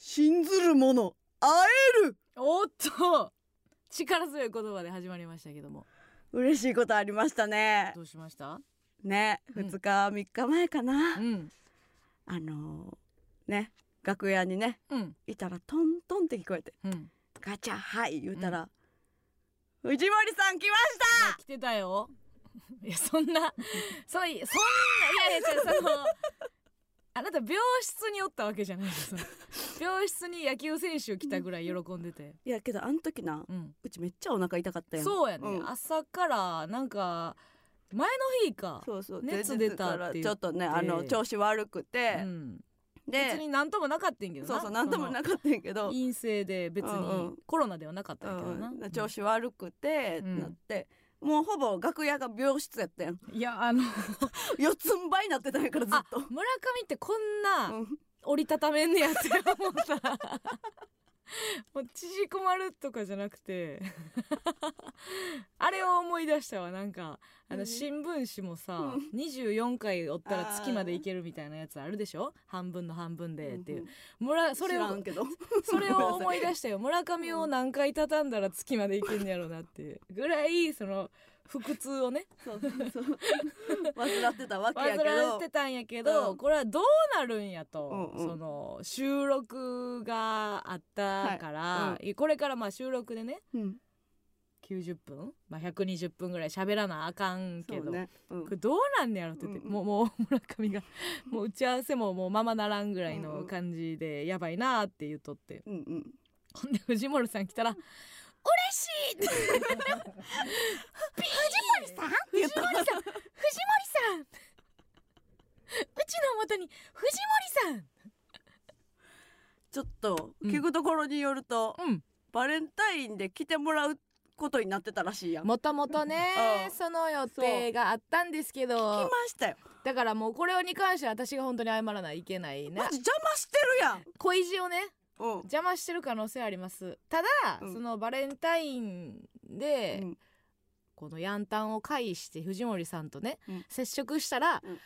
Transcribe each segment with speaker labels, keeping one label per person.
Speaker 1: 信ずる者会える
Speaker 2: おっと力強い言葉で始まりましたけども
Speaker 1: 嬉しいことありましたね
Speaker 2: どうしました
Speaker 1: ね、
Speaker 2: うん
Speaker 1: 2日3日前かな、
Speaker 2: うん
Speaker 1: あのーね楽屋にね
Speaker 2: うん
Speaker 1: いたらトントンって聞こえて
Speaker 2: うん
Speaker 1: ガチャはい言うたら、藤森さん来ました
Speaker 2: 来てたよ いやそんなそういそんないやいや違うそのあなた病室におったわけじゃないです病室に野球選手来たぐらい喜んでて
Speaker 1: いやけどあの時な
Speaker 2: うん
Speaker 1: うちめっちゃお腹痛かったやん
Speaker 2: そうやね、
Speaker 1: うん
Speaker 2: 朝からなんか前の日か
Speaker 1: そうそう
Speaker 2: 熱
Speaker 1: 前日
Speaker 2: 出たっ
Speaker 1: か
Speaker 2: て
Speaker 1: ら
Speaker 2: 言っ
Speaker 1: ち
Speaker 2: て
Speaker 1: ょっとねあの調子悪く
Speaker 2: う
Speaker 1: て、
Speaker 2: ん、別
Speaker 1: で
Speaker 2: に何ともなかったんやけどな
Speaker 1: そうそうなんともなかったんやけ
Speaker 2: そ
Speaker 1: ど
Speaker 2: の、陰性で別
Speaker 1: うんう
Speaker 2: に
Speaker 1: ん
Speaker 2: コロナではなかったんやけどな、
Speaker 1: うん、調子悪くて、
Speaker 2: うん
Speaker 1: なってもうほぼ楽屋が病室やったやん
Speaker 2: いやあの
Speaker 1: 四つん這いになってたんやからずっ
Speaker 2: あ
Speaker 1: と
Speaker 2: 村上ってこんな
Speaker 1: うん
Speaker 2: 折りたためんねやって思った らもう縮こまるとかじゃなくて あれを思い出したわなんかあの
Speaker 1: 何
Speaker 2: 新聞紙もさ24回折ったら月までいけるみたいなやつあるでしょ半分の半分でっていう村それ
Speaker 1: 知ら
Speaker 2: を
Speaker 1: んけど
Speaker 2: それ
Speaker 1: ごめ
Speaker 2: を
Speaker 1: んなさ
Speaker 2: 思い出したよ村上を何回畳んだら月までいけんやろうなってぐらいその腹痛をね
Speaker 1: そうそう そう患ってたわけ
Speaker 2: 煩
Speaker 1: やけど
Speaker 2: ってたんやけど、
Speaker 1: うん
Speaker 2: これはどうなるんやと、
Speaker 1: うんうん
Speaker 2: その収録があったから、
Speaker 1: はい
Speaker 2: これからまあ収録でね
Speaker 1: うん
Speaker 2: 90分、まあ、120分ぐらい喋らなあかんけ
Speaker 1: そ
Speaker 2: ど、
Speaker 1: うね、うん
Speaker 2: これどうなんねやろって言って、
Speaker 1: うんうん
Speaker 2: もうもう 村上がもう打ち合わせももうままならんぐらい
Speaker 1: うんう
Speaker 2: の
Speaker 1: ん
Speaker 2: 感じでやばいなあって言っとって。
Speaker 1: うんうん
Speaker 2: ほんで藤森さん来たら「嬉しい!」って「藤森さん藤森さん藤森さんうちの元に藤森
Speaker 1: ちょっと
Speaker 2: うん
Speaker 1: 聞くところによると、
Speaker 2: さん!」うん
Speaker 1: バレンタインで来てもらうことになってたらしいやん来
Speaker 2: もともとね
Speaker 1: うん
Speaker 2: その予定があったんですけ
Speaker 1: ま
Speaker 2: ど
Speaker 1: したよ
Speaker 2: だからもうこれに関しては私が本当に謝らないいけない
Speaker 1: マ
Speaker 2: な
Speaker 1: ジ邪魔してるやん
Speaker 2: 小意地をね
Speaker 1: うん
Speaker 2: 邪魔してる可能性ありますただ、
Speaker 1: うん
Speaker 2: そのバレンタインで、
Speaker 1: うん
Speaker 2: このヤンタンを介して藤森さんとね、
Speaker 1: うん
Speaker 2: 接触したら、
Speaker 1: うん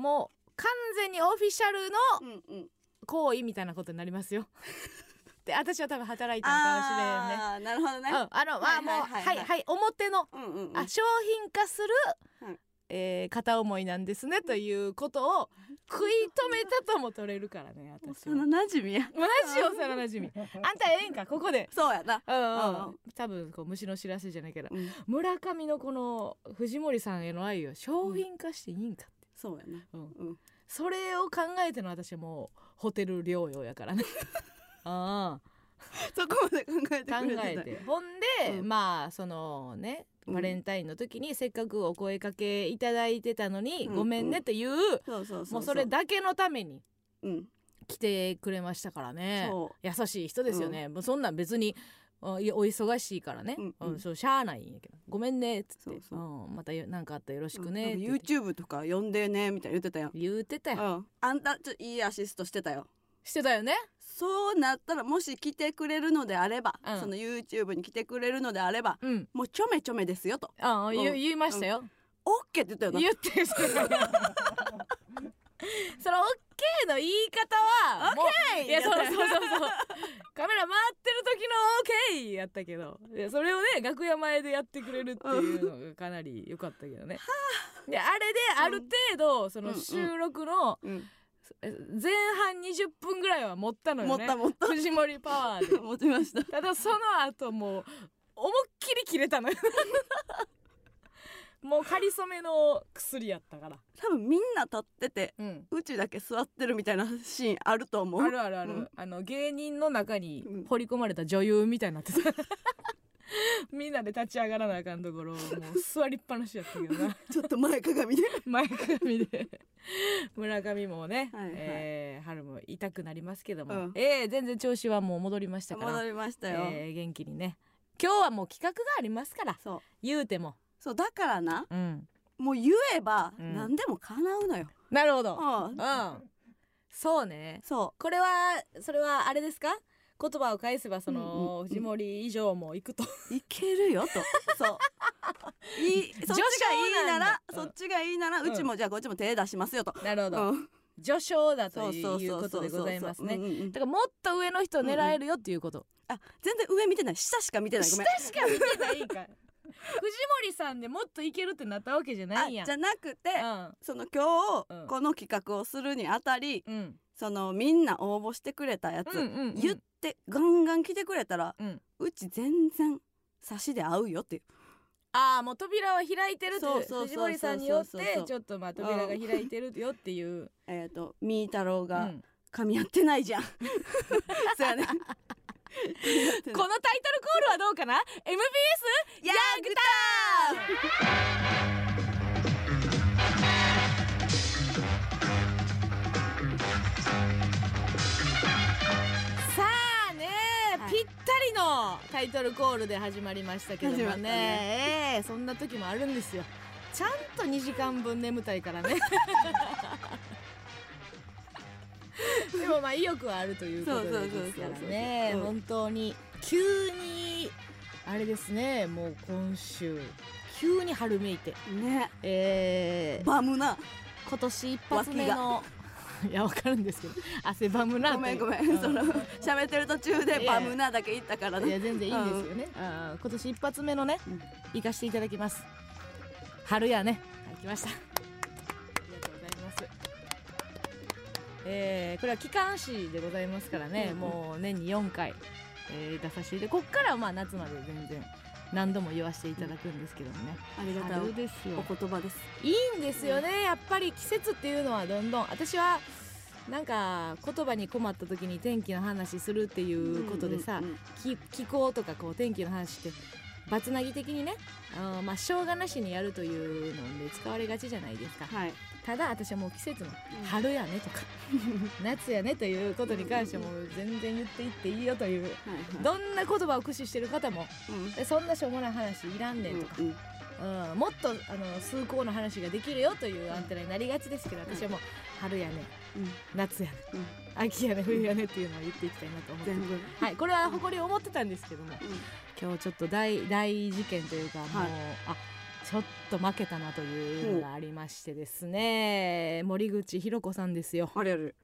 Speaker 2: もう完全にオフィシャルの
Speaker 1: うんうん
Speaker 2: 行為みたいなことになります よ。で私は多分働いたのかもしれんね。
Speaker 1: ああーなるほどね
Speaker 2: うん、あの、まあ、もう、
Speaker 1: は
Speaker 2: はい
Speaker 1: は
Speaker 2: い、はい
Speaker 1: はい
Speaker 2: い、
Speaker 1: はい
Speaker 2: 表の、
Speaker 1: うんうんうん
Speaker 2: あ、商品化する。
Speaker 1: はい
Speaker 2: えー片思いなんですねということを食い止めたとも取れるからね私は
Speaker 1: 幼馴染や
Speaker 2: マジ幼 馴染あんたええんかここで
Speaker 1: そうやな
Speaker 2: うんうん
Speaker 1: うんう
Speaker 2: うんん多分こう虫の知らせじゃないけど
Speaker 1: うん
Speaker 2: 村上のこの藤森さんへの愛を商品化していいんかって、
Speaker 1: そうやな
Speaker 2: うん
Speaker 1: うん
Speaker 2: それを考えての私はもうホテル療養や からねああ
Speaker 1: そこまで考えて
Speaker 2: 考
Speaker 1: くれてない
Speaker 2: えてほんで、
Speaker 1: うん
Speaker 2: まあそのね
Speaker 1: うん
Speaker 2: バレンタインの時にせっかくお声かけいただいてたのに、
Speaker 1: うん
Speaker 2: ごめんねっていう、
Speaker 1: そうそうそう
Speaker 2: もうそれだけのために
Speaker 1: うん
Speaker 2: 来てくれましたからね
Speaker 1: そ
Speaker 2: 優しい人ですよね、もうそんなん別にあいやお忙しいからね、
Speaker 1: う
Speaker 2: うんん
Speaker 1: うん
Speaker 2: そうしゃあないんやけどごめんねっつって
Speaker 1: そうそう
Speaker 2: うん、またよなんかあったらよろし
Speaker 1: う
Speaker 2: くねって言って
Speaker 1: YouTube とか呼んでねみたいな言ってたやん
Speaker 2: 言うてたよ、
Speaker 1: うんあんたちょっといいアシストしてたよ
Speaker 2: してたよね
Speaker 1: そうなったらもし来てくれるのであれば
Speaker 2: うん
Speaker 1: その YouTube に来てくれるのであれば
Speaker 2: うん
Speaker 1: もうちょめちょめですよと
Speaker 2: ああ、言
Speaker 1: う
Speaker 2: うん言いましたよ、
Speaker 1: オッケーって言ったよな
Speaker 2: 言って それその OK の言い方はもう いやそうそうそうそうカメラ回ってる時の OK やったけどいやそれをね楽屋前でやってくれるっていうのがかなり良かったけどね。であれである程度そ
Speaker 1: うん
Speaker 2: の
Speaker 1: うん
Speaker 2: 収録の
Speaker 1: うん
Speaker 2: え前半20分ぐらいは持ったの
Speaker 1: 持
Speaker 2: よ
Speaker 1: っ
Speaker 2: ね
Speaker 1: た持っ
Speaker 2: 藤森パワ ーで
Speaker 1: た持ちました
Speaker 2: ただその後もう思いっきり切れた のよもうかりそめの薬やったから
Speaker 1: 多分みんな立ってて
Speaker 2: うん
Speaker 1: うちだけ座ってるみたいなシーンあると思う
Speaker 2: あるあるある、
Speaker 1: うん
Speaker 2: あの芸人の中に
Speaker 1: うん
Speaker 2: 掘り込まれた女優みたい になってたみんなで立ち上がらなあかんところをもう座りっぱなしやったけど な
Speaker 1: ちょっと前鏡 で
Speaker 2: 前髪で村上もね、
Speaker 1: はいはい
Speaker 2: えー春も痛くなりますけども、
Speaker 1: うん
Speaker 2: えー全然調子はもう戻りましたから
Speaker 1: 戻りましたよ、
Speaker 2: えー元気にね今日はもう企画がありますから
Speaker 1: そう
Speaker 2: 言うても、
Speaker 1: そうだからな
Speaker 2: うん、
Speaker 1: もう言えば
Speaker 2: うん
Speaker 1: 何でも叶うのよ、
Speaker 2: なるほど、
Speaker 1: うん
Speaker 2: うん、そうね
Speaker 1: そ
Speaker 2: これはそれはあれですか言葉を返せばその、
Speaker 1: うんうん
Speaker 2: 藤森以上も行くと
Speaker 1: ういけるよとそういいそっちがいいなら
Speaker 2: 女子はなんだ
Speaker 1: そっちがいいなら、う
Speaker 2: うん
Speaker 1: ちもじゃあこっちも手出しますよと、
Speaker 2: なるほど、
Speaker 1: うん
Speaker 2: 序章だ
Speaker 1: そ
Speaker 2: と
Speaker 1: う
Speaker 2: い
Speaker 1: そうそうそ
Speaker 2: う
Speaker 1: う
Speaker 2: ことでございます
Speaker 1: う
Speaker 2: ね
Speaker 1: んうんうん
Speaker 2: だからもっと上の人を狙えるよっていうこと
Speaker 1: あ全然上見てない下しか見てないご
Speaker 2: 下
Speaker 1: めん
Speaker 2: しか見てないから藤森さんでもっといけるってなったわけじゃない
Speaker 1: あ
Speaker 2: やん
Speaker 1: じゃなくてその今
Speaker 2: うん
Speaker 1: 日この企画をするにあたり
Speaker 2: うんうん
Speaker 1: そのみんな応募してくれたやつ、
Speaker 2: うんうんうん
Speaker 1: 言ってガンガン来てくれたら、
Speaker 2: う
Speaker 1: うんち全然差しで合うよっていう
Speaker 2: ああもう扉は開いてると
Speaker 1: そうそうそう
Speaker 2: 藤森さんによっ
Speaker 1: そうそうそ
Speaker 2: て
Speaker 1: う
Speaker 2: ちょっとまあ扉が開いてるよっていう、
Speaker 1: えっ、とみー太郎
Speaker 2: う
Speaker 1: が
Speaker 2: ん
Speaker 1: 噛み合ってないじゃん、そうやね
Speaker 2: このタイトルコールはどうかな MBS
Speaker 1: ヤング
Speaker 2: さあね、
Speaker 1: はい
Speaker 2: ぴったりのタイトルコールで始まりましたけども
Speaker 1: 始まっ
Speaker 2: ね
Speaker 1: た
Speaker 2: ええそんな時もあるんですよちゃんと2時間分眠たいからねでもまあ意欲はあるということで
Speaker 1: そうそうそうそう
Speaker 2: ですからね
Speaker 1: うん
Speaker 2: 本当に急にあれですねもう今週急に春めいて
Speaker 1: タね
Speaker 2: えー、
Speaker 1: バムな
Speaker 2: 今年一発目の いやわかるんですけど汗ばむな
Speaker 1: ごめんごめ
Speaker 2: うん
Speaker 1: その喋ってる途中でバムなだけ言ったから
Speaker 2: い
Speaker 1: ね
Speaker 2: や全然いいんですよね、あー今年一発目のね
Speaker 1: うん
Speaker 2: 行かしていただきます春やねはい来ましたありがとうございますえー、これは機関誌でございますからね、
Speaker 1: うんうん
Speaker 2: もう年に4回、えー出させていただいてこっからはまあ夏まで全然何度も言わせていただくんですけどもね、
Speaker 1: ありがたい
Speaker 2: 春ですよ
Speaker 1: お言葉です
Speaker 2: いいんですよね、やっぱり季節っていうのはどんどん私はなんか言葉に困った時に天気の話するっていうことでさ、
Speaker 1: うんうんうん
Speaker 2: き気候とかこう天気の話ってバツナギ的にねあーまあしょうがなしにやるというので使われがちじゃないですか、
Speaker 1: はい
Speaker 2: ただ私はもう季節の春やね とか、夏やねということに関してもう全然言っていっていいよという
Speaker 1: はいはい
Speaker 2: どんな言葉を駆使してる方も
Speaker 1: うん
Speaker 2: えそんなしょうもない話いらんねんとか
Speaker 1: う、んうん
Speaker 2: うん、もっとあの崇高な話ができるよというアンテナになりがちですけど私はもう春やね
Speaker 1: うん
Speaker 2: 夏やね
Speaker 1: うん
Speaker 2: 秋やね冬やねっていうのを言っていきたいなと思って
Speaker 1: 全部
Speaker 2: はいこれは誇りを思ってたんですけども今日ちょっと大大事件というかもう、
Speaker 1: はい
Speaker 2: あちょっと負けたなというのがありましてですね森口博子さんですよ
Speaker 1: あれある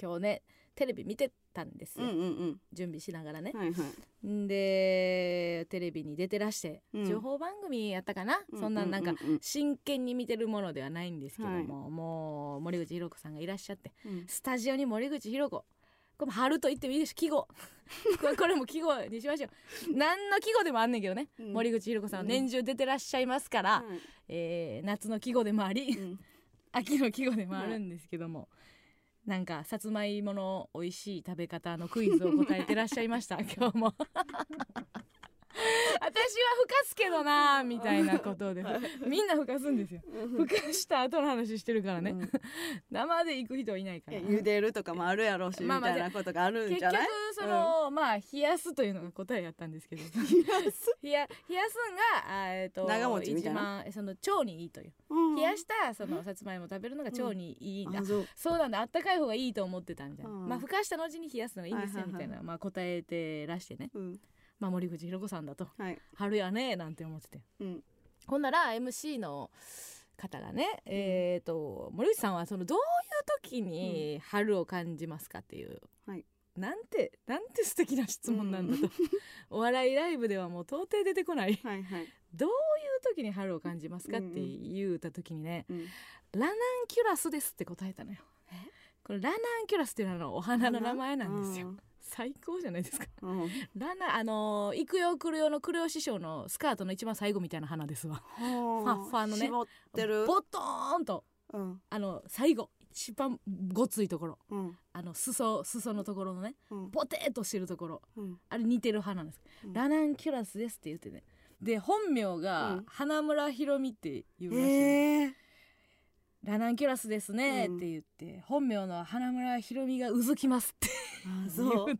Speaker 2: 今日ねテレビ見てたんです
Speaker 1: うん
Speaker 2: よ、
Speaker 1: うん
Speaker 2: 準備しながらね
Speaker 1: うんはいはい
Speaker 2: んでテレビに出てらして、
Speaker 1: うん
Speaker 2: 情報番組やったかな、そんななんか真剣に見てるものではないんですけども、もう森口博子さんがいらっしゃって
Speaker 1: うん
Speaker 2: スタジオに森口博子これも春と言ってもいいでしょ季語 これこれも季語にしましょう何の季語でもあんねんけどね、
Speaker 1: うん
Speaker 2: 森口博子さんは年中出てらっしゃいますから、
Speaker 1: はい
Speaker 2: えー夏の季語でもあり、
Speaker 1: うん
Speaker 2: 秋の季語でもあるんですけども、なんかさつまいもの美味しい食べ方のクイズを答えてらっしゃい ました今日も 私はふかすけどなみたいなことでみんなふかすんですよふかした後の話してるからね、
Speaker 1: うん
Speaker 2: 生で行く人いないから
Speaker 1: 茹でるとかもあるやろうしみ
Speaker 2: まあまあ
Speaker 1: たいなことがあるん
Speaker 2: 結
Speaker 1: じゃ
Speaker 2: 局
Speaker 1: ない
Speaker 2: その、まあ冷やすというのが答えやったんですけど 冷
Speaker 1: やす
Speaker 2: や冷やすんがあーえっと
Speaker 1: 長持ちみたいな
Speaker 2: 一番その腸にいいという
Speaker 1: うん
Speaker 2: 冷やしたそのさつまいも食べるのが腸にいいんだ、
Speaker 1: あそう
Speaker 2: そうなんだあったかい方がいいと思ってたみたいな、
Speaker 1: うん
Speaker 2: まあふかした後に冷やすのがいいんですよ
Speaker 1: はい
Speaker 2: み
Speaker 1: はい
Speaker 2: た
Speaker 1: はい
Speaker 2: いな、まあ答えてらしてね、
Speaker 1: うん
Speaker 2: まあ、森口博子さんだと
Speaker 1: はい
Speaker 2: 春やねなんて思ってて
Speaker 1: うん
Speaker 2: ほんなら MC の方がね、えっ、と森口さんはそのどういう時に春を感じますかっていう、
Speaker 1: はい
Speaker 2: なんてなんて素敵な質問なんだと、 お笑いライブではもう到底出てこない
Speaker 1: はいはい
Speaker 2: どういう時に春を感じますかって言うた時にね、
Speaker 1: うん
Speaker 2: ラナンキュラスですって答えたのよこれラナンキュラスっていうのはあのお花の名前なんですよ、最高じゃないですか
Speaker 1: うんうん
Speaker 2: ラナあのー行くよ来るよのクレヨ師匠のスカートの一番最後みたいな花ですわ
Speaker 1: フ
Speaker 2: ァッファのね
Speaker 1: 絞ってる
Speaker 2: ボトーンと
Speaker 1: うん
Speaker 2: あの最後一番ごついところ
Speaker 1: うん
Speaker 2: あの裾裾のところのね
Speaker 1: うん
Speaker 2: ポテーっとしてるところ
Speaker 1: うん
Speaker 2: あれ似てる花なんです、
Speaker 1: うん
Speaker 2: ラナンキュラスですって言ってねで本名
Speaker 1: う
Speaker 2: が
Speaker 1: ん
Speaker 2: 花村ひろみっていうらしいの、
Speaker 1: ええ
Speaker 2: ラナンキュラスですね」っ
Speaker 1: うん
Speaker 2: て言って、本名の花村ひろみがうずきますって
Speaker 1: あ
Speaker 2: 言うの
Speaker 1: そ
Speaker 2: よ
Speaker 1: う。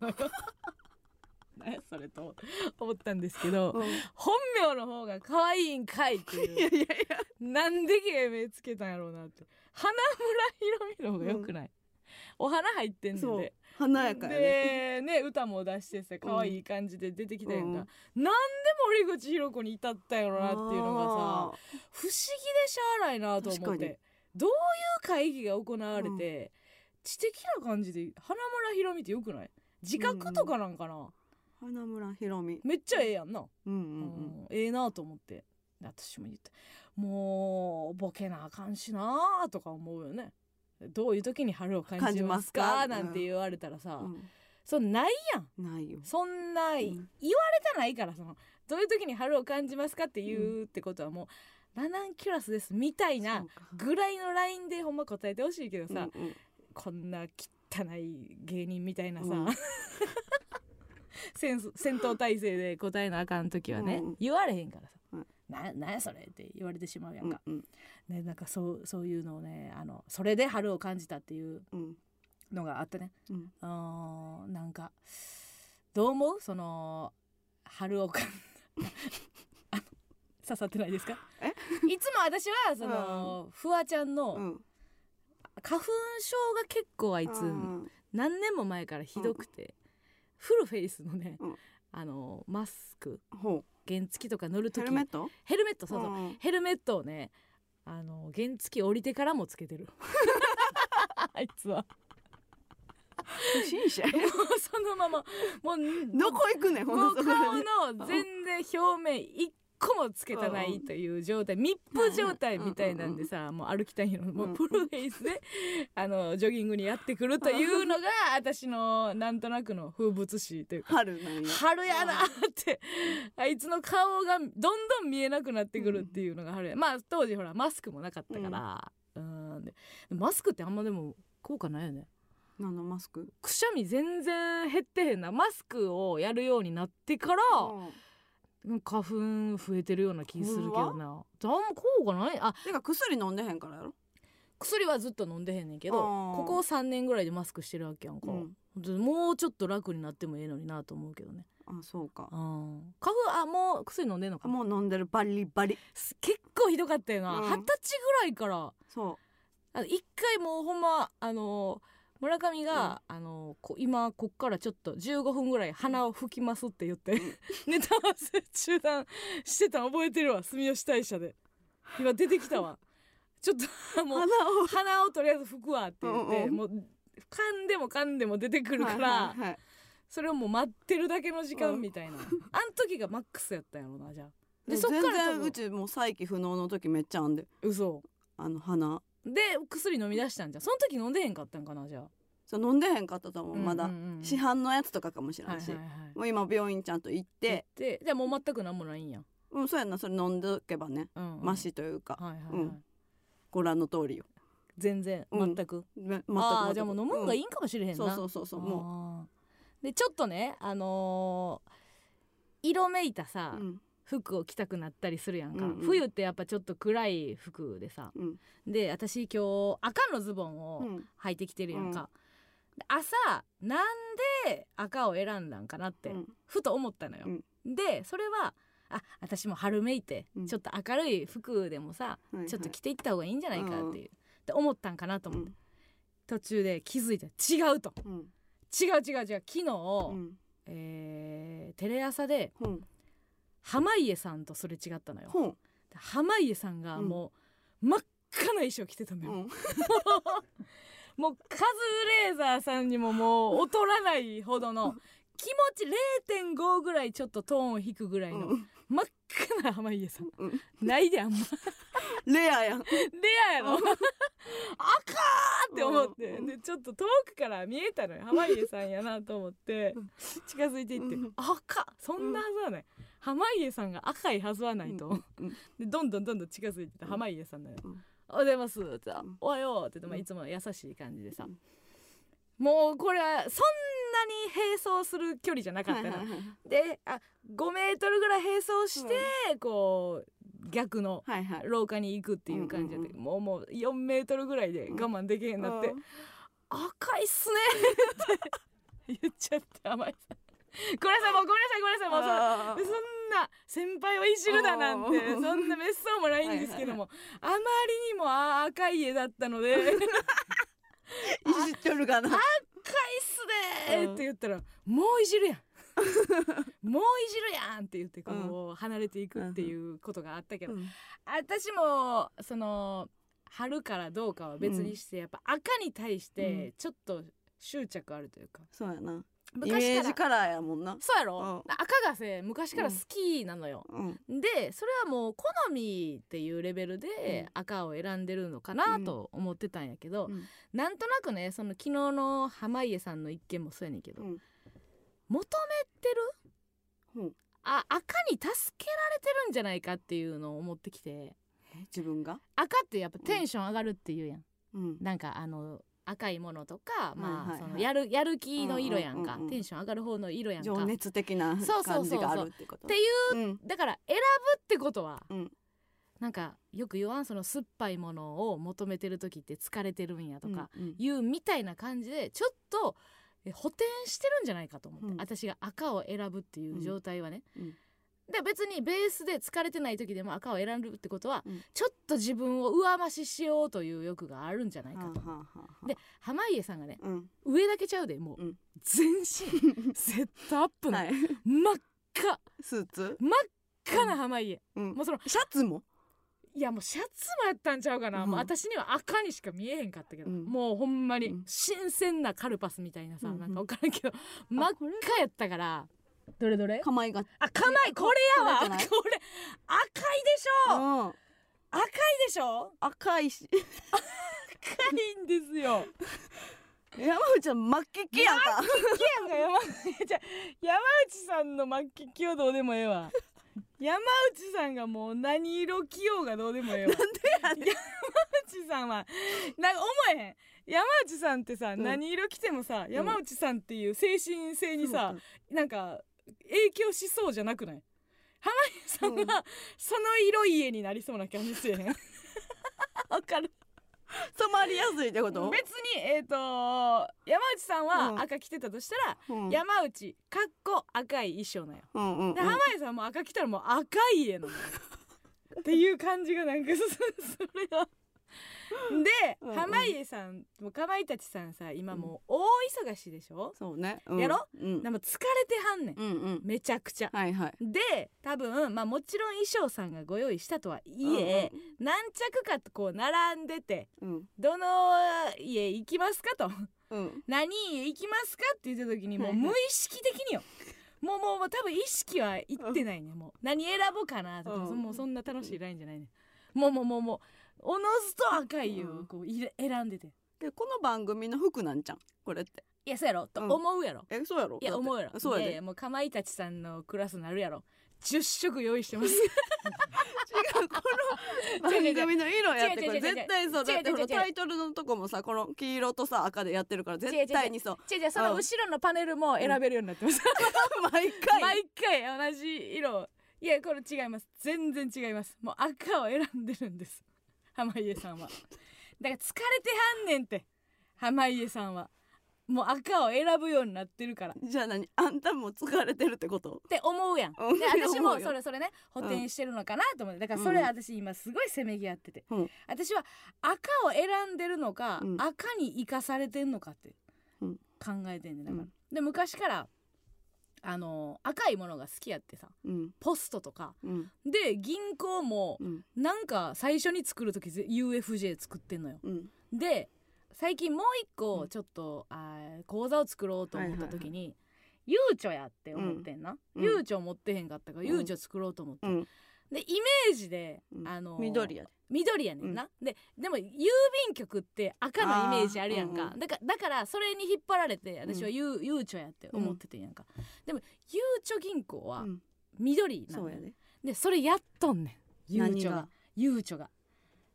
Speaker 2: 何やそれと思ったんですけど
Speaker 1: うん
Speaker 2: 本名の方が可愛いんかいって
Speaker 1: い
Speaker 2: い
Speaker 1: や
Speaker 2: う
Speaker 1: いやい
Speaker 2: なんで芸名つけたんやろうなって花村ひろみの方がよくない、お花入って
Speaker 1: や
Speaker 2: んねん
Speaker 1: そう
Speaker 2: で
Speaker 1: 華やかやね
Speaker 2: でね歌も出してさ可愛い感じで出てきたやんか、なんで森口博子に至ったんやろなっていうのがさ
Speaker 1: あ
Speaker 2: 不思議でしゃあないなと思っ
Speaker 1: 確かに
Speaker 2: てどういう会議が行われて、知的な感じで花村ひろみってよくない自覚とかなんかな、
Speaker 1: 花村ひろみ
Speaker 2: めっちゃええやんな、
Speaker 1: うんう
Speaker 2: うん
Speaker 1: んうん
Speaker 2: ええなと思って私も言ってもうボケなあかんしなあとか思うよねどういう時に春を感じますか
Speaker 1: 感じますか
Speaker 2: なんて言われたらさ、
Speaker 1: うん
Speaker 2: そうないやん
Speaker 1: ないよ
Speaker 2: そんな、い
Speaker 1: うん
Speaker 2: 言われたないからそのどういう時に春を感じますかって言うってことはもう、ラナンキュラスですみたいなぐらいのラインでほんま答えてほしいけどさ、
Speaker 1: うんうん
Speaker 2: こんな汚い芸人みたいなさ、
Speaker 1: うん
Speaker 2: 戦争戦闘態勢で答えなあかん時はね、
Speaker 1: うん
Speaker 2: 言われへんからさ「
Speaker 1: うん
Speaker 2: ななんやそれ」って言われてしまうやんか、
Speaker 1: うん
Speaker 2: ね、なんかそうそういうのをねあのそれで春を感じたっていう
Speaker 1: うん
Speaker 2: のがあったね
Speaker 1: うん
Speaker 2: うーんなんかどう思うその春を感 あの刺さってないですか
Speaker 1: え
Speaker 2: いつも私はその、フワちゃんの、
Speaker 1: うん
Speaker 2: 花粉症が結構あいつ
Speaker 1: うん
Speaker 2: 何年も前からひどくて、フルフェイスのね、
Speaker 1: うん
Speaker 2: あのマスク
Speaker 1: ほう
Speaker 2: 原付とか乗る
Speaker 1: ヘ
Speaker 2: 時
Speaker 1: ルメット
Speaker 2: ヘルメットそうそう、
Speaker 1: うん
Speaker 2: ヘルメットをねあの原付降りてからもつけ てるあいつ は
Speaker 1: 不審者
Speaker 2: もうそのままもう
Speaker 1: どこ行くねんほん
Speaker 2: もう
Speaker 1: とそ
Speaker 2: 顔
Speaker 1: こで
Speaker 2: の全然表面一個もつけたないという状態密封状態みたいなんでさもう歩きたいのもうフルフェイスであのジョギングにやってくるというのが私のなんとなくの風物詩というか
Speaker 1: 春なんや
Speaker 2: 春やなってあいつの顔がどんどん見えなくなってくるっていうのが春やまあ当時ほらマスクもなかったからうんでマスクってあんまでも効果ないよね
Speaker 1: 何のマスク
Speaker 2: くしゃみ全然減ってへんなマスクをやるようになってから
Speaker 1: うん
Speaker 2: うん花粉増えてるような気するけどなあんま効果ないあ
Speaker 1: てか薬飲んでへんからやろ
Speaker 2: 薬はずっと飲んでへんねんけど
Speaker 1: あー
Speaker 2: ここ3年ぐらいでマスクしてるわけやんか、
Speaker 1: うん
Speaker 2: でもうちょっと楽になってもええのになと思うけどね
Speaker 1: あそうか
Speaker 2: あ花粉あもう薬飲んでんのか
Speaker 1: もう飲んでるバリバリ
Speaker 2: す結構ひどかったよな
Speaker 1: うん
Speaker 2: 二十、歳ぐらいから
Speaker 1: そ
Speaker 2: あの一回もうほんまあの村上が、あのこ今こっからちょっと15分ぐらい鼻を吹きますって言って、 ネタ合わせ中断してたの覚えてるわ住吉大社で今出てきたわちょっと
Speaker 1: う
Speaker 2: も
Speaker 1: 鼻
Speaker 2: う
Speaker 1: を
Speaker 2: 鼻をとりあえず吹くわって言って、
Speaker 1: うんうん
Speaker 2: もう噛んでも噛んでも出てくる
Speaker 1: は
Speaker 2: から、
Speaker 1: いはいはい
Speaker 2: それをもう待ってるだけの時
Speaker 1: う
Speaker 2: 間
Speaker 1: ん
Speaker 2: みたいな、あん時がマックスやったんやろなじゃあで
Speaker 1: で
Speaker 2: そっから
Speaker 1: 全
Speaker 2: 多
Speaker 1: 然
Speaker 2: 分
Speaker 1: うちもう再起不能の時めっちゃあんで
Speaker 2: 嘘
Speaker 1: あの鼻
Speaker 2: で薬飲み出したんじゃんその時飲んでへんかったんかなじゃあ
Speaker 1: そう飲んでへんかったと思うまだ、
Speaker 2: うんうんうん
Speaker 1: 市販のやつとかかもしれ
Speaker 2: はい
Speaker 1: ん
Speaker 2: はい
Speaker 1: し、
Speaker 2: はい
Speaker 1: もう今病院ちゃんと行って
Speaker 2: で、でじゃあもう全く何もないんや、
Speaker 1: うんそうやなそれ飲んでおけばね
Speaker 2: うんうん
Speaker 1: マシというか、
Speaker 2: はいはいはい、
Speaker 1: うんご覧の通りよ
Speaker 2: 全然
Speaker 1: うん
Speaker 2: 全く、
Speaker 1: め全く
Speaker 2: あ
Speaker 1: 全
Speaker 2: あ
Speaker 1: く
Speaker 2: じゃあもう飲むんがいいんかもしれへ
Speaker 1: うんん
Speaker 2: な、
Speaker 1: そうそうそうそうも
Speaker 2: あーでちょっとねあのー色めいた
Speaker 1: う
Speaker 2: さ、
Speaker 1: うん
Speaker 2: 服を着たくなったりするやんか、
Speaker 1: うんうん
Speaker 2: 冬ってやっぱちょっと暗い服でさ
Speaker 1: うん
Speaker 2: で私今日赤のズボン
Speaker 1: う
Speaker 2: を
Speaker 1: ん
Speaker 2: 履いてきてるやんか、で朝なんで赤を選んだんかなって、
Speaker 1: うん
Speaker 2: ふと思ったのよ。でそれはあ私も春めいて、
Speaker 1: うん
Speaker 2: ちょっと明るい服でもさ、
Speaker 1: はいはい
Speaker 2: ちょっと着ていった方がいいんじゃないかっていう、
Speaker 1: うん
Speaker 2: って思ったんかなと
Speaker 1: う
Speaker 2: 思って、
Speaker 1: ん
Speaker 2: 途中で気づいた違うと
Speaker 1: うん
Speaker 2: 違う違う違う昨日、
Speaker 1: うん
Speaker 2: えーテレ朝で
Speaker 1: ほん
Speaker 2: 濱家さんとすれ違ったのよ。
Speaker 1: ほん
Speaker 2: で濱家さんがもう、真っ赤な衣装着てたの
Speaker 1: う
Speaker 2: よ、
Speaker 1: ん
Speaker 2: もうカズレーザーさんにももう劣らないほどの気持ち0.5ぐらいちょっとトーンを低くぐらいの、
Speaker 1: うん
Speaker 2: 真っ赤な濱家さん
Speaker 1: うん
Speaker 2: ないであんま
Speaker 1: レアやん
Speaker 2: レアやろ赤ーって思って
Speaker 1: うん
Speaker 2: でちょっと遠くから見えたのよ濱家さんやなと思って
Speaker 1: うん
Speaker 2: 近づいていって
Speaker 1: うん
Speaker 2: 赤そんなはずはない濱家さんが赤いはずはないと
Speaker 1: うんうん
Speaker 2: でどんどんどんどん近づいてた濱家さんだよ
Speaker 1: うん
Speaker 2: 「おはようございます」って
Speaker 1: うん
Speaker 2: 「おはよう」って言って、まあ、
Speaker 1: うん
Speaker 2: いつもの優しい感じでさ
Speaker 1: うん
Speaker 2: もうこれはそんなに並走する距離じゃなかっ
Speaker 1: は
Speaker 2: た
Speaker 1: いはい
Speaker 2: な
Speaker 1: はい
Speaker 2: であ5メートルぐらい並走して、こう逆の
Speaker 1: はい はい
Speaker 2: 廊下に行くっていう感じやったけど、もうもう4メートルぐらいで我慢できへんなって「
Speaker 1: うん
Speaker 2: 赤いっすね」って 言っちゃって甘いさんごめんなさいもうごめんなさいごめんなさいもうそん
Speaker 1: あ
Speaker 2: そんな先輩をいじるだなんて
Speaker 1: あー
Speaker 2: そんな滅相もないんですけどもあまりにもあー赤い家だった ので「赤いっ
Speaker 1: ーいじっとるがな
Speaker 2: すね」って言ったら「もういじるやん」 「もういじるやん」って言ってこう離れていくっていうことがあったけど
Speaker 1: うん
Speaker 2: 私もその春からどうかは別にして、やっぱ赤に対してちょっと執着あるというか
Speaker 1: そうやなイ
Speaker 2: 昔
Speaker 1: メ
Speaker 2: か
Speaker 1: ー
Speaker 2: ら
Speaker 1: ジカラーやもんな
Speaker 2: そうやろ、
Speaker 1: うん
Speaker 2: 赤がせ昔から好きなのよ、
Speaker 1: うん
Speaker 2: でそれはもう好みっていうレベルで赤を選んでるのかなと思ってたんやけど、
Speaker 1: うん
Speaker 2: なんとなくねその昨日の濱家さんの一件もそうやねんけど、
Speaker 1: うん
Speaker 2: 求めてる、
Speaker 1: うん
Speaker 2: あ赤に助けられてるんじゃないかっていうのを思ってきて
Speaker 1: え自分が
Speaker 2: 赤ってやっぱテンション上がるっていうやん、
Speaker 1: うん
Speaker 2: なんかあの赤いものとか、
Speaker 1: はい
Speaker 2: まあ
Speaker 1: はいはい
Speaker 2: そのやるやる気の色やんか、
Speaker 1: うんうんうんうん
Speaker 2: テンション上がる方の色やんか
Speaker 1: 情熱的な
Speaker 2: そうそうそう
Speaker 1: 感
Speaker 2: そ
Speaker 1: じ
Speaker 2: う
Speaker 1: があるってこと
Speaker 2: っていう
Speaker 1: うん
Speaker 2: だから選ぶってことは、
Speaker 1: うん
Speaker 2: なんかよく言わんその酸っぱいものを求めてる時って疲れてるんやとか
Speaker 1: うんうん
Speaker 2: 言うみたいな感じでちょっとえ補填してるんじゃないかと思って、
Speaker 1: うん
Speaker 2: 私が赤を選ぶっていう状態はね。
Speaker 1: うんうん
Speaker 2: で別にベースで疲れてない時でも赤を選ぶってことは、
Speaker 1: うん
Speaker 2: ちょっと自分を上増ししようという欲があるんじゃないか
Speaker 1: はあ
Speaker 2: と
Speaker 1: は。あはあ
Speaker 2: で濱家さんがね
Speaker 1: うん
Speaker 2: 上だけちゃうでもう、
Speaker 1: うん
Speaker 2: 全身セットアップの、
Speaker 1: はい
Speaker 2: 真っ赤
Speaker 1: スーツ
Speaker 2: 真っ赤な濱家、
Speaker 1: うん
Speaker 2: もうその
Speaker 1: シャツも
Speaker 2: いやもうシャツもやったんちゃうかな、
Speaker 1: うん
Speaker 2: もう私には赤にしか見えへんかったけど、
Speaker 1: うん
Speaker 2: もうほんまに
Speaker 1: うん
Speaker 2: 新鮮なカルパスみたいなさ、
Speaker 1: うんうん
Speaker 2: なんか分からんけど真っ赤やったからどれどれ
Speaker 1: 構いが
Speaker 2: あかないこれや
Speaker 1: こ
Speaker 2: わこ
Speaker 1: れじゃ
Speaker 2: れ
Speaker 1: ない
Speaker 2: 赤いでし
Speaker 1: う
Speaker 2: ょ
Speaker 1: ん
Speaker 2: 赤いでしょ
Speaker 1: 赤いし
Speaker 2: 赤いんですよ
Speaker 1: 山内ちゃん巻ききやんか
Speaker 2: いや山 内じゃ山内さんの末期起用どうでもええ わ山内さんがもう何色起用がどうでもええわ
Speaker 1: なんでやねん
Speaker 2: 山内さんはなんか思えへん山内さんってさ、
Speaker 1: うん
Speaker 2: 何色着てもさ山内さんっていう精神性にさ、なんか影響しそうじゃなくない濱家さんは、
Speaker 1: うん
Speaker 2: その色家になりそうな感じせえへん わかる
Speaker 1: 染まりやすいってこ
Speaker 2: 別
Speaker 1: と
Speaker 2: にえっ、と山内さん
Speaker 1: うん
Speaker 2: は赤着てたとしたら、
Speaker 1: うん
Speaker 2: 山内かっこ赤い衣装なんよ
Speaker 1: うんうんうん
Speaker 2: で濱家さんも赤着たらもう赤い家なの よっていう感じがなんかそそれは。で、
Speaker 1: うんうん
Speaker 2: 濱家さんもかまいたちさんさ今もう大忙しでしょ、
Speaker 1: そうねうん
Speaker 2: やろ
Speaker 1: うん
Speaker 2: なんか疲れてはんねん、
Speaker 1: うんうん
Speaker 2: めちゃくちゃ。
Speaker 1: はいはい
Speaker 2: で多分まあもちろん衣装さんがご用意したとはいえ、何着かこう並んでて
Speaker 1: うん
Speaker 2: 「どの家行きますか?」と
Speaker 1: うん
Speaker 2: 「何家行きますか?」って言った時にもう
Speaker 1: はいはい
Speaker 2: 無意識的によもうもうもう多分意識はいってないねもう何選ぼうかなとか、
Speaker 1: うん
Speaker 2: もうそんな楽しいラインじゃないねもうもうもうもうおのずと赤いよ、
Speaker 1: うん
Speaker 2: こういれ選んでて
Speaker 1: でこの番組の服なんじゃんこれって
Speaker 2: いやそうやろと
Speaker 1: うん
Speaker 2: 思うやろ、
Speaker 1: えそうやろ
Speaker 2: いや
Speaker 1: だって
Speaker 2: 思うやろ
Speaker 1: そうや
Speaker 2: いい
Speaker 1: で
Speaker 2: もうかまいたちさんのクラスなるやろ10色用意してます
Speaker 1: 違うこの番組の色やって
Speaker 2: 違う
Speaker 1: これ
Speaker 2: 違う違う違う
Speaker 1: 絶対そうだって
Speaker 2: 違う違う違う
Speaker 1: このタイトルのとこもさこの黄色とさ赤でやってるから絶対にそう
Speaker 2: 違う違うその後ろのパネルも選べるようになってます、
Speaker 1: 毎回
Speaker 2: 毎回同じ色いやこれ違います全然違いますもう赤を選んでるんです濱家さんはだから疲れてはんねんって濱家さんはもう赤を選ぶようになってるからっ
Speaker 1: じゃあ何あんたも疲れてるってこと
Speaker 2: て思うやんで
Speaker 1: うん
Speaker 2: 私
Speaker 1: 思
Speaker 2: も
Speaker 1: うよ
Speaker 2: それそれね補填してるのかなと思ってだから
Speaker 1: うん
Speaker 2: それ私今すごいせめぎ合ってて、
Speaker 1: うん
Speaker 2: 私は赤を選んでるのか、
Speaker 1: うん
Speaker 2: 赤に生かされてんのかって
Speaker 1: うん
Speaker 2: 考えてんねんだ
Speaker 1: う
Speaker 2: から、
Speaker 1: ん
Speaker 2: で昔からあの赤いものが好きやってさ
Speaker 1: うん
Speaker 2: ポストとか
Speaker 1: うん
Speaker 2: で銀行も
Speaker 1: うん
Speaker 2: なんか最初に作る時ぜ UFJ 作ってんのよ
Speaker 1: うん
Speaker 2: で最近もう一
Speaker 1: う
Speaker 2: 個
Speaker 1: ん
Speaker 2: ちょっと、あー講座を作ろうと思った時に、ゆうちょやって思ってんな、
Speaker 1: うん
Speaker 2: ゆうちょ持ってへんかったから、
Speaker 1: うん
Speaker 2: ゆうちょ作ろうと思って、
Speaker 1: うん
Speaker 2: でイメージで、
Speaker 1: うん
Speaker 2: あのー
Speaker 1: 緑やで
Speaker 2: 緑やねんな、ででも郵便局って赤のイメージあるやんか、
Speaker 1: あーうん
Speaker 2: だからだからそれに引っ張られて私はゆう,、ゆうちょやって思っててんやんか、でもゆうちょ銀行は
Speaker 1: うん
Speaker 2: 緑な
Speaker 1: そ
Speaker 2: の
Speaker 1: う
Speaker 2: よ
Speaker 1: やで
Speaker 2: でそれやっとんねんゆう
Speaker 1: 何
Speaker 2: ちょ
Speaker 1: が
Speaker 2: がゆうちょが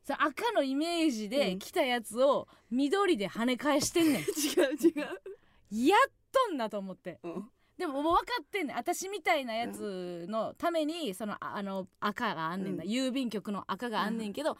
Speaker 2: その赤のイメージ
Speaker 1: う
Speaker 2: で
Speaker 1: ん
Speaker 2: 来たやつを緑で跳ね返してんねん
Speaker 1: 違う違う
Speaker 2: やっとんなと思って
Speaker 1: うん
Speaker 2: でももう分かってんねん私みたいなやつのためにそのああの赤があんねんな、
Speaker 1: うん
Speaker 2: 郵便局の赤があんねんけど、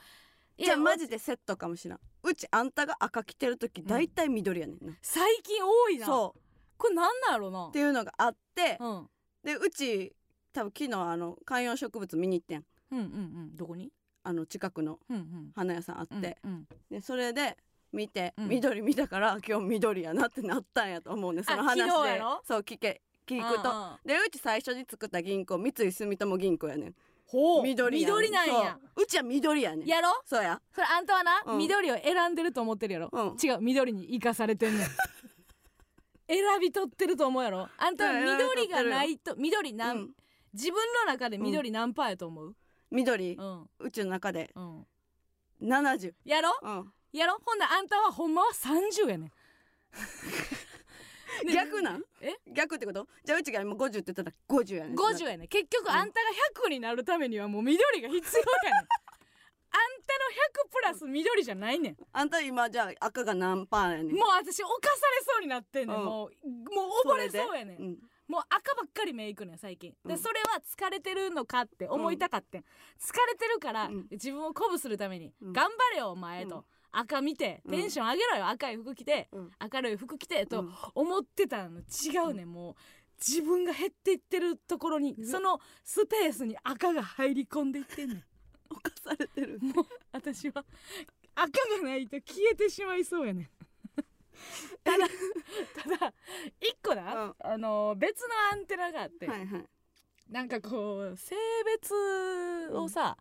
Speaker 2: い
Speaker 1: じゃあマ
Speaker 2: ジ
Speaker 1: ジでセットかもしらんうちあんたが赤着てる時大体緑やねんな
Speaker 2: 最近多いな
Speaker 1: そう
Speaker 2: これなんなんやろ
Speaker 1: っ
Speaker 2: な
Speaker 1: ていうのがあって
Speaker 2: うんうん
Speaker 1: でうち多分昨日あの観葉植物見に行ってん
Speaker 2: うんうんどこに
Speaker 1: あの近くの
Speaker 2: うんうん
Speaker 1: 花屋さんあっ
Speaker 2: うん
Speaker 1: て、
Speaker 2: うん
Speaker 1: でそれで見て、
Speaker 2: うん
Speaker 1: 緑見たから今日緑やなってなったんやと思うんでその話
Speaker 2: あ昨日や
Speaker 1: で
Speaker 2: ろ
Speaker 1: そう聞け聞くと
Speaker 2: あ
Speaker 1: でうち最初に作った銀行三井住友銀行やねん
Speaker 2: ほう
Speaker 1: 緑やん
Speaker 2: 緑なんや
Speaker 1: そううちは緑やねん
Speaker 2: やろ
Speaker 1: そうや
Speaker 2: それあんたはな、
Speaker 1: うん
Speaker 2: 緑を選んでると思ってるやろ、
Speaker 1: うん
Speaker 2: 違う緑に生かされて んねん選び取ってると思うやろあんたは緑がないと緑
Speaker 1: う
Speaker 2: なん、
Speaker 1: ん
Speaker 2: 自分の中で緑何パーやと思う
Speaker 1: 緑
Speaker 2: うん
Speaker 1: うちの中で
Speaker 2: うん
Speaker 1: 70
Speaker 2: やろ
Speaker 1: うん
Speaker 2: やろほんならあんたはほんまは30やねんね
Speaker 1: 逆なん
Speaker 2: え
Speaker 1: 逆ってことじゃあうちが今50って言ったら50やねん
Speaker 2: 50やねん結局あんたが100になるためにはもう緑が必要やねんあんたの100プラス緑じゃないねん
Speaker 1: あんた今じゃあ赤が何パーやねん
Speaker 2: もう私犯されそうになってんねん、
Speaker 1: うん
Speaker 2: もうもう溺れそうやねん、
Speaker 1: それで
Speaker 2: もう赤ばっかり目いくねん最近、
Speaker 1: う
Speaker 2: で
Speaker 1: ん
Speaker 2: それは疲れてるのかって思いたかってん、疲れてるから、
Speaker 1: うん
Speaker 2: 自分を鼓舞するために、
Speaker 1: うん
Speaker 2: 頑張れよお前と、
Speaker 1: うん
Speaker 2: 赤見てテンション上げろよ、赤い服着て
Speaker 1: うん
Speaker 2: 明るい服着てと
Speaker 1: うん
Speaker 2: 思ってたの違うね、もう自分が減っていってるところにそのスペースに赤が入り込んでいってん ねん
Speaker 1: 犯されてる
Speaker 2: もう私は赤がないと消えてしまいそう やねんただただ一個な、
Speaker 1: うん
Speaker 2: あの別のアンテナがあって、
Speaker 1: はいはい
Speaker 2: なんかこう性別をさ、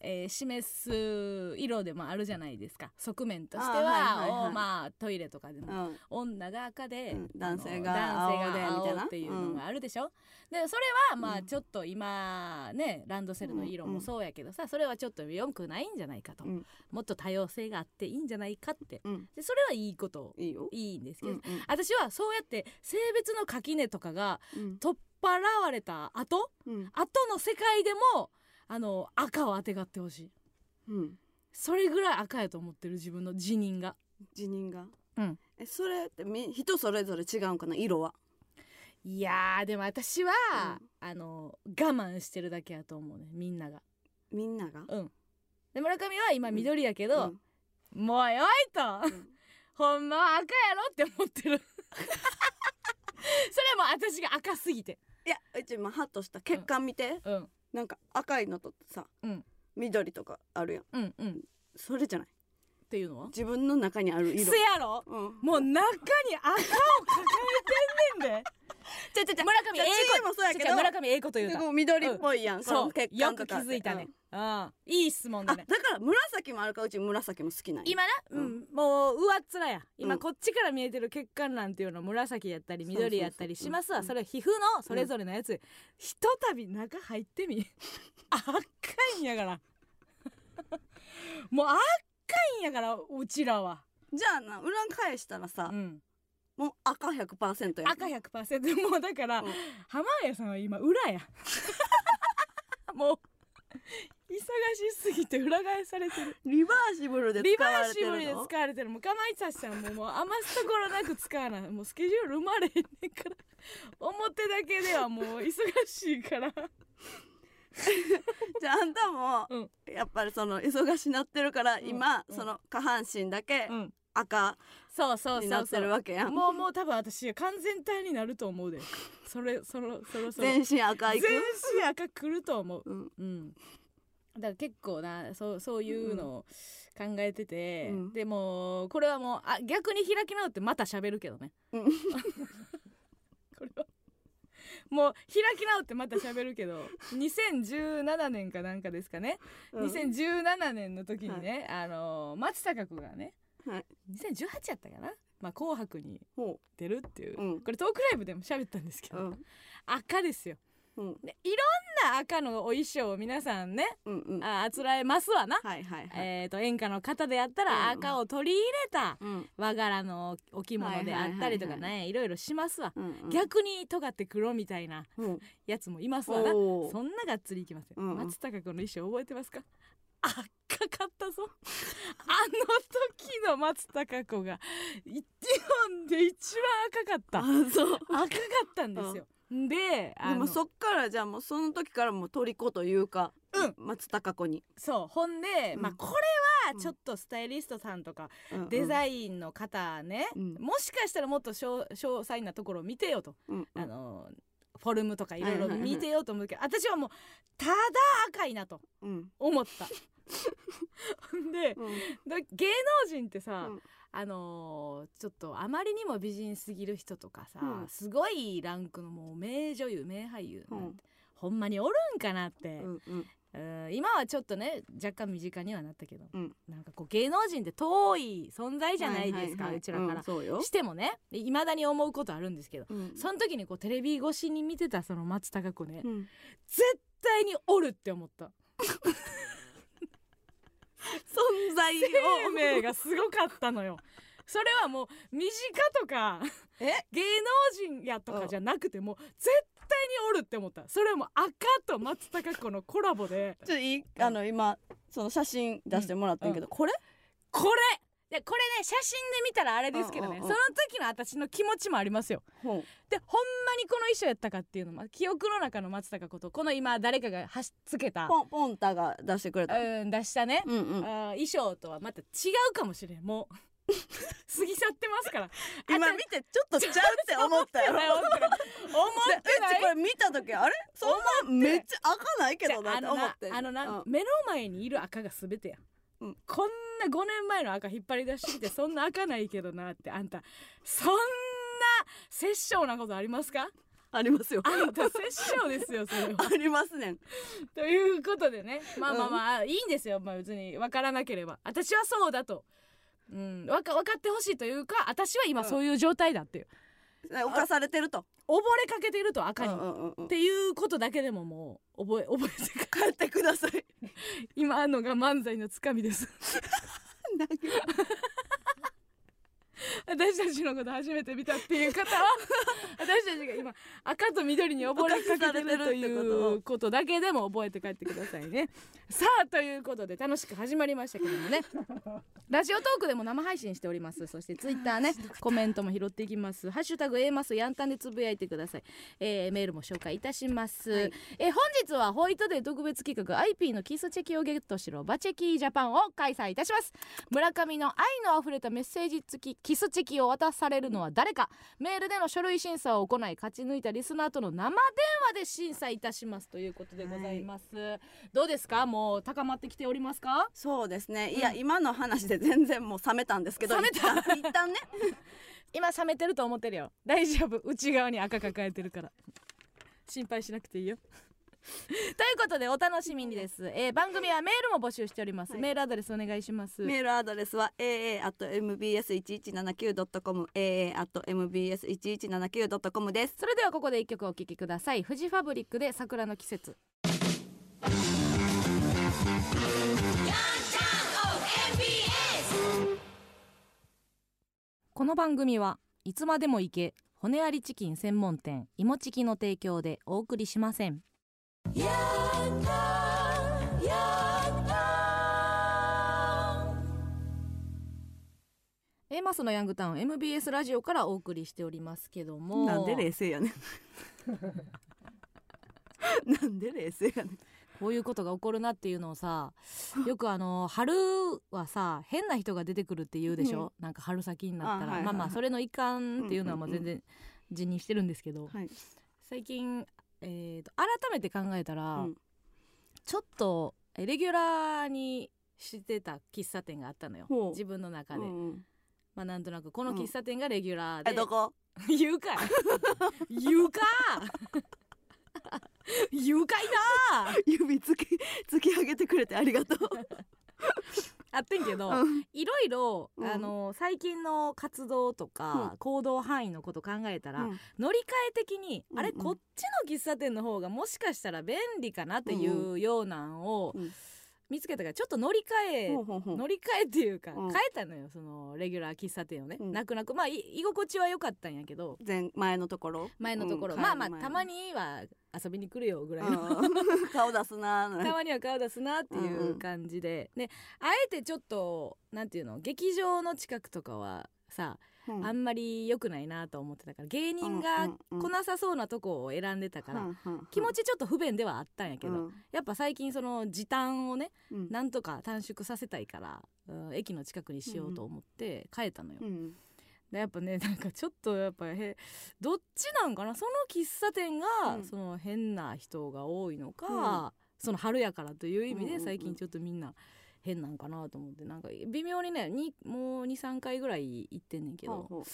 Speaker 2: えー示す色でもあるじゃないですか側面としては
Speaker 1: あーはいはいはい
Speaker 2: おまあトイレとかでも
Speaker 1: うん
Speaker 2: 女が赤で、
Speaker 1: うん
Speaker 2: あの
Speaker 1: 男性が青で
Speaker 2: 男性が青
Speaker 1: みたいな
Speaker 2: っていうのがあるでしょ、でそれはまあちょっと今ねランドセルの色もそうやけどさそれはちょっと良くないんじゃないかと、
Speaker 1: うん
Speaker 2: もっと多様性があっていいんじゃないかって
Speaker 1: うん
Speaker 2: でそれはいいこと
Speaker 1: いいよ
Speaker 2: いいんですけ
Speaker 1: うん
Speaker 2: ど、
Speaker 1: うん
Speaker 2: 私はそうやって性別の垣根とかが
Speaker 1: うん
Speaker 2: 取っ払われた後
Speaker 1: うん
Speaker 2: 後の世界でもあの赤をあてがってほしい
Speaker 1: うん
Speaker 2: それぐらい赤やと思ってる自分の辞任が
Speaker 1: 辞任が
Speaker 2: うん
Speaker 1: えそれってみ人それぞれ違うんかな色はい
Speaker 2: やーでも私は、あの我慢してるだけやと思うねみんなが
Speaker 1: みんなが
Speaker 2: で村上は今
Speaker 1: うん
Speaker 2: 緑やけど、もうよいと、
Speaker 1: ん
Speaker 2: ほんまは赤やろって思 ってるそれはもう私が赤すぎて
Speaker 1: いやうち今ハッとした血管見て
Speaker 2: うん
Speaker 1: なんか赤いのとさ
Speaker 2: うん
Speaker 1: 緑とかあるやん
Speaker 2: うんうんっ
Speaker 1: それじゃない
Speaker 2: ていうのは
Speaker 1: 自分の中にある
Speaker 2: せ
Speaker 1: 色
Speaker 2: やろ
Speaker 1: うん
Speaker 2: もう中に赤を抱えてんねんで
Speaker 1: ちゃちゃちゃ
Speaker 2: 村上
Speaker 1: じゃあ
Speaker 2: ええ
Speaker 1: チームもそうや
Speaker 2: ち
Speaker 1: け
Speaker 2: ょ
Speaker 1: ど
Speaker 2: ちょ村上ええこと言う
Speaker 1: で
Speaker 2: た
Speaker 1: こう緑っぽいやん、こ
Speaker 2: そ
Speaker 1: の
Speaker 2: う
Speaker 1: 血
Speaker 2: よ
Speaker 1: 管と
Speaker 2: く気
Speaker 1: かって
Speaker 2: づいたね
Speaker 1: うん、
Speaker 2: うん、いい質問だ
Speaker 1: あ
Speaker 2: ね
Speaker 1: だから紫もあるからうち紫も好きなんや
Speaker 2: 今な、う
Speaker 1: うんん
Speaker 2: もう上っ面や今
Speaker 1: うん
Speaker 2: こっちから見えてる血管なんていうのは紫やったり
Speaker 1: そう
Speaker 2: 緑やったりしますわ
Speaker 1: そう
Speaker 2: そ
Speaker 1: そう
Speaker 2: れは皮膚のそれぞれのやつひとたび中入っ てみ赤いんやからもう赤いんやからうちらは、
Speaker 1: じゃあな裏返したらさ、
Speaker 2: うん、
Speaker 1: もう赤100%やん
Speaker 2: 赤100%もう だから、
Speaker 1: うん
Speaker 2: 濱家さんは今裏 や もう忙しすぎて裏返されてる
Speaker 1: リバーシブルで
Speaker 2: リ
Speaker 1: 使
Speaker 2: バ
Speaker 1: わ
Speaker 2: ー
Speaker 1: れて
Speaker 2: シ
Speaker 1: る
Speaker 2: ブ
Speaker 1: の
Speaker 2: ルで使われてるもうかまいたちさんももう余すところなく使わないもうスケジュール生まれへんねんから表だけではもう忙し いから
Speaker 1: じゃああんたも、
Speaker 2: うん
Speaker 1: やっぱりその忙しなってるから、
Speaker 2: ん
Speaker 1: 今、
Speaker 2: うん
Speaker 1: その下半身だけ
Speaker 2: うん
Speaker 1: 赤
Speaker 2: そうそう
Speaker 1: に
Speaker 2: そ
Speaker 1: な
Speaker 2: う
Speaker 1: って
Speaker 2: そう
Speaker 1: るわけやん、
Speaker 2: もうもう多分私完全体になると思うでそれそろそろそろ
Speaker 1: 全身赤いく
Speaker 2: 全身赤くると思う
Speaker 1: うん
Speaker 2: うんだから結構なそうそういうのを考えてて、
Speaker 1: うん
Speaker 2: でもこれはもうあ逆に開き直ってまた喋るけどね
Speaker 1: うん
Speaker 2: これはもう開き直ってまた喋るけど2017年かなんかですかね、
Speaker 1: うん
Speaker 2: 2017年の時にね、あのー松坂君がね、
Speaker 1: はい
Speaker 2: 2018やったかな、まあ、紅白に
Speaker 1: ほ
Speaker 2: 出るっていう、
Speaker 1: うん
Speaker 2: これトークライブでも喋ったんですけ
Speaker 1: う
Speaker 2: ど、
Speaker 1: うん
Speaker 2: 赤ですよ
Speaker 1: うん
Speaker 2: でいろんな赤のお衣装を皆さんね
Speaker 1: うんうん
Speaker 2: ああつらえますわな、
Speaker 1: はいはいはい、
Speaker 2: えー、と演歌の方であったら
Speaker 1: うんうん
Speaker 2: 赤を取り入れた
Speaker 1: うん
Speaker 2: 和柄のお着物であったりとか
Speaker 1: はいはいは
Speaker 2: ねいろいろしますわ、
Speaker 1: うんうん、
Speaker 2: 逆に尖って黒みたいな
Speaker 1: うん
Speaker 2: やつもいますわな
Speaker 1: おー
Speaker 2: そんながっつりいきますよ、
Speaker 1: うんうん
Speaker 2: 松坂君の衣装覚えてますか赤かったぞあの時の松坂子が日本で一番赤かっ
Speaker 1: あそう
Speaker 2: た赤かったんですよ、であ
Speaker 1: で
Speaker 2: の
Speaker 1: もそっからじゃあもうその時からもう虜というか、
Speaker 2: うん
Speaker 1: 松たか子に、
Speaker 2: そうほんで、
Speaker 1: うん
Speaker 2: まあこれはちょっとスタイリストさんとか
Speaker 1: うんうん
Speaker 2: デザインの方ね、
Speaker 1: うん
Speaker 2: もしかしたらもっと詳詳細なところを見てよと、
Speaker 1: うんうん
Speaker 2: あのフォルムとかいろいろ
Speaker 1: はいはいはい
Speaker 2: 見てよと思うけど、私はもうただ赤いなと
Speaker 1: うん
Speaker 2: 思った ほんで
Speaker 1: うん
Speaker 2: だ芸能人ってさ、
Speaker 1: うん
Speaker 2: あのーちょっとあまりにも美人すぎる人とかさ、
Speaker 1: うん
Speaker 2: すごいランクのもう名女優名俳優なんて、ほんまにおるんかなって、
Speaker 1: うんうん
Speaker 2: うん今はちょっとね若干身近にはなったけど、
Speaker 1: うん
Speaker 2: なんかこう芸能人って遠い存在じゃないですか、
Speaker 1: ははは
Speaker 2: うちらから
Speaker 1: ん、そうよ
Speaker 2: してもねいまだに思うことあるんですけど、
Speaker 1: うん
Speaker 2: その時にこうテレビ越しに見てたその松たか子ね、
Speaker 1: うん
Speaker 2: 絶対におるって思った
Speaker 1: 存在を
Speaker 2: 生命がすごかったのよ それはもう身近とか
Speaker 1: え
Speaker 2: 芸能人やとかじゃなくてもう絶対におるって思ったそれはもう赤と松たか子のコラボで
Speaker 1: ちょっといいあの今その写真出してもらってんけど、これ
Speaker 2: これでこれね写真で見たらあれですけど
Speaker 1: うんう
Speaker 2: ね
Speaker 1: んう
Speaker 2: そ
Speaker 1: ん
Speaker 2: の時の私の気持ちもありますよ
Speaker 1: ほう
Speaker 2: でほんまにこの衣装やったかっていうのも記憶の中の松たか子とこの今誰かがはしつけた
Speaker 1: ポンポンタが出してくれた、
Speaker 2: うん出したね、
Speaker 1: うんうん
Speaker 2: あー衣装とはまた違うかもしれ んもう過ぎ去ってますから
Speaker 1: 今見てちょっとちゃうって思ったよ
Speaker 2: 思ってない思
Speaker 1: で
Speaker 2: ってな
Speaker 1: うちこ
Speaker 2: い
Speaker 1: れ見た時あれそんなめっちゃ赤ないけ
Speaker 2: じゃ
Speaker 1: どなっ
Speaker 2: あ
Speaker 1: て
Speaker 2: の
Speaker 1: 思
Speaker 2: な
Speaker 1: って
Speaker 2: あのな、
Speaker 1: うん
Speaker 2: 目の前にいる赤が全てや、
Speaker 1: うん
Speaker 2: こんな5年前の赤引っ張り出してきてそんな赤ないけどなってあんたそんな殺生なことありま すか
Speaker 1: ありますよ
Speaker 2: あんた殺生ですよそれ は
Speaker 1: ありますねん
Speaker 2: ということでねまあまあまあ、いいんですよ、まあ、別に分からなければ私はそうだと、うん、わか分かってほしいというか私は今そういう状態だっていう、
Speaker 1: 犯されてると
Speaker 2: 溺れかけていると赤に、
Speaker 1: うん
Speaker 2: っ
Speaker 1: うんうんうん
Speaker 2: ていうことだけでももう覚え覚えて
Speaker 1: 帰ってくださ い
Speaker 2: 今あんのが漫才のつかみです
Speaker 1: なんか
Speaker 2: 私たちのこと初めて見たっていう方 は私たちが今赤と緑に溺れかけてるということだけでも覚えて帰ってくださいねさあということで楽しく始まりましたけども ねラジオトークでも生配信しておりますそしてツイッターねコメントも拾っていきますハッシュタグ A マスヤンタンでつぶやいてください、えーメールも紹介いたします、
Speaker 1: はい
Speaker 2: えー本日はホワイトデー特別企画 IP のキスチェキをゲットしろバチェキジャパンを開催いたします村上の愛のあふれたメッセージ付きキスチェキを渡されるのは誰かメールでの書類審査を行い勝ち抜いたリスナーとの生電話で審査いたしますということでございます、どうですかもう高まってきておりますか
Speaker 1: そうですねいや、今の話で全然もう冷めたんですけど
Speaker 2: 冷めた
Speaker 1: 一旦一旦ね
Speaker 2: 今冷めてると思ってるよ大丈夫内側に赤抱えてるから心配しなくていいよ ということでお楽しみにです、えー番組はメールも募集しております、
Speaker 1: はい
Speaker 2: メールアドレスお願いします
Speaker 1: メールアドレスは aa.mbs1179.com aa.mbs1179.com です
Speaker 2: それではここで一曲お聴きくださいフジファブリックで桜の季節この番組はいつまでも行け骨ありチキン専門店いもチキの提供でお送りしませんエマスのヤングタウン MBS ラジオからお送りしておりますけども
Speaker 1: なんで冷静やねん なんで冷静やねん
Speaker 2: こういうことが起こるなっていうの をさよくあの春はさ変な人が出てくるって言うでしょ、なんか春先になったら
Speaker 1: あはいはいは
Speaker 2: まあ
Speaker 1: い
Speaker 2: まあそれの一環っていうのはもう
Speaker 1: うんうんう
Speaker 2: 全
Speaker 1: ん
Speaker 2: 然辞任してるんですけど、
Speaker 1: はい、
Speaker 2: 最近、えーと改めて考えたら、
Speaker 1: うん
Speaker 2: ちょっとえレギュラーにしてた喫茶店があったのよ
Speaker 1: ほう
Speaker 2: 自分の中で、
Speaker 1: うんうん
Speaker 2: まあなんとなくこの喫茶店がレギュラーで、
Speaker 1: えどこ
Speaker 2: 言うかい言うか言うかいな
Speaker 1: 指突き 突き上げてくれてありがと う、
Speaker 2: あってんけど、
Speaker 1: うん
Speaker 2: いろいろ、
Speaker 1: うん
Speaker 2: あの最近の活動とか、
Speaker 1: う
Speaker 2: 行動範囲のこと考えたら、
Speaker 1: うん
Speaker 2: 乗り換え的に、
Speaker 1: うんうん
Speaker 2: あれこっちの喫茶店の方がもしかしたら便利かなっていうようなんを
Speaker 1: うん
Speaker 2: 見つけたからちょっと乗り換え、
Speaker 1: ほうほうほう
Speaker 2: 乗り換えっていうか、
Speaker 1: うん
Speaker 2: 変えたのよそのレギュラー喫茶店をね、
Speaker 1: うん
Speaker 2: 泣く泣くまあい居心地は良かったんやけど
Speaker 1: 前前のところ
Speaker 2: 前のところ、まあまあたま、には遊びに来るよぐ
Speaker 1: う
Speaker 2: ら
Speaker 1: ん帰
Speaker 2: い
Speaker 1: る
Speaker 2: の
Speaker 1: 前うん 顔出すなー
Speaker 2: たまには顔出すなってい
Speaker 1: ん
Speaker 2: う
Speaker 1: う
Speaker 2: うん感じで、ねあえてちょっとなんていうの劇場の近くとかはさ、
Speaker 1: うん
Speaker 2: あんまり良くないなと思ってたから芸人
Speaker 1: う
Speaker 2: が
Speaker 1: んうんうん
Speaker 2: 来なさそうなとこを選んでたから、
Speaker 1: うんうんうん
Speaker 2: 気持ちちょっと不便ではあったんやけど、
Speaker 1: うん
Speaker 2: やっぱ最近その時短をね
Speaker 1: うん
Speaker 2: なんとか短縮させたいから、うん駅の近くにしようと思って変えたのよ。
Speaker 1: うん
Speaker 2: でやっぱねなんかちょっとやっぱへどっちなんかなその喫茶店が、
Speaker 1: うん
Speaker 2: その変な人が多いのか、
Speaker 1: う
Speaker 2: その春やからという意味
Speaker 1: うんうん
Speaker 2: で
Speaker 1: うん
Speaker 2: 最近ちょっとみんな変なんかなと思ってなんか微妙にねにもう23回ぐらい行ってんねんけ
Speaker 1: ほう
Speaker 2: ど
Speaker 1: ほう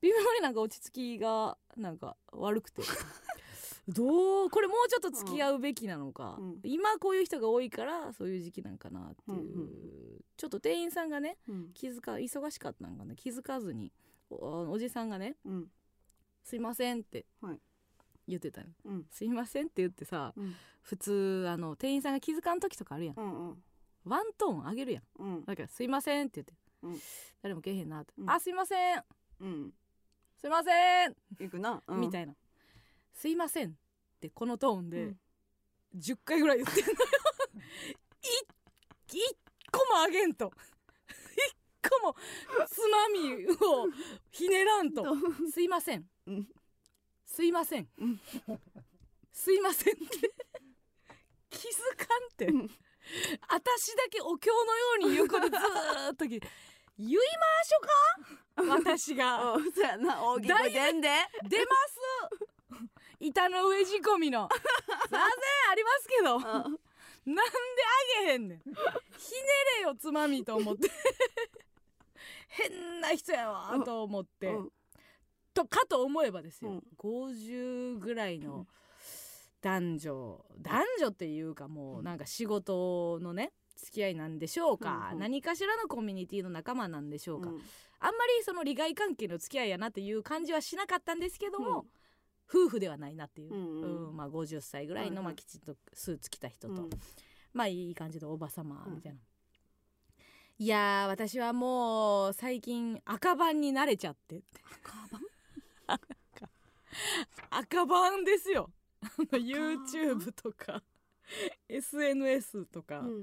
Speaker 2: 微妙になんか落ち着きがなんか悪くて どうこれもうちょっと付き合うべきなのか、
Speaker 1: うん
Speaker 2: 今こういう人が多いからそういう時期なんかなっていう、
Speaker 1: うんう
Speaker 2: ちょっと店員さんがね
Speaker 1: うん
Speaker 2: 気づか忙しかったんかな気づかずにおおじさんがね
Speaker 1: うん
Speaker 2: 「すいません」って
Speaker 1: はい
Speaker 2: 言ってたの、
Speaker 1: うん
Speaker 2: すいません」って言ってさ
Speaker 1: うん
Speaker 2: 普通あの店員さんが気づかん時とかあるやん
Speaker 1: うんうん
Speaker 2: ワントーン上げるやん
Speaker 1: うん
Speaker 2: だから「すいません」って言って、
Speaker 1: うん
Speaker 2: 誰もけえへんなって「
Speaker 1: うん
Speaker 2: あすいません
Speaker 1: うん
Speaker 2: すいません」
Speaker 1: 行くな、うん、
Speaker 2: みたいな「すいません」ってこのトーン
Speaker 1: う
Speaker 2: で
Speaker 1: ん
Speaker 2: 10回ぐらい言ってんのよ い一個もあげんと 一個もつまみをひねらんと 「すいません」
Speaker 1: うん
Speaker 2: すいません
Speaker 1: うん」
Speaker 2: すいません」って気づかんって
Speaker 1: うん
Speaker 2: 私だけお経のように横でずーっと聞いて「言いましょか私が」
Speaker 1: あそうやな大きい声出んで
Speaker 2: 出ます板の上仕込みの座禅ありますけど
Speaker 1: う
Speaker 2: なん
Speaker 1: ん
Speaker 2: であげへんねんひねれよつまみと思って 変な人やわと思って、
Speaker 1: うん
Speaker 2: とかと思えばですよ、
Speaker 1: うん
Speaker 2: 50ぐらいうの
Speaker 1: ん
Speaker 2: 男女男女っていうかもうなんか仕事のね付き合いなんでしょうか、
Speaker 1: うんうん
Speaker 2: 何かしらのコミュニティの仲間なんでしょうか、
Speaker 1: うん
Speaker 2: あんまりその利害関係の付き合いやなっていう感じはしなかったんですけども、夫婦ではないなっていう、
Speaker 1: う
Speaker 2: うん
Speaker 1: んうん
Speaker 2: まあ、50歳ぐら
Speaker 1: う
Speaker 2: い
Speaker 1: んう
Speaker 2: の、
Speaker 1: ん
Speaker 2: まあ、きちっとスーツ着た人
Speaker 1: う
Speaker 2: と、
Speaker 1: ん
Speaker 2: まあいい感じのおば様みたいな。いやー私はもう最近赤番に慣れちゃって赤番ですよあの YouTube とか SNS とか、
Speaker 1: うん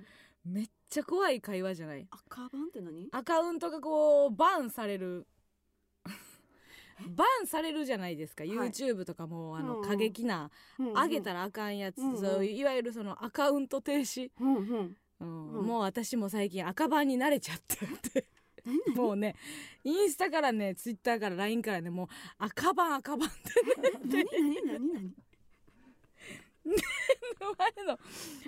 Speaker 2: めっちゃ怖い会話じゃない
Speaker 1: 赤番って何
Speaker 2: アカウントがこうバンさ れるバンされるじゃないですか、
Speaker 1: い
Speaker 2: YouTube とかもあの
Speaker 1: うんうん
Speaker 2: 過激な、上げたらあかんやつ、
Speaker 1: うんうん
Speaker 2: そういわゆるそのアカウント停止、
Speaker 1: うんうん
Speaker 2: うん
Speaker 1: うん
Speaker 2: もう私も最近赤番に慣れちゃってってもうねインスタからねツイッターから LINE からねもう赤番赤番って
Speaker 1: 何何何何
Speaker 2: 前の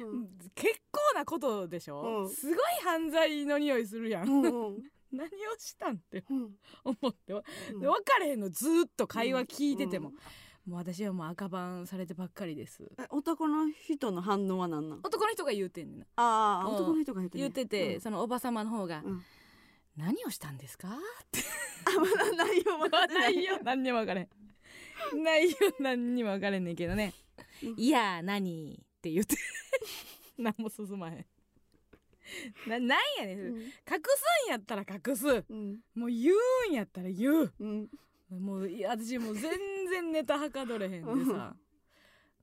Speaker 1: うん
Speaker 2: 結構なことでし
Speaker 1: う
Speaker 2: ょ、
Speaker 1: ん
Speaker 2: すごい犯罪の匂いするやん、
Speaker 1: うん
Speaker 2: 何をしたんって
Speaker 1: うん
Speaker 2: 思って
Speaker 1: うん
Speaker 2: で分かれへんのずーっと会話聞いてても、
Speaker 1: うん
Speaker 2: もう私はもう赤番されてばっかりです
Speaker 1: え男の人の反応は何なん
Speaker 2: 男の人が言うてんねんな
Speaker 1: ああ
Speaker 2: うん
Speaker 1: 男の人が言ってね
Speaker 2: 言ってて、そのおば様の方が「
Speaker 1: うん
Speaker 2: 何をしたんですか?」
Speaker 1: あまだ内容分かってない
Speaker 2: 内容何にも分かれん内容何にも分かれんねんけどね
Speaker 1: うん
Speaker 2: 「いや何?」って言って 何も進まへんななんやねんそれ隠すんやったら隠す
Speaker 1: うん
Speaker 2: もう言うんやったら言う
Speaker 1: うん
Speaker 2: もういや私もう全然ネタはかどれへんでさ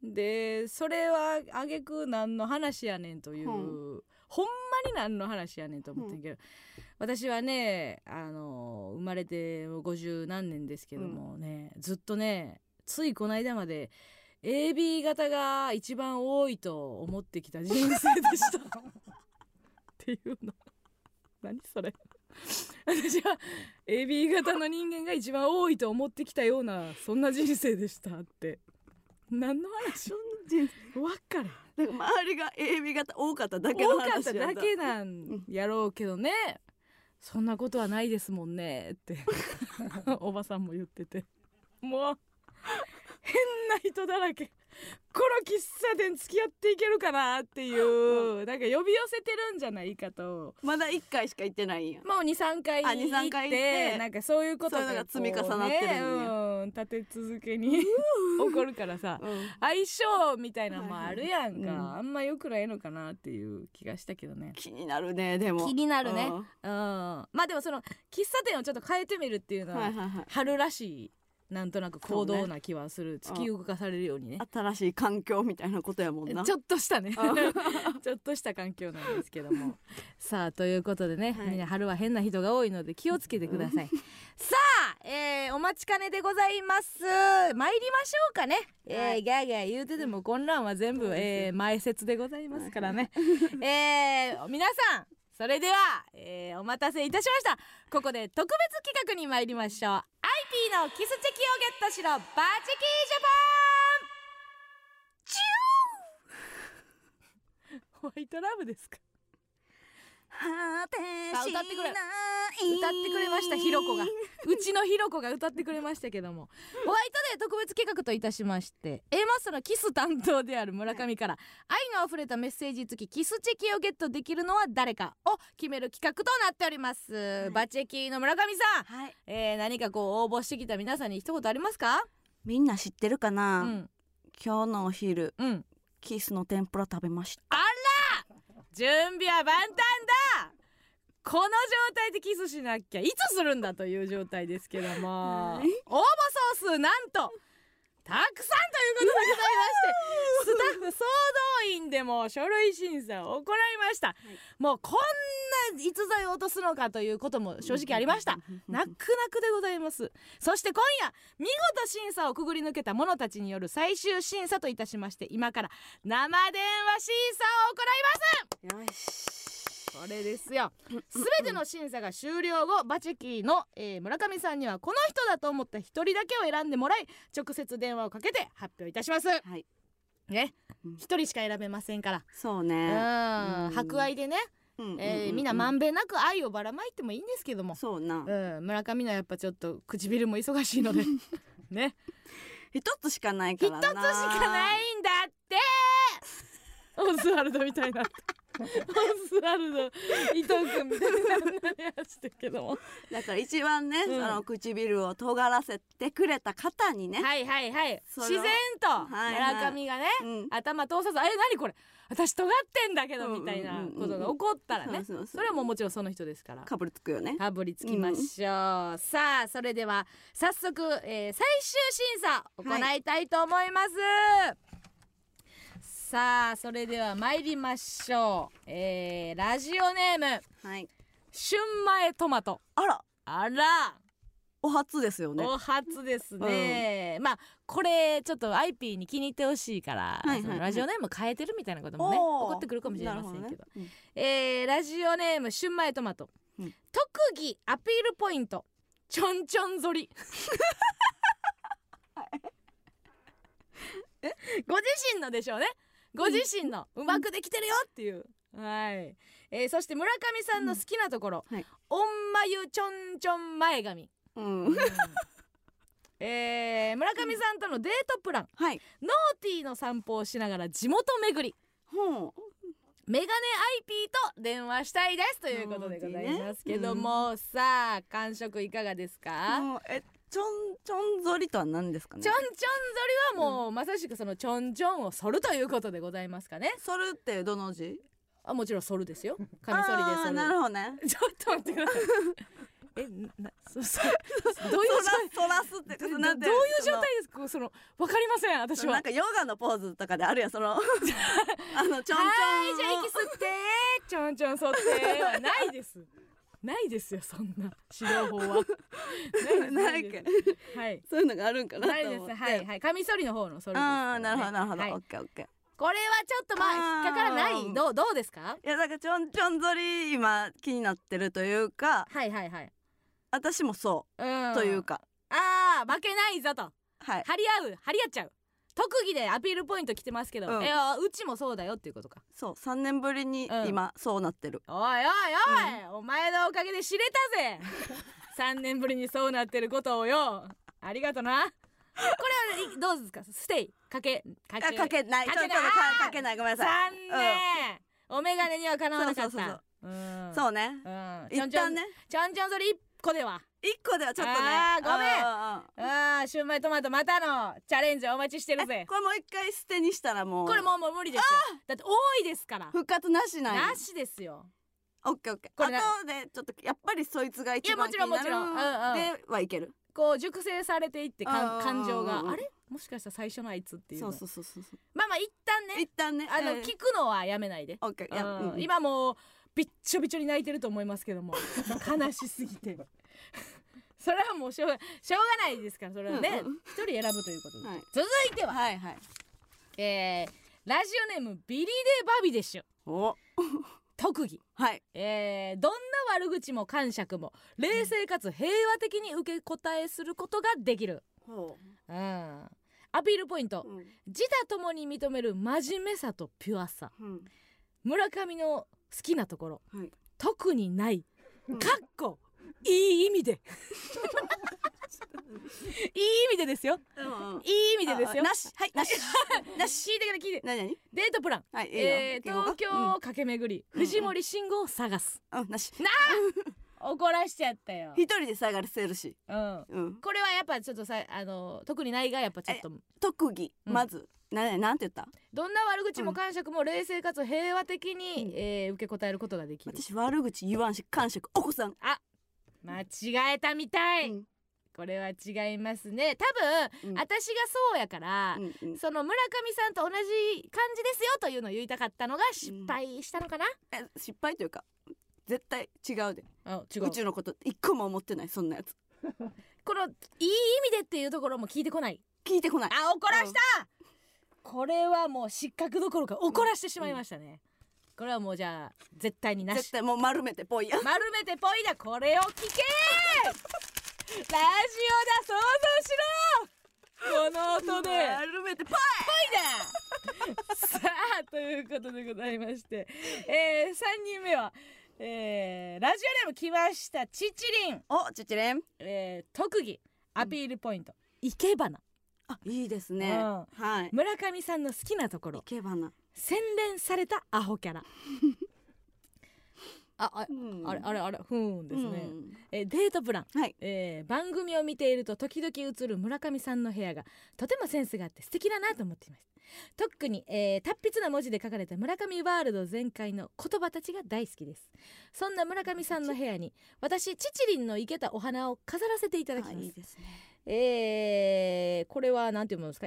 Speaker 2: でそれはあげく何の話やねんという、
Speaker 1: うん
Speaker 2: ほんまに何の話やねんと思ってんけど、私はねあの生まれて50何年ですけどもね、ずっとねついこの間まで AB 型が一番多いと思ってきた人生でした。っていうの何それ私は AB 型の人間が一番多いと思ってきたようなそんな人生でしたって何の話
Speaker 1: そんな人
Speaker 2: わっからん
Speaker 1: 生なんか周りが AB 型多かっただけの
Speaker 2: 多かっ
Speaker 1: 話
Speaker 2: た
Speaker 1: や
Speaker 2: だけなんやろうけどねそんなことはないですもんねって おばさんも言っててもう変な人だらけこの喫茶店付き合っていけるかなっていうなんか呼び寄せてるんじゃないかと
Speaker 1: まだ一回しか行ってないんや
Speaker 2: もう23回
Speaker 1: あ
Speaker 2: 行って
Speaker 1: 23回行って
Speaker 2: なんかそういうこと
Speaker 1: そういうのが
Speaker 2: こう
Speaker 1: 積み重なってるんや
Speaker 2: ねうん、立て続けに起 こるからさ
Speaker 1: うん
Speaker 2: 相性みたいなのもあるやんか、
Speaker 1: はいはいうん
Speaker 2: あんま良くないのかなっていう気がしたけどね。
Speaker 1: 気になるねでも
Speaker 2: 気にな
Speaker 1: な
Speaker 2: るね、うん、まあでもその喫茶店をちょっと変えてみるっていうの
Speaker 1: はい
Speaker 2: は
Speaker 1: はいはい
Speaker 2: 春らしいなんとなく行動な気はする、
Speaker 1: そう
Speaker 2: 突
Speaker 1: ね
Speaker 2: き動かされるようにね
Speaker 1: 新しい環境みたいなことやもんな
Speaker 2: ちょっとしたね
Speaker 1: う
Speaker 2: ちょっとした環境なんですけど もさあということでね、
Speaker 1: はい
Speaker 2: みんな春は変な人が多いので気をつけてください さあ、えーお待ちかねでございます参りましょうかね、えー
Speaker 1: はい
Speaker 2: ギャーギャー言うててもこんなんは全部、えー前説でございますからね、えー皆さんそれでは、えーお待たせいたしましたここで特別企画に参りましょう IP のキスチェキをゲットしろバチキージャパン ホワイトラブですか
Speaker 1: 果て
Speaker 2: あ
Speaker 1: し
Speaker 2: 歌ってくれ
Speaker 1: ない
Speaker 2: 歌ってくれましたひろこがうちのひろこが歌ってくれましたけどもホワイト特別企画といたしまして A マッソのキス担当である村上から、愛のあふれたメッセージ付きキスチェキをゲットできるのは誰かを決める企画となっております、
Speaker 1: い
Speaker 2: バチェキの村上さん、
Speaker 1: はい
Speaker 2: えー、何かこう応募してきた皆さんに一言ありますか
Speaker 1: みんな知ってるか
Speaker 2: う
Speaker 1: な、
Speaker 2: ん
Speaker 1: 今日のお昼
Speaker 2: うん
Speaker 1: キスの天ぷら食べました
Speaker 2: 準備は万端だこの状態でキスしなきゃいつするんだという状態ですけども応
Speaker 1: は
Speaker 2: 募
Speaker 1: い
Speaker 2: 総数なんとたくさんということでございましてスタッフ総動員でも書類審査を行いました、もうこんな逸材を落とすのかということも正直ありました泣く泣くでございますそして今夜見事審査をくぐり抜けた者たちによる最終審査といたしまして今から生電話審査を行いま
Speaker 1: よ
Speaker 2: す
Speaker 1: し
Speaker 2: これですよすべての審査が終了後バチェキーの、えー村上さんにはこの人だと思った一人だけを選んでもらい直接電話をかけて発表いたします
Speaker 1: はい
Speaker 2: ね
Speaker 1: うん
Speaker 2: 一、人しか選べませんから
Speaker 1: そう
Speaker 2: う
Speaker 1: ね
Speaker 2: ん
Speaker 1: うん
Speaker 2: 博愛でね、
Speaker 1: うんうん
Speaker 2: えーみんなまんべんなく愛をばらまいてもいいんですけども、
Speaker 1: そうな
Speaker 2: うん、村上のやっぱちょっと唇も忙しい のでね
Speaker 1: 一つしかない
Speaker 2: 一
Speaker 1: から
Speaker 2: つしか
Speaker 1: な
Speaker 2: ないんだってオズワルドみたいなオズワルド伊藤君みたいな話してるけども
Speaker 1: だから一番ね、
Speaker 2: うん
Speaker 1: その唇を尖らせてくれた方にね、
Speaker 2: はいはいはい
Speaker 1: それ
Speaker 2: 自
Speaker 1: を
Speaker 2: 然と
Speaker 1: はいはい
Speaker 2: 村上がね
Speaker 1: うん
Speaker 2: 頭通さず「あれ何これ私尖ってんだけど」
Speaker 1: うんうんうん
Speaker 2: みたいなことが起こったらね
Speaker 1: そうそうそう
Speaker 2: それはもうもちろんその人ですから
Speaker 1: かぶりつくよね
Speaker 2: かぶりつきましょう、さあそれでは早速、えー最終審査行いたいと思います、さあそれでは参りましょう、えーラジオネーム
Speaker 1: はい
Speaker 2: 春前トマト
Speaker 1: あら
Speaker 2: あら
Speaker 1: お初ですよね
Speaker 2: お初ですね、まあこれちょっと IP に気に入ってほしいから、
Speaker 1: いはいはい
Speaker 2: そのラジオネーム変えてるみたいなこともね
Speaker 1: おー
Speaker 2: 怒ってくるかもしれませんけど
Speaker 1: なるほね
Speaker 2: えーラジオネーム春前トマト、
Speaker 1: うん
Speaker 2: 特技アピールポイントちょんちょんぞり ご自身のでしょうねご自身のうまくできてるよっていう、はい、えーそして村上さんの好きなところ、
Speaker 1: うんはい
Speaker 2: おんまゆちょんちょん前髪、
Speaker 1: うん、う
Speaker 2: うん んえー村上さんとのデートプランノ
Speaker 1: はい
Speaker 2: ーティーの散歩をしながら地元巡り
Speaker 1: ほう
Speaker 2: メガネ IP と電話したいですということでございますけども、さあ感触いかがですか、
Speaker 1: もうえちょんちょんぞりとは何ですかね
Speaker 2: ちょんちょん反りはもう、まさしくそのちょんちょんを反るということでございますかね
Speaker 1: そるってどの字
Speaker 2: あもちろん反るですよカミソリで
Speaker 1: あ
Speaker 2: 反
Speaker 1: ー
Speaker 2: る
Speaker 1: なるほどね
Speaker 2: ちょっと待ってくださいえ なそそどういう
Speaker 1: そらそらすって
Speaker 2: 状態
Speaker 1: なんて
Speaker 2: どういう状態ですかそのわかりません
Speaker 1: そ
Speaker 2: 私
Speaker 1: のな
Speaker 2: は
Speaker 1: んかヨガのポーズとかであるやん そのあのちょんちょん
Speaker 2: はいじゃあ息吸ってちょんちょん反ってはないですないですよそんな指導 法は
Speaker 1: な
Speaker 2: ないい
Speaker 1: か
Speaker 2: ですはい
Speaker 1: そういうのがあるんかなと
Speaker 2: ない
Speaker 1: 思
Speaker 2: で
Speaker 1: っ
Speaker 2: す
Speaker 1: て
Speaker 2: はいはいカミソリの方のソリですから
Speaker 1: あ
Speaker 2: ね
Speaker 1: あなるほどなるほど、
Speaker 2: はい
Speaker 1: オッケーオッケー
Speaker 2: これはちょっとま
Speaker 1: あ
Speaker 2: あ
Speaker 1: ー
Speaker 2: 引っかからないどうどうですか
Speaker 1: いやなんかちょんちょんぞり今気になってるというか
Speaker 2: はいはいはい
Speaker 1: 私もそうう、
Speaker 2: ん
Speaker 1: というか
Speaker 2: ああ負けないぞと
Speaker 1: はい
Speaker 2: 張り合う張り合っちゃう特技でアピールポイント来てますけど、
Speaker 1: うん
Speaker 2: いやうちもそうだよっていうことか
Speaker 1: そう3年ぶりに
Speaker 2: うん
Speaker 1: 今そうなってる、
Speaker 2: おいおいおい、お前のおかげで知れ たぜ3年ぶりにそうなってることをよありがとなこれはいどうですかステイかけか
Speaker 1: あかけない
Speaker 2: か
Speaker 1: ちょ
Speaker 2: け
Speaker 1: んち
Speaker 2: な
Speaker 1: ょ
Speaker 2: い
Speaker 1: んかかけないごめんな
Speaker 2: 残
Speaker 1: さい
Speaker 2: 念、お眼鏡にはかなわなかった
Speaker 1: そうそうそう
Speaker 2: うん
Speaker 1: そうね
Speaker 2: うんちょ
Speaker 1: 一
Speaker 2: んちょ
Speaker 1: 旦
Speaker 2: ん
Speaker 1: ね
Speaker 2: ちょんちょんそれ1個では
Speaker 1: 1個ではちょっとね
Speaker 2: あーごめん
Speaker 1: あー
Speaker 2: ああシューマイトマトまたのチャレンジお待ちして
Speaker 1: あーあ
Speaker 2: る
Speaker 1: ーえ
Speaker 2: ぜ
Speaker 1: これもう一回捨てにしたらもう
Speaker 2: これもうもう無理ですよだって多いですから
Speaker 1: 復活なしない
Speaker 2: なしですよ
Speaker 1: オッケーオッケー
Speaker 2: こ
Speaker 1: あ
Speaker 2: れな
Speaker 1: とでちょっとやっぱりそいつが一番
Speaker 2: いやも
Speaker 1: 気
Speaker 2: ち
Speaker 1: に
Speaker 2: ろ
Speaker 1: なんる
Speaker 2: もちろんうん
Speaker 1: ではいける
Speaker 2: こう熟成されていってかん
Speaker 1: うん
Speaker 2: 感情
Speaker 1: う
Speaker 2: が
Speaker 1: んうんうん
Speaker 2: あれもしかしたら最初のあいつっていう
Speaker 1: そ
Speaker 2: の
Speaker 1: うそうそうそうそう
Speaker 2: まあまあ一旦ね
Speaker 1: 一旦ね
Speaker 2: あの
Speaker 1: うん
Speaker 2: 聞くのはやめないで
Speaker 1: オッケーいや
Speaker 2: うん
Speaker 1: うん
Speaker 2: 今もうびっちょびちょに泣いてると思いますけども悲しすぎて それはもうしょうがしょうがないですからそれはね
Speaker 1: うんうん
Speaker 2: 一人選ぶということで
Speaker 1: はい
Speaker 2: 続いては
Speaker 1: はいはい
Speaker 2: えーラジオネームビリーデーバビデッシュ
Speaker 1: お
Speaker 2: 特技
Speaker 1: はい
Speaker 2: えーどんな悪口も感触も冷静かつ平和的に受け答えすることができる、
Speaker 1: ほ
Speaker 2: うん、アピールポイント
Speaker 1: ううん
Speaker 2: 自他ともに認める真面目さとピュアさ
Speaker 1: うん
Speaker 2: 村上の好きなところ
Speaker 1: はい
Speaker 2: 特にない
Speaker 1: うん
Speaker 2: かっこいい意味でいい意味でですよ
Speaker 1: うんうん
Speaker 2: いい意味でですよ
Speaker 1: なしはいなしなし
Speaker 2: 聞いてから聞いて
Speaker 1: 何何
Speaker 2: デートプラン
Speaker 1: はいいいよ
Speaker 2: えー、
Speaker 1: 行こうか
Speaker 2: 東京を駆け巡り、
Speaker 1: うん
Speaker 2: 藤森慎吾を探す
Speaker 1: うんうんなし
Speaker 2: 怒らしちゃったよ
Speaker 1: 一人で探せるし
Speaker 2: うん
Speaker 1: うん
Speaker 2: これはやっぱちょっとさあの特にないがやっぱちょっと
Speaker 1: 特技
Speaker 2: うん
Speaker 1: まずななんて言った
Speaker 2: どんな悪口も感触も冷静かつ平和的に、
Speaker 1: うん
Speaker 2: えー受け答えることができる
Speaker 1: 私悪口言わんし感触お子さん
Speaker 2: 間違えたみたい、
Speaker 1: うん
Speaker 2: これは違いますね多分、
Speaker 1: うん
Speaker 2: 私がそうやから
Speaker 1: う、んうん
Speaker 2: その村上さんと同じ感じですよというのを言いたかったのが失敗したのかな、
Speaker 1: え失敗というか絶対違うで
Speaker 2: あ違
Speaker 1: 宇宙のこと一個も思ってないそんなやつ
Speaker 2: このいい意味でっていうところも聞いてこない
Speaker 1: 聞いてこない
Speaker 2: あ怒らした、これはもう失格どころか怒らしてしまいましたね、これはもうじゃあ絶対にな
Speaker 1: 絶
Speaker 2: し
Speaker 1: 対もう丸めてぽいやん
Speaker 2: 丸めてぽいだこれを聞けラジオだ想像しろこの音でぽいだ
Speaker 1: 丸めてぽい
Speaker 2: さあということでございまして、えー、3人目は、えー、ラジオネーム来ましたちちりん、
Speaker 1: おちちれん
Speaker 2: えー、特技アピールポイント、いけばな
Speaker 1: あいいですね
Speaker 2: うん
Speaker 1: はい
Speaker 2: 村上さんの好きなところ
Speaker 1: いけばな
Speaker 2: 洗練されたアホキャラ あああれあ
Speaker 1: れ
Speaker 2: れあれふーんですね、えデートプラン、
Speaker 1: はい
Speaker 2: えー番組を見ていると時々映る村上さんの部屋がとてもセンスがあって素敵だなと思っています特に、えー達筆な文字で書かれた村上ワールド全開の言葉たちが大好きですそんな村上さんの部屋に私ちちりんの生けたお花を飾らせていただき
Speaker 1: あ
Speaker 2: ます
Speaker 1: いいですね
Speaker 2: えーこれはなんていうものですか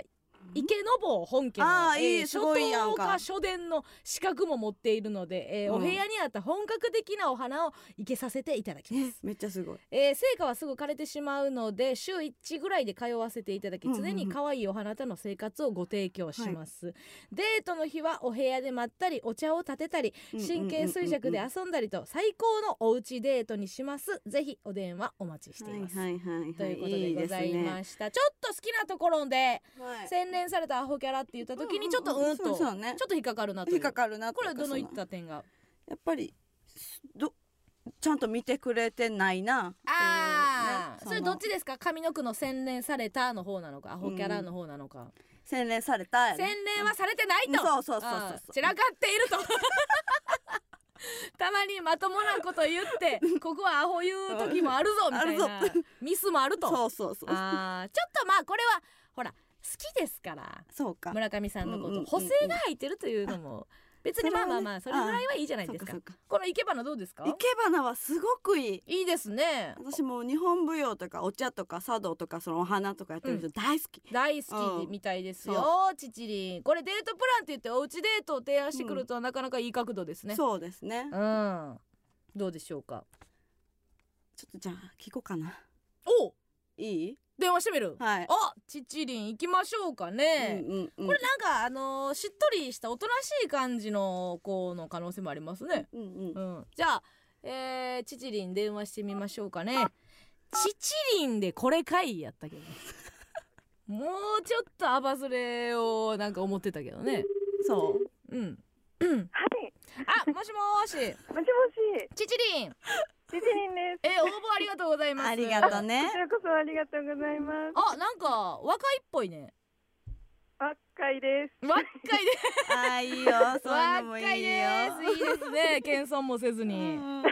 Speaker 2: 池坊本家の
Speaker 1: あーいい
Speaker 2: えー
Speaker 1: すごいやん
Speaker 2: 書
Speaker 1: か
Speaker 2: 道家書伝の資格も持っているので、えー
Speaker 1: うん
Speaker 2: お部屋にあった本格的なお花を生けさせていただきます、
Speaker 1: めっちゃすごい
Speaker 2: えー成果はすぐ枯れてしまうので週1ぐらいで通わせていただき
Speaker 1: うんうんうん
Speaker 2: 常に可愛いお花との生活をご提供します、デートの日はお部屋でまったりお茶を立てたり神経衰弱で
Speaker 1: あ
Speaker 2: 遊んだりと最高のおうちデートにしますぜひお電話お待ちしています、
Speaker 1: はいはいはいはい
Speaker 2: ということでござい
Speaker 1: い
Speaker 2: ましたちょっと好きなところで
Speaker 1: すねはい
Speaker 2: 洗練されたアホキャラって言った時にちょっと
Speaker 1: んん
Speaker 2: うんんとち
Speaker 1: そう
Speaker 2: ょ
Speaker 1: そ
Speaker 2: っ
Speaker 1: うね
Speaker 2: と引っかかるなとい
Speaker 1: 引っ
Speaker 2: う
Speaker 1: かかるな
Speaker 2: これはどのい
Speaker 1: い
Speaker 2: っ
Speaker 1: や
Speaker 2: た点が
Speaker 1: っぱりすどちゃんと見てくれてないな
Speaker 2: あ
Speaker 1: って
Speaker 2: ー
Speaker 1: いうね
Speaker 2: それどっちですか上の句の洗練されたの方なのかアホキャラの方なのか
Speaker 1: 洗練されたや
Speaker 2: 洗
Speaker 1: ね
Speaker 2: 練はされてないと
Speaker 1: うんそうそうそうそう
Speaker 2: あー散らかっていると たまにまともなこと言ってここはアホ言う時もあるぞみたいな
Speaker 1: あるぞ
Speaker 2: ミスもあると
Speaker 1: そうそうそう
Speaker 2: あーちょっとまあこれはほら好きですから
Speaker 1: そうか
Speaker 2: 村上さんのこ
Speaker 1: うんうんうんう
Speaker 2: と
Speaker 1: ん
Speaker 2: 補正が入ってるというのも別に
Speaker 1: それ
Speaker 2: まあ
Speaker 1: はね
Speaker 2: まあまあそれぐらいはいいじゃない
Speaker 1: そう
Speaker 2: です
Speaker 1: か
Speaker 2: か
Speaker 1: そうか
Speaker 2: このいけばのどうですか
Speaker 1: いけばなはすごくいい
Speaker 2: いいですね
Speaker 1: 私もう日本舞踊とかお茶とか茶道とかそのお花とかやってる人大好き、
Speaker 2: 大好きみたいですよちちりんこれデートプランって言っておうちデートを提案してくるとはなかなかいい角度ですね
Speaker 1: そうですね、ちょ
Speaker 2: うんどうでしょうか
Speaker 1: っとじゃあ聞こうかな
Speaker 2: お
Speaker 1: いい
Speaker 2: 電話してみる
Speaker 1: はい
Speaker 2: あちちりん行きましょうかね
Speaker 1: うんうんうん
Speaker 2: これなんかあのーしっとりしたおとなしい感じの子の可能性もありますね
Speaker 1: うんうん
Speaker 2: うん、じゃあ、えー、ちちりん電話してみましょうかね。ちちりんでこれかいやった けど。もうちょっとアバズレをなんか思ってたけどね。
Speaker 1: そう
Speaker 2: うん。うん
Speaker 3: はい、
Speaker 2: あ、もしもーし、
Speaker 3: もしもし、
Speaker 2: ちちりん。
Speaker 3: ちちりんです。
Speaker 2: えー応募ありがとうございます。
Speaker 1: ありがとう。ね
Speaker 3: こちらこそありがとうございます。
Speaker 2: あ、なんか若いっぽいね。
Speaker 3: 若いです。
Speaker 2: 若いです。
Speaker 1: あーいいよ そういうのも
Speaker 2: 若
Speaker 1: いい
Speaker 2: い
Speaker 1: よ
Speaker 2: です。いいで すね。謙遜もせず
Speaker 1: うんう
Speaker 2: に。
Speaker 1: んうん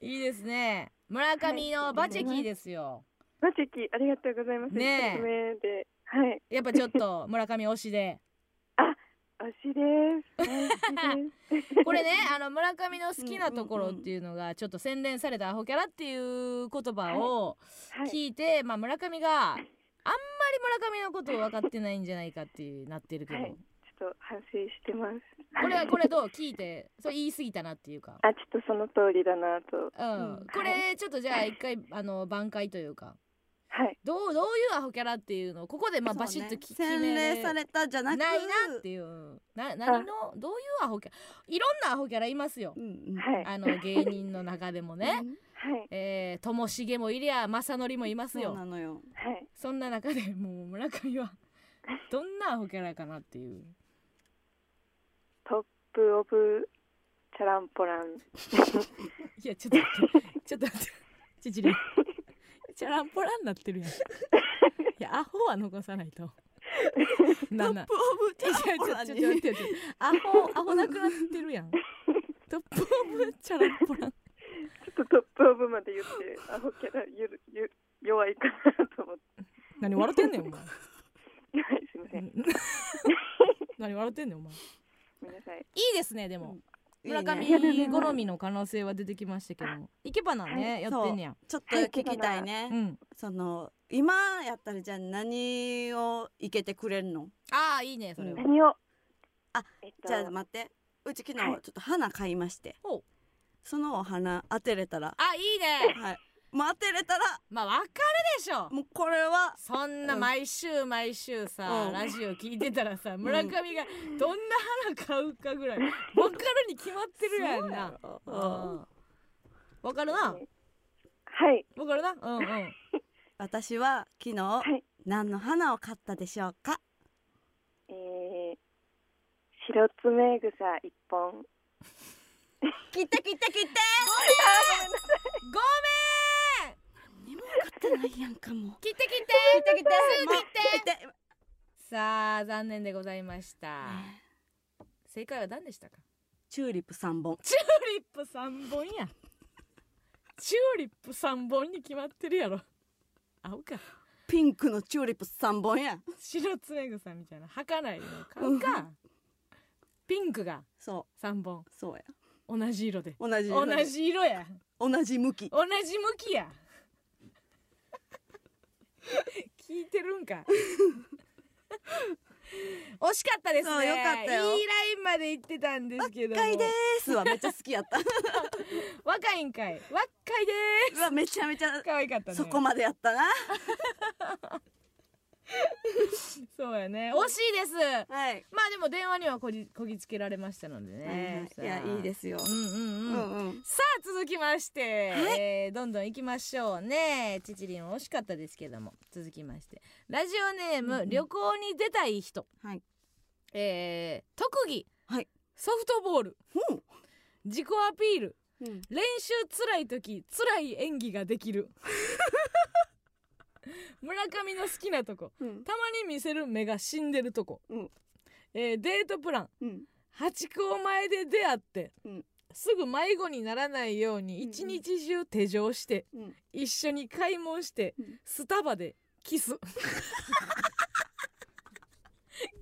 Speaker 2: いいですね。村上のバチェキーですよ。
Speaker 3: マジキ、ありがとうございます。
Speaker 2: ねえ
Speaker 3: 一発目で、はい、
Speaker 2: やっぱちょっと村上推しで。
Speaker 3: 推 しです。大好きです。
Speaker 2: これねあの村上の好きなところっていうのがちょっと洗練されたアホキャラっていう言葉を
Speaker 3: はい、
Speaker 2: 聞いて、まあ、村上があんまり村上のことを分かってないんじゃないかっていうなってるけど、
Speaker 3: はいちょっと反省してます。
Speaker 2: これはこれどう聞いてそれ言い過ぎたなっていうか、
Speaker 3: あ、ちょっとその通りだなと。
Speaker 2: うん
Speaker 1: うん
Speaker 2: これちょっとじゃあ一回あの挽回というか
Speaker 3: はい、
Speaker 2: どうどういうアホキャラっていうのをここでまあ
Speaker 1: そうね
Speaker 2: バシッと聞き
Speaker 1: 洗練されたじゃな
Speaker 2: ない
Speaker 1: く
Speaker 2: なっていうな何のどういうアホキャラいろんなアホキャラいますよ
Speaker 1: う、んうん
Speaker 3: はい、
Speaker 2: あの芸人の中でもね。
Speaker 3: はい、
Speaker 2: えーともしげもいりゃ正則もいます
Speaker 1: そう
Speaker 2: よ
Speaker 1: なの よ
Speaker 3: はい。
Speaker 2: そんな中でもう村上はどんなアホキャラかなっていう
Speaker 3: トップオブチャランポラン。
Speaker 2: いやちょっと待ってちょっと待ってちちりんチャランポランなってるやんいやアホは残さないとな
Speaker 1: ト
Speaker 2: ん
Speaker 1: ッ
Speaker 2: なん
Speaker 1: プオブチ
Speaker 2: ちょ
Speaker 1: ャ
Speaker 2: ち
Speaker 1: ラ
Speaker 2: ょ
Speaker 1: ンポラ
Speaker 2: ちょ
Speaker 1: ン
Speaker 2: ち
Speaker 1: に
Speaker 2: ょちょ待って待ってアホアホなくなってるやんトップオブチャランポラン
Speaker 3: ちょっとトップオブまで 言ってアホキャラゆるゆ弱いかなと思って
Speaker 2: 何笑ってんねんお前
Speaker 3: はいすいません
Speaker 2: うん何笑ってんねんお前い
Speaker 3: ごめんなさい
Speaker 2: いですねでも
Speaker 1: いいね
Speaker 2: 村上好みの可能性は出てきましたけどもいけばなねやってんねや
Speaker 1: ちょっと聞きたい
Speaker 2: うん
Speaker 1: ね。その今やったらじゃあ何をいけてくれるの？
Speaker 2: ああいいねそれは
Speaker 3: 何を
Speaker 1: あ
Speaker 3: えっと
Speaker 1: じゃあ待って。うち昨日ち
Speaker 3: は
Speaker 1: ょっと花買いまして
Speaker 2: ほう。
Speaker 1: そのお花当てれたら、
Speaker 2: あいいね
Speaker 1: はい。もう当てれたら
Speaker 2: まあわかるでしょ
Speaker 1: もうこれは
Speaker 2: そんな毎週毎週さ、
Speaker 1: うん
Speaker 2: ラジオ聞いてたらさ村上がどんな花買うかぐらい分かるに決まってるや
Speaker 1: そう
Speaker 2: んなう
Speaker 1: やろうん
Speaker 2: ん分かるな
Speaker 3: はい
Speaker 2: 分かるな うんうん
Speaker 1: 私は昨日
Speaker 3: はい
Speaker 1: 何の花を買ったでしょうか？
Speaker 3: えー、白爪草一本
Speaker 1: 切って切って切って。
Speaker 2: ごめん
Speaker 1: 何も買ってないやんかもう。
Speaker 2: 切って切って
Speaker 1: 切って切って。
Speaker 2: すぐ切って
Speaker 1: 切って。
Speaker 2: さあ残念でございました正解は何でしたか
Speaker 1: チューリップ三本。
Speaker 2: チューリップ三本やチューリップ三本に決まってるやろ青か
Speaker 1: ピンクのチューリップ三本や。
Speaker 2: 白爪草みたいな儚いの買うかピンクが
Speaker 1: そ
Speaker 2: 3本
Speaker 1: うそうや。
Speaker 2: 同じ色で
Speaker 1: 同じ
Speaker 2: 同じ色や
Speaker 1: 同じ向き。
Speaker 2: 同じ向きや聞いてるんか惜しかったです
Speaker 1: そう
Speaker 2: ね
Speaker 1: よかったよ
Speaker 2: いいラインまで行ってたんですけども
Speaker 1: 若いですはめっちゃ好きやった。
Speaker 2: 若いんかい若いで
Speaker 1: うわめちゃめちゃ
Speaker 2: ー可愛かったね
Speaker 1: そこまでやったな。
Speaker 2: そうやね惜しいですま
Speaker 1: はい。
Speaker 2: あでも電話にはこぎこぎつけられましたので
Speaker 1: い
Speaker 2: ね、
Speaker 1: や
Speaker 2: さあ
Speaker 1: いいですよ。
Speaker 2: うん
Speaker 1: う
Speaker 2: うんうん、
Speaker 1: んうん。
Speaker 2: さあ続きまして、えーどんどん行きましょうねちちりん惜しかったですけども続きましてラジオネーム、
Speaker 1: うんうん
Speaker 2: 旅行に出たい人、
Speaker 1: はい
Speaker 2: えー特技、
Speaker 1: はい
Speaker 2: ソフトボール
Speaker 1: ほ
Speaker 2: 自己アピール
Speaker 1: う。うん。
Speaker 2: 練習つらい時つらい演技がで きる村上の好きなとこ
Speaker 1: うん。
Speaker 2: たまに見せる目が死んでるとこ、
Speaker 1: うん
Speaker 2: えーデートプラン
Speaker 1: うん。
Speaker 2: 八公前で出会って、
Speaker 1: うん
Speaker 2: すぐ迷子にならないように
Speaker 1: うん
Speaker 2: 一日中手錠して、
Speaker 1: うん
Speaker 2: 一緒に買い物して、
Speaker 1: うん
Speaker 2: スタバでキス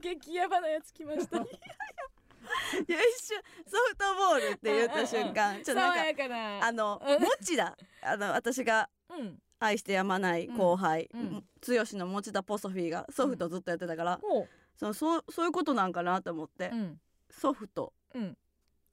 Speaker 2: 激ヤバなやつ来ま した
Speaker 1: いや一瞬ソフトボールって言った瞬間ちょっとなん
Speaker 2: 爽
Speaker 1: か
Speaker 2: やかな
Speaker 1: あの
Speaker 2: うん
Speaker 1: 持田あの私が
Speaker 2: うん
Speaker 1: 愛してやまない後輩、
Speaker 2: うんうん
Speaker 1: 剛の持田ポソフィーがソフトずっとやってたから、
Speaker 2: ほ
Speaker 1: そのそうそういうことなんかなと思って、
Speaker 2: う、うん
Speaker 1: ソフト
Speaker 2: うん、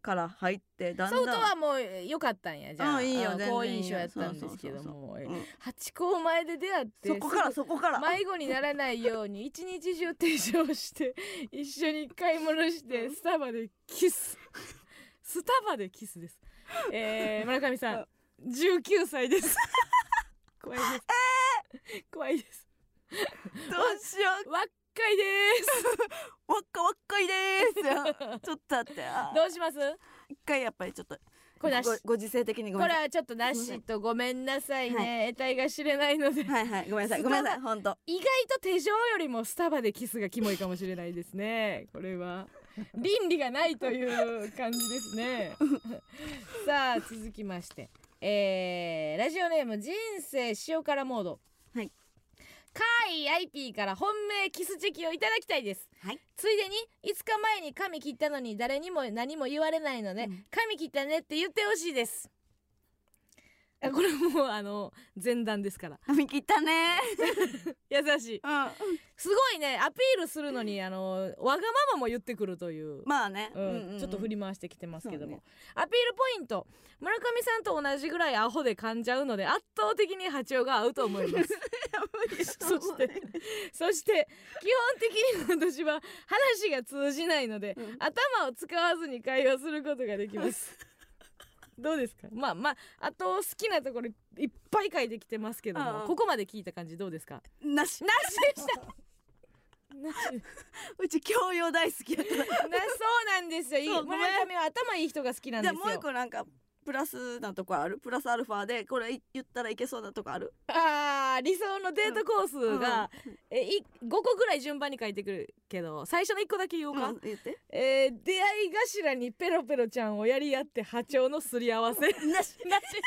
Speaker 1: から入ってだんだん
Speaker 2: ソフトはもう良かったんやじゃあ、
Speaker 1: うんいいよ
Speaker 2: あ
Speaker 1: 全然いいよ
Speaker 2: 好印象やったんですけど
Speaker 1: そう
Speaker 2: も
Speaker 1: う
Speaker 2: え
Speaker 1: ん
Speaker 2: 八公前で出会って
Speaker 1: そこから
Speaker 2: す
Speaker 1: そこから、
Speaker 2: ぐ迷子にならないように一日中手錠して一緒に買い物してスタバでキススタバでキスです、えー、村上さん19歳です怖いです、怖いです
Speaker 1: どうしよう
Speaker 2: 若いです
Speaker 1: わっかわっかいで ーすちょっと待ってあ
Speaker 2: どうします
Speaker 1: 一回やっぱりちょっと
Speaker 2: これなし
Speaker 1: ごご時世的にごめ
Speaker 2: こ
Speaker 1: ん
Speaker 2: れ
Speaker 1: なさい
Speaker 2: はちょっとなしとごめんなさいね、得体が知れないので
Speaker 1: はいはいごめんなさいごめんなさい本当
Speaker 2: 意外と手錠よりもスタバでキスがキモいかもしれないですねこれは倫理がないという感じですね さあ続きましてえー、ラジオネーム人生塩辛モード
Speaker 1: はい
Speaker 2: かーい IP から本命キスチェキをいただきたいです
Speaker 1: はい
Speaker 2: ついでに5日前に髪切ったのに誰にも何も言われないので、
Speaker 1: うん
Speaker 2: 髪切ったねって言ってほしいですあこれもうあの前段ですから
Speaker 1: 髪切ったね
Speaker 2: 優しい
Speaker 1: ーうん
Speaker 2: すごいねアピールするのにあのわがままも言ってくるという、
Speaker 1: まあね、
Speaker 2: うんちょっと振
Speaker 1: り
Speaker 2: り回してきてますけど
Speaker 1: そう
Speaker 2: も、
Speaker 1: ね
Speaker 2: アピールポイント村上さんと同じぐらいアホで噛んじゃうので圧倒的に波長が合うと 思いますそしてそして基本的に私は話が通じないので、
Speaker 1: うん
Speaker 2: 頭を使わずに会話することができますどうですかまあまああと好きなところいっぱい書いてきてますけど
Speaker 1: うん
Speaker 2: も
Speaker 1: うん
Speaker 2: ここまで聞いた感じどうですか
Speaker 1: なし
Speaker 2: なしでした。なし
Speaker 1: うち教養大好きやから
Speaker 2: なそうなんですよ。いい
Speaker 1: そ
Speaker 2: 村
Speaker 1: う
Speaker 2: 上
Speaker 1: ごめん
Speaker 2: は頭いい人が好きなん
Speaker 1: じゃあ
Speaker 2: ですよ
Speaker 1: もう。一個なんかプラスなとこあるプラスアルファでこれい言ったらいけそうなとこある
Speaker 2: あー理想のデートコースが、えい5個ぐらい順番に書いてくるけど最初の1個だけ言おう
Speaker 1: うん
Speaker 2: か、
Speaker 1: うん言って
Speaker 2: えー出会い頭にペロペロちゃんをやり合って波長のすり合わせ
Speaker 1: なし
Speaker 2: なしなし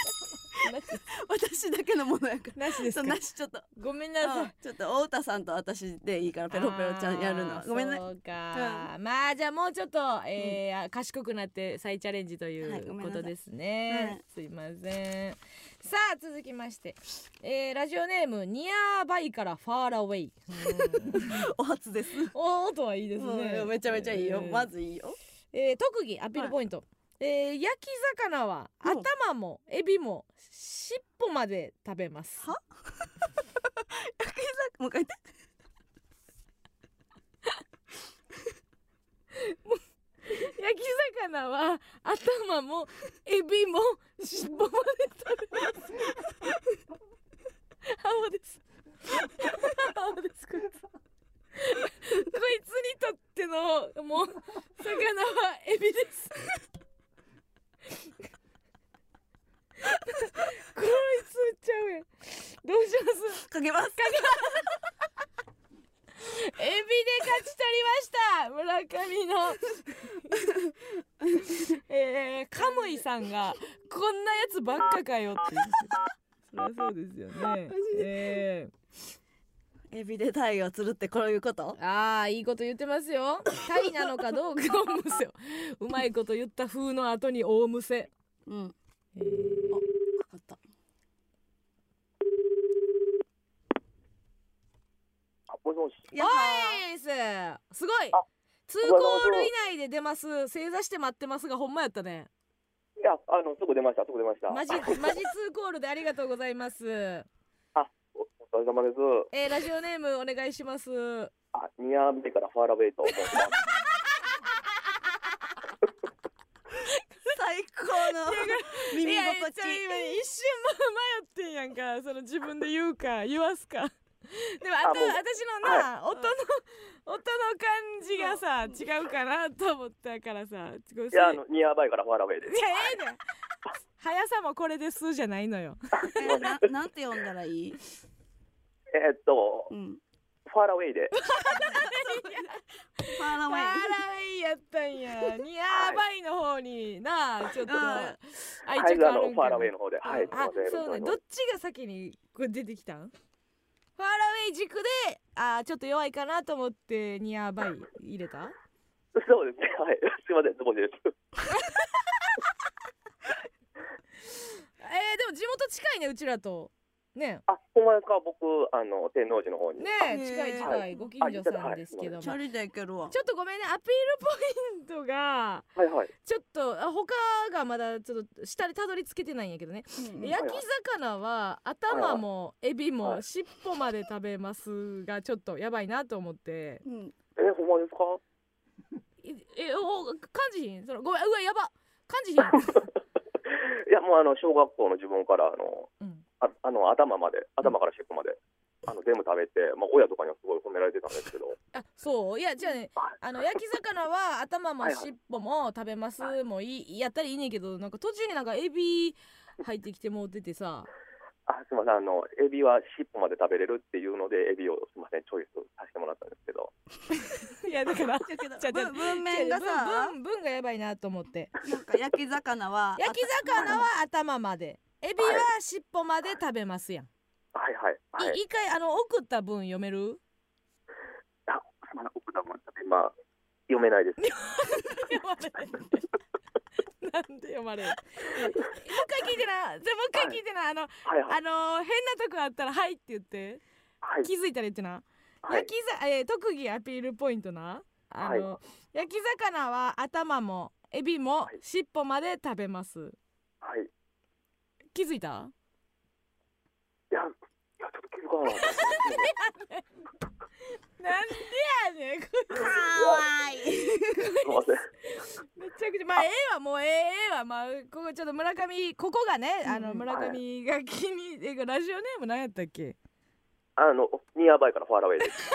Speaker 1: 私だけのものやから
Speaker 2: なしです
Speaker 1: そう
Speaker 2: か
Speaker 1: なしちょっと
Speaker 2: ごめんなさ
Speaker 1: う
Speaker 2: い
Speaker 1: んちょっと太田さんと私でいいからペロペロちゃんやるの
Speaker 2: あ
Speaker 1: は
Speaker 2: ー
Speaker 1: ごめんね
Speaker 2: そうか、まあじゃあもうちょっと、えーあ賢くなって再チャレンジとい
Speaker 1: はいうごめん
Speaker 2: こ
Speaker 1: なさ
Speaker 2: と
Speaker 1: い
Speaker 2: ですね、すいませんさあ続きまして、えーラジオネームニアバイからファーラウェイ、
Speaker 1: お初です
Speaker 2: おおーとはいいですね、
Speaker 1: うんめちゃめちゃいいよ
Speaker 2: えー
Speaker 1: まずいいよ
Speaker 2: えー特技アピールポイント、えー焼き魚は
Speaker 1: うん
Speaker 2: 頭もエビも尻尾まで食べます
Speaker 1: はもう一回言って
Speaker 2: 焼き魚は頭もエビも尻尾まで食べます青です青ですこいつこいつにとってのもう魚はエビですこいつちゃうやんどうします
Speaker 1: かけます
Speaker 2: エビで勝ち取りま した村上のえー、カムイさんがこんなやつばっかかよって言ってそりゃそうですよねえ
Speaker 1: エビで鯛を釣るってこういうこと
Speaker 2: ー、ああいいこと言ってますよタイなのかどうかおむせうまいこと言った風の後に大むせ、
Speaker 1: うんか
Speaker 2: えー
Speaker 1: かった
Speaker 4: あもしもし。
Speaker 1: やっ
Speaker 2: ナイスすごい
Speaker 4: あ
Speaker 2: 通行類内で出ます正座して待ってますがほんまやったね
Speaker 4: いや、あの、すぐ出ました、すぐ出ました。
Speaker 2: マジマジ通行ルでありがとうございます
Speaker 4: おお疲れ様です。
Speaker 2: えー、ラジオネームお願いします。
Speaker 4: あ、ニア目からファーラウェイと申します。
Speaker 1: 最高の耳
Speaker 2: いや
Speaker 1: 心
Speaker 2: ちょ
Speaker 1: 地
Speaker 2: 今一瞬迷ってんやんか、その自分で言うか言わすか。でもあた
Speaker 4: あもう
Speaker 2: 私のな、音の音の感じがさ違うかなと思ったからさ、ご めん
Speaker 4: いや、あの、ニアバイからファーラウェイで
Speaker 2: いやええねん。速さもこれですじゃないのよ。
Speaker 1: えななんて呼んだらいい、
Speaker 4: す。えーっと
Speaker 1: う、ん、
Speaker 4: ファーラウェイで。
Speaker 1: パーラ
Speaker 2: あ
Speaker 1: ウェイ
Speaker 2: らいやったんや。ニアバイの方になあちょっ
Speaker 1: う
Speaker 2: と
Speaker 1: ん
Speaker 2: 愛
Speaker 4: はい、
Speaker 2: 着
Speaker 4: あ
Speaker 2: ある
Speaker 4: の、
Speaker 2: ん
Speaker 4: フ
Speaker 2: か
Speaker 4: ァーラウ
Speaker 2: な
Speaker 4: ェイ。の方で。はい、すいま
Speaker 2: あ
Speaker 4: せん。
Speaker 2: そうね
Speaker 4: よ
Speaker 2: どっ
Speaker 4: ろしく
Speaker 2: ちが先にこれ出てきたんファーラウェイ軸であーちょっと弱いかなと思ってニアバイ入れた
Speaker 4: お願いしますそうですね。はい、 すいません、ズボンです。
Speaker 2: えー、でも地元近いねうちらとね
Speaker 4: あ、ほんまですか、僕、あの、天王寺の方に。
Speaker 2: ね
Speaker 1: へー
Speaker 2: 近い近
Speaker 4: はいい
Speaker 2: ご近所さんですけども
Speaker 1: チ
Speaker 2: ちょ
Speaker 1: ャリでいけるわ
Speaker 2: っとごめんねアピールポイントが
Speaker 4: はいはい。
Speaker 2: ちょっとあ他がまだちょっと下でたどり着けてないんやけどね
Speaker 1: うん
Speaker 2: 焼き魚は頭もエビ
Speaker 4: は
Speaker 2: も
Speaker 4: い
Speaker 2: 尻尾まで食べますがちょっとやばいなと思って
Speaker 1: うん
Speaker 4: え、ほんまですか
Speaker 2: ええお感じひんそのごめんうわやば感じひん、
Speaker 4: いや、もうあの、小学校の自分から、あの、
Speaker 2: うん、
Speaker 4: ああの頭まで、頭から尻尾まで、あの、全部食べて、まあ、親とかにはすごい褒められてたんです けど。
Speaker 2: あそういやじゃあね
Speaker 4: はい
Speaker 2: あの焼き魚は頭も
Speaker 4: はいはい
Speaker 2: 尻尾も食べますもいいやったらいいねんけどなんか途中になんかエビ入ってきてもうててさ
Speaker 4: あすみませんあの、エビは尻尾まで食べれるっていうので、エビをすみません、チョイスさせてもらったんですけど、
Speaker 2: いやだから
Speaker 1: だけど
Speaker 2: じゃあじゃあ
Speaker 1: 文文面がさ
Speaker 2: 文文がやばいなと思って
Speaker 1: なんか焼き魚は
Speaker 2: 焼き魚は頭までエビは尻尾まで食べますやん、、
Speaker 4: はいはい、はいい、
Speaker 2: 一回あの送った文読める
Speaker 4: あすみません、奥田も今、読めないです。
Speaker 2: 読まれへん なんで読まれ へんもう一回聞いてなじゃあもう一回聞いてなあの
Speaker 4: はいは
Speaker 2: あ
Speaker 4: い、
Speaker 2: のー変なとこあったら「はい」って言って
Speaker 4: はい、
Speaker 2: 気づいたら言ってな、
Speaker 4: はい
Speaker 2: 焼、きざ、えー特技アピールポイントなあの、焼き魚は頭もエビも
Speaker 4: はい
Speaker 2: 尻尾まで食べます
Speaker 4: はい、い
Speaker 2: 気づいた
Speaker 4: や、いや、ちょっと気づかなかったです。
Speaker 2: なんでやねんこ
Speaker 1: かわいい
Speaker 4: すみません。
Speaker 2: れめちゃくちゃまあええわもうええええわまあここちょっと村上ここがねあの
Speaker 1: うん
Speaker 2: 村上が気に、えラジオネーム何やったっけ
Speaker 4: あの、ニアバイからファーラウェイです。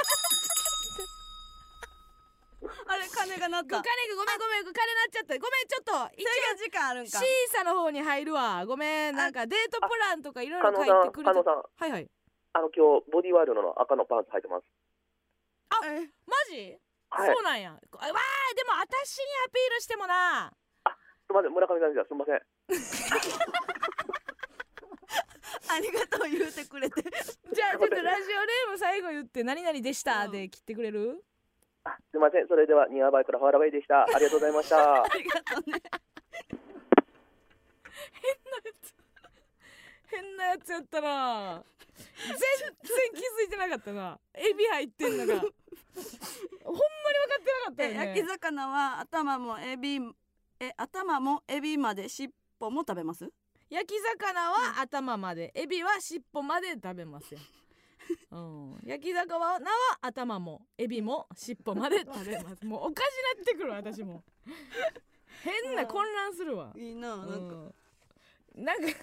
Speaker 1: あれ鐘が鳴っ
Speaker 2: ごめん
Speaker 1: た
Speaker 2: ごめんごめん金なっちゃったごめんちょっと一応
Speaker 1: 制限時間あるんか
Speaker 2: C 社の方に入るわごめんなんかデートプランとかいろい
Speaker 5: 加
Speaker 2: ろ
Speaker 5: 納
Speaker 2: 書い
Speaker 5: さん
Speaker 2: てくれ
Speaker 5: 加
Speaker 2: て
Speaker 5: 納さん
Speaker 2: はいはい
Speaker 5: あの今日ボディワールドの赤のパンツ履いてます
Speaker 1: え
Speaker 2: マジ、
Speaker 5: はい
Speaker 2: そうなんやこわあでも私にアピールしてもな
Speaker 5: すみません村上さんじゃすみません
Speaker 1: ありがとう言うてくれて
Speaker 2: じゃあちょっとラジオネーム最後言って何々でした
Speaker 1: うん
Speaker 2: で切ってくれる
Speaker 5: あすみませんそれではニアバイクラファーラバイでしたありがとうございました
Speaker 1: ありがとうね
Speaker 2: 変なやつやったな全然気づいてなかったなエビ入ってんのがほんまに分かって
Speaker 1: え
Speaker 2: なかったよ
Speaker 1: 焼き
Speaker 2: ね
Speaker 1: 魚は頭もエビえ頭もエビまで尻尾も食べます
Speaker 2: 焼き魚は頭までエビは尻尾まで食べますよ、うん、焼き魚は頭もエビも尻尾まで食べますもうおかしなってくる私も変な混乱するわ、
Speaker 1: いいな
Speaker 2: う
Speaker 1: なんんか、
Speaker 2: なんか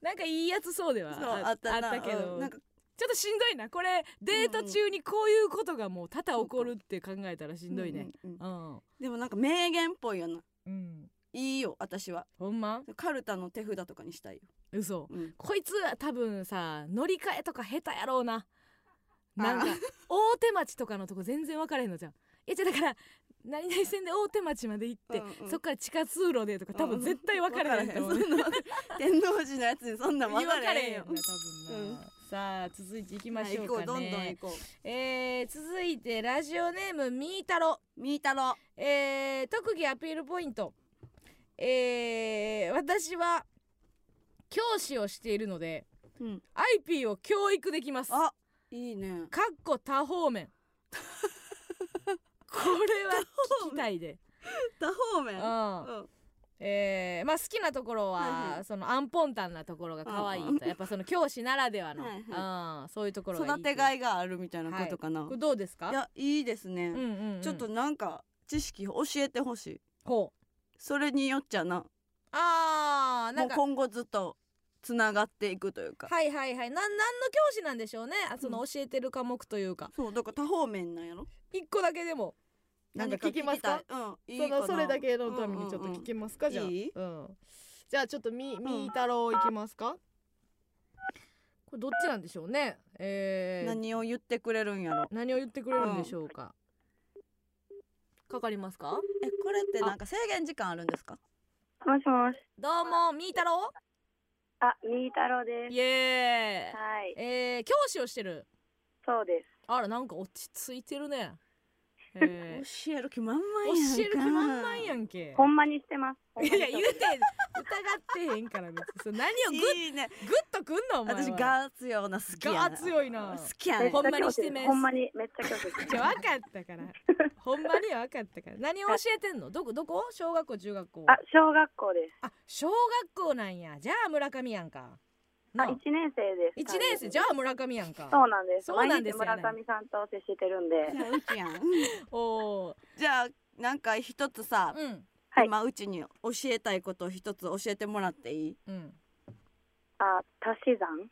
Speaker 2: なんかいいやつそうでは
Speaker 1: そう
Speaker 2: あ
Speaker 1: あったな
Speaker 2: けど、
Speaker 1: うんなんか
Speaker 2: ちょっとしんどいなこれデート中にこういうことがもう多々起こるって考えたらしんどいね
Speaker 1: うんうんうん
Speaker 2: うん、
Speaker 1: でもなんか名言っぽいよな
Speaker 2: うん、
Speaker 1: いいよ私は
Speaker 2: ほんま
Speaker 1: カルタの手札とかにしたいよ、
Speaker 2: 嘘
Speaker 1: うん、
Speaker 2: こいつは多分さ乗り換えとか下手やろうな
Speaker 1: あ
Speaker 2: なんか大手町とかのとこ全然分からへんのじゃんいやじゃあだから何々線で大手町まで行って、
Speaker 1: うんうん
Speaker 2: そっから地下通路でとか多分絶対分からへんと思う、
Speaker 1: 分からへん そんな天王寺のやつに そんなん
Speaker 2: 分
Speaker 1: 分か
Speaker 2: かられ
Speaker 1: へ
Speaker 2: へ
Speaker 1: ん
Speaker 2: んよ
Speaker 1: よ
Speaker 2: な多分な、さあ続いていきましょう
Speaker 1: 行こ
Speaker 2: か
Speaker 1: う
Speaker 2: ね
Speaker 1: どんどん行こ
Speaker 2: えー、続いてラジオネームみーたろ
Speaker 1: うみーたろ
Speaker 2: えー、特技アピールポイントえー、私は教師をしているので
Speaker 1: う、ん、
Speaker 2: IP を教育できます
Speaker 1: あいいね
Speaker 2: かっこ多 方面これは聞きたいで、
Speaker 1: 多方
Speaker 2: う
Speaker 1: 面
Speaker 2: ん
Speaker 1: うん
Speaker 2: えーまあ、好きなところは、
Speaker 1: はいはい
Speaker 2: そのアンポンタンなところが可愛いとやっぱその教師ならではの、
Speaker 1: はい
Speaker 2: うん、そういうところがいい
Speaker 1: 育てがいがあるみたいなことかな、
Speaker 2: こ
Speaker 1: い
Speaker 2: れ、どうですか
Speaker 1: やいいですね、
Speaker 2: うんうんうん
Speaker 1: ちょっとなんか知識教えてほしい
Speaker 2: ほう
Speaker 1: それによっちゃな
Speaker 2: あー
Speaker 1: も
Speaker 2: なん
Speaker 1: う
Speaker 2: か
Speaker 1: 今後ずっとつながっていくというか、
Speaker 2: はいはいはいなん何の教師なんでしょうねあその教えてる科目というか
Speaker 1: そうだから多方面なんやろ
Speaker 2: 一個だけでもなんか聞きますか
Speaker 1: 何たいうんいい
Speaker 2: そ
Speaker 1: か
Speaker 2: の
Speaker 1: な
Speaker 2: それだけのためにちょっ
Speaker 1: う
Speaker 2: と
Speaker 1: んうん
Speaker 2: 聞きますか、じゃあ、
Speaker 1: いい
Speaker 2: うん、じゃあちょっとみみーたろういきますか、これどっちなんでしょうね
Speaker 1: う
Speaker 2: え
Speaker 1: ん
Speaker 2: ー、何
Speaker 1: 何を言ってくれるんやろ
Speaker 2: を言ってくれるんでしょうか、かかりますか
Speaker 1: えこれってなんか制限時間あるんですか
Speaker 3: もしもし。
Speaker 2: どうもみーたろ
Speaker 3: あ、みーたろう
Speaker 2: う
Speaker 3: です。
Speaker 2: イエー
Speaker 3: はい
Speaker 2: イ。えー、教師をしてる
Speaker 3: そうです。
Speaker 2: あらなんか落ち着いてるね、えー、
Speaker 1: 教える気満 々やんか
Speaker 2: 教える気満々やんけ
Speaker 3: ほんまにしてます。ほん
Speaker 2: い
Speaker 3: まに
Speaker 2: やいや言うて疑ってへんから別にそれ何をグッ
Speaker 1: いいね
Speaker 2: グッとくんのお前は
Speaker 1: 私ガー強な好きやな
Speaker 2: ガ強いな
Speaker 1: 好きや
Speaker 3: め
Speaker 1: ね
Speaker 3: っち
Speaker 2: ほ
Speaker 3: ゃ
Speaker 2: んまにして
Speaker 3: 教師
Speaker 2: ます
Speaker 3: ほんまにめっちゃ教師です
Speaker 2: じゃあ分かったからほんまには分かったから何を教えてんのどこどこ小学校中学校
Speaker 3: あ、小学校です。
Speaker 2: あ小学校なんやじゃあ村上やんか
Speaker 3: あ、
Speaker 2: な
Speaker 3: 一年生です。
Speaker 2: 1年生じ
Speaker 3: ゃ。
Speaker 2: ゃあ村上やんか
Speaker 3: そうなんです。
Speaker 2: そうなんですよね
Speaker 3: 毎日村上さんと接してるんで。
Speaker 1: うちやん
Speaker 2: おー
Speaker 1: じゃあなんか一つさ、
Speaker 2: うん
Speaker 3: はい
Speaker 1: 今うちに教えたいことを一つ教えてもらっていい
Speaker 2: うん
Speaker 3: あ、足し算。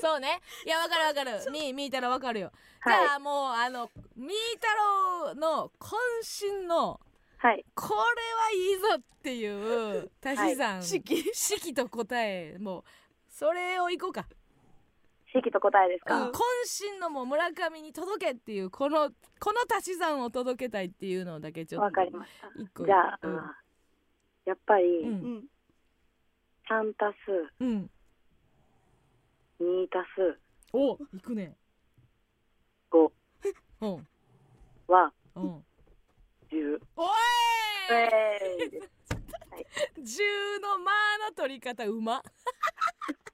Speaker 2: そうねいや分かる 分かるみ見たら分かるよ、
Speaker 3: は
Speaker 2: じ
Speaker 3: い
Speaker 2: ゃ。あもうあのみーたろうの渾身の
Speaker 3: はい。
Speaker 2: これはいいぞって いう足し算、
Speaker 1: 式
Speaker 2: 式と答えもうそれをいこうか
Speaker 3: 式と答えです
Speaker 2: うん
Speaker 3: か。
Speaker 2: 渾身のもう村上に届けっていうこのこの足し算を届けたいっていうのだけちょっと
Speaker 3: わかりまし
Speaker 2: 一個
Speaker 3: た。じゃあ、
Speaker 2: うん
Speaker 3: やっぱ
Speaker 2: う
Speaker 3: り
Speaker 1: うんん
Speaker 3: 三足す
Speaker 2: うん
Speaker 3: 二足す
Speaker 2: おいくね
Speaker 3: 五
Speaker 2: うん
Speaker 3: は
Speaker 2: うん
Speaker 3: 十。
Speaker 2: お
Speaker 3: え
Speaker 2: い
Speaker 3: ーいです
Speaker 2: 十の間の取り方うま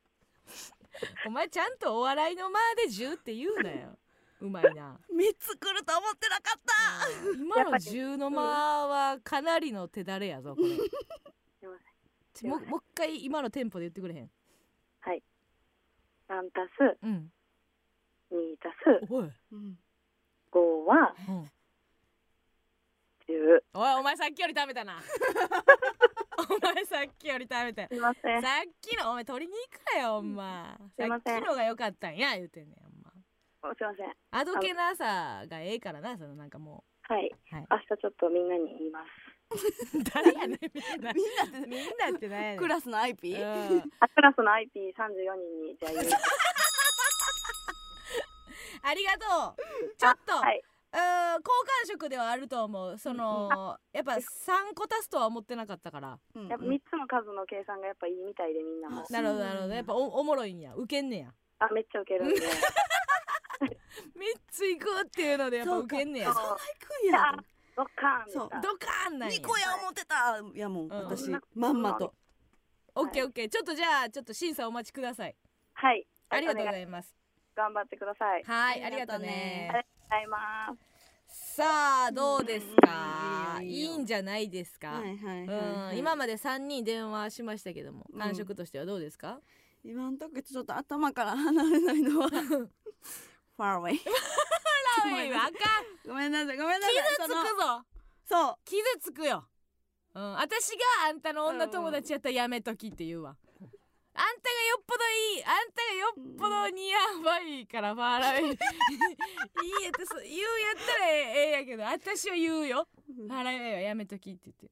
Speaker 2: お前ちゃんとお笑いの間で十って言うなようまいな
Speaker 1: 三つ来ると思ってなかった
Speaker 2: 今の十の間はかなりの手だれやぞこ
Speaker 3: いま
Speaker 2: れもうもう一回今のテンポで言ってくれへん
Speaker 3: 三足す
Speaker 2: うん
Speaker 3: 二足す
Speaker 2: おい、
Speaker 1: うん
Speaker 3: 五は
Speaker 2: うん
Speaker 3: 十。
Speaker 2: おいお前さっきより食べた なお前さっきより食べた
Speaker 3: すいません。
Speaker 2: さっきのお前取りに行くなよお前
Speaker 3: すいません
Speaker 2: さっきのが良かったんや言うてんねんお
Speaker 3: すいません。
Speaker 2: あどけなさがええからなそのなんかも
Speaker 3: はい。
Speaker 2: はい
Speaker 3: 明日ちょっとみんなに言います。
Speaker 2: う誰やねんみん な
Speaker 1: みんなで
Speaker 2: みんなってなんやねん
Speaker 1: クラスの IP
Speaker 2: うん
Speaker 3: あクラスの IP34 人にじゃあ言います。
Speaker 2: ありがとうちょっと、
Speaker 3: はいう
Speaker 2: ーん好感触ではあると思うそのやっぱ3個足すとは思ってなかったから
Speaker 1: うん
Speaker 3: やっぱ3つの数の計算がやっぱいいみたいでみんなも
Speaker 1: そう
Speaker 2: なるほど
Speaker 1: なんや
Speaker 2: なるほどやっぱおおもろいんやウケんねや
Speaker 3: あめっちゃウケるんで
Speaker 2: 3つ行こうっていうのでやっぱ
Speaker 1: そう
Speaker 2: ウ
Speaker 1: か
Speaker 2: ケんね
Speaker 1: そ
Speaker 2: や
Speaker 1: う
Speaker 2: ド
Speaker 1: 行くんや
Speaker 3: あドッカーンみたいな
Speaker 2: カーンなんや
Speaker 1: 2個や思ってたやもん
Speaker 2: ん
Speaker 1: 私
Speaker 3: うん
Speaker 1: まんまと
Speaker 2: オッケーオッケーちょっとじゃあちょっと審査お待ちください
Speaker 3: はい
Speaker 2: ありがとうご
Speaker 3: お願
Speaker 2: ざいます
Speaker 3: 頑張ってください
Speaker 2: はい
Speaker 1: あ
Speaker 2: あ
Speaker 1: り
Speaker 2: り
Speaker 1: が
Speaker 2: が
Speaker 1: と
Speaker 2: と
Speaker 1: う
Speaker 2: う
Speaker 1: ね
Speaker 2: ね
Speaker 3: ありがとうございます
Speaker 2: さあどうですか
Speaker 1: うんいい
Speaker 2: い
Speaker 1: よいいよ
Speaker 2: いんじゃないですか、
Speaker 1: はいはいはいは
Speaker 2: う
Speaker 1: い
Speaker 2: ん、今まで3人電話しましたけども
Speaker 1: うん
Speaker 2: 感触としてはどうですか、
Speaker 1: 今んとこちょっと頭から離れない のはファーウェイ
Speaker 2: あ
Speaker 1: ごめんなさ
Speaker 2: かん
Speaker 1: ごめんなさいごめんなさい
Speaker 2: 傷つくぞ
Speaker 1: その
Speaker 2: 傷つくよ、うん、私があんたの女友達やったらやめときって言うわ、あんたがよっぽどいいあんたがよっぽどにやばいからファーラウェイいいやったそう言うやったらええええやけど私は言うよ
Speaker 1: う
Speaker 2: ファーラウェイはやめときって言って、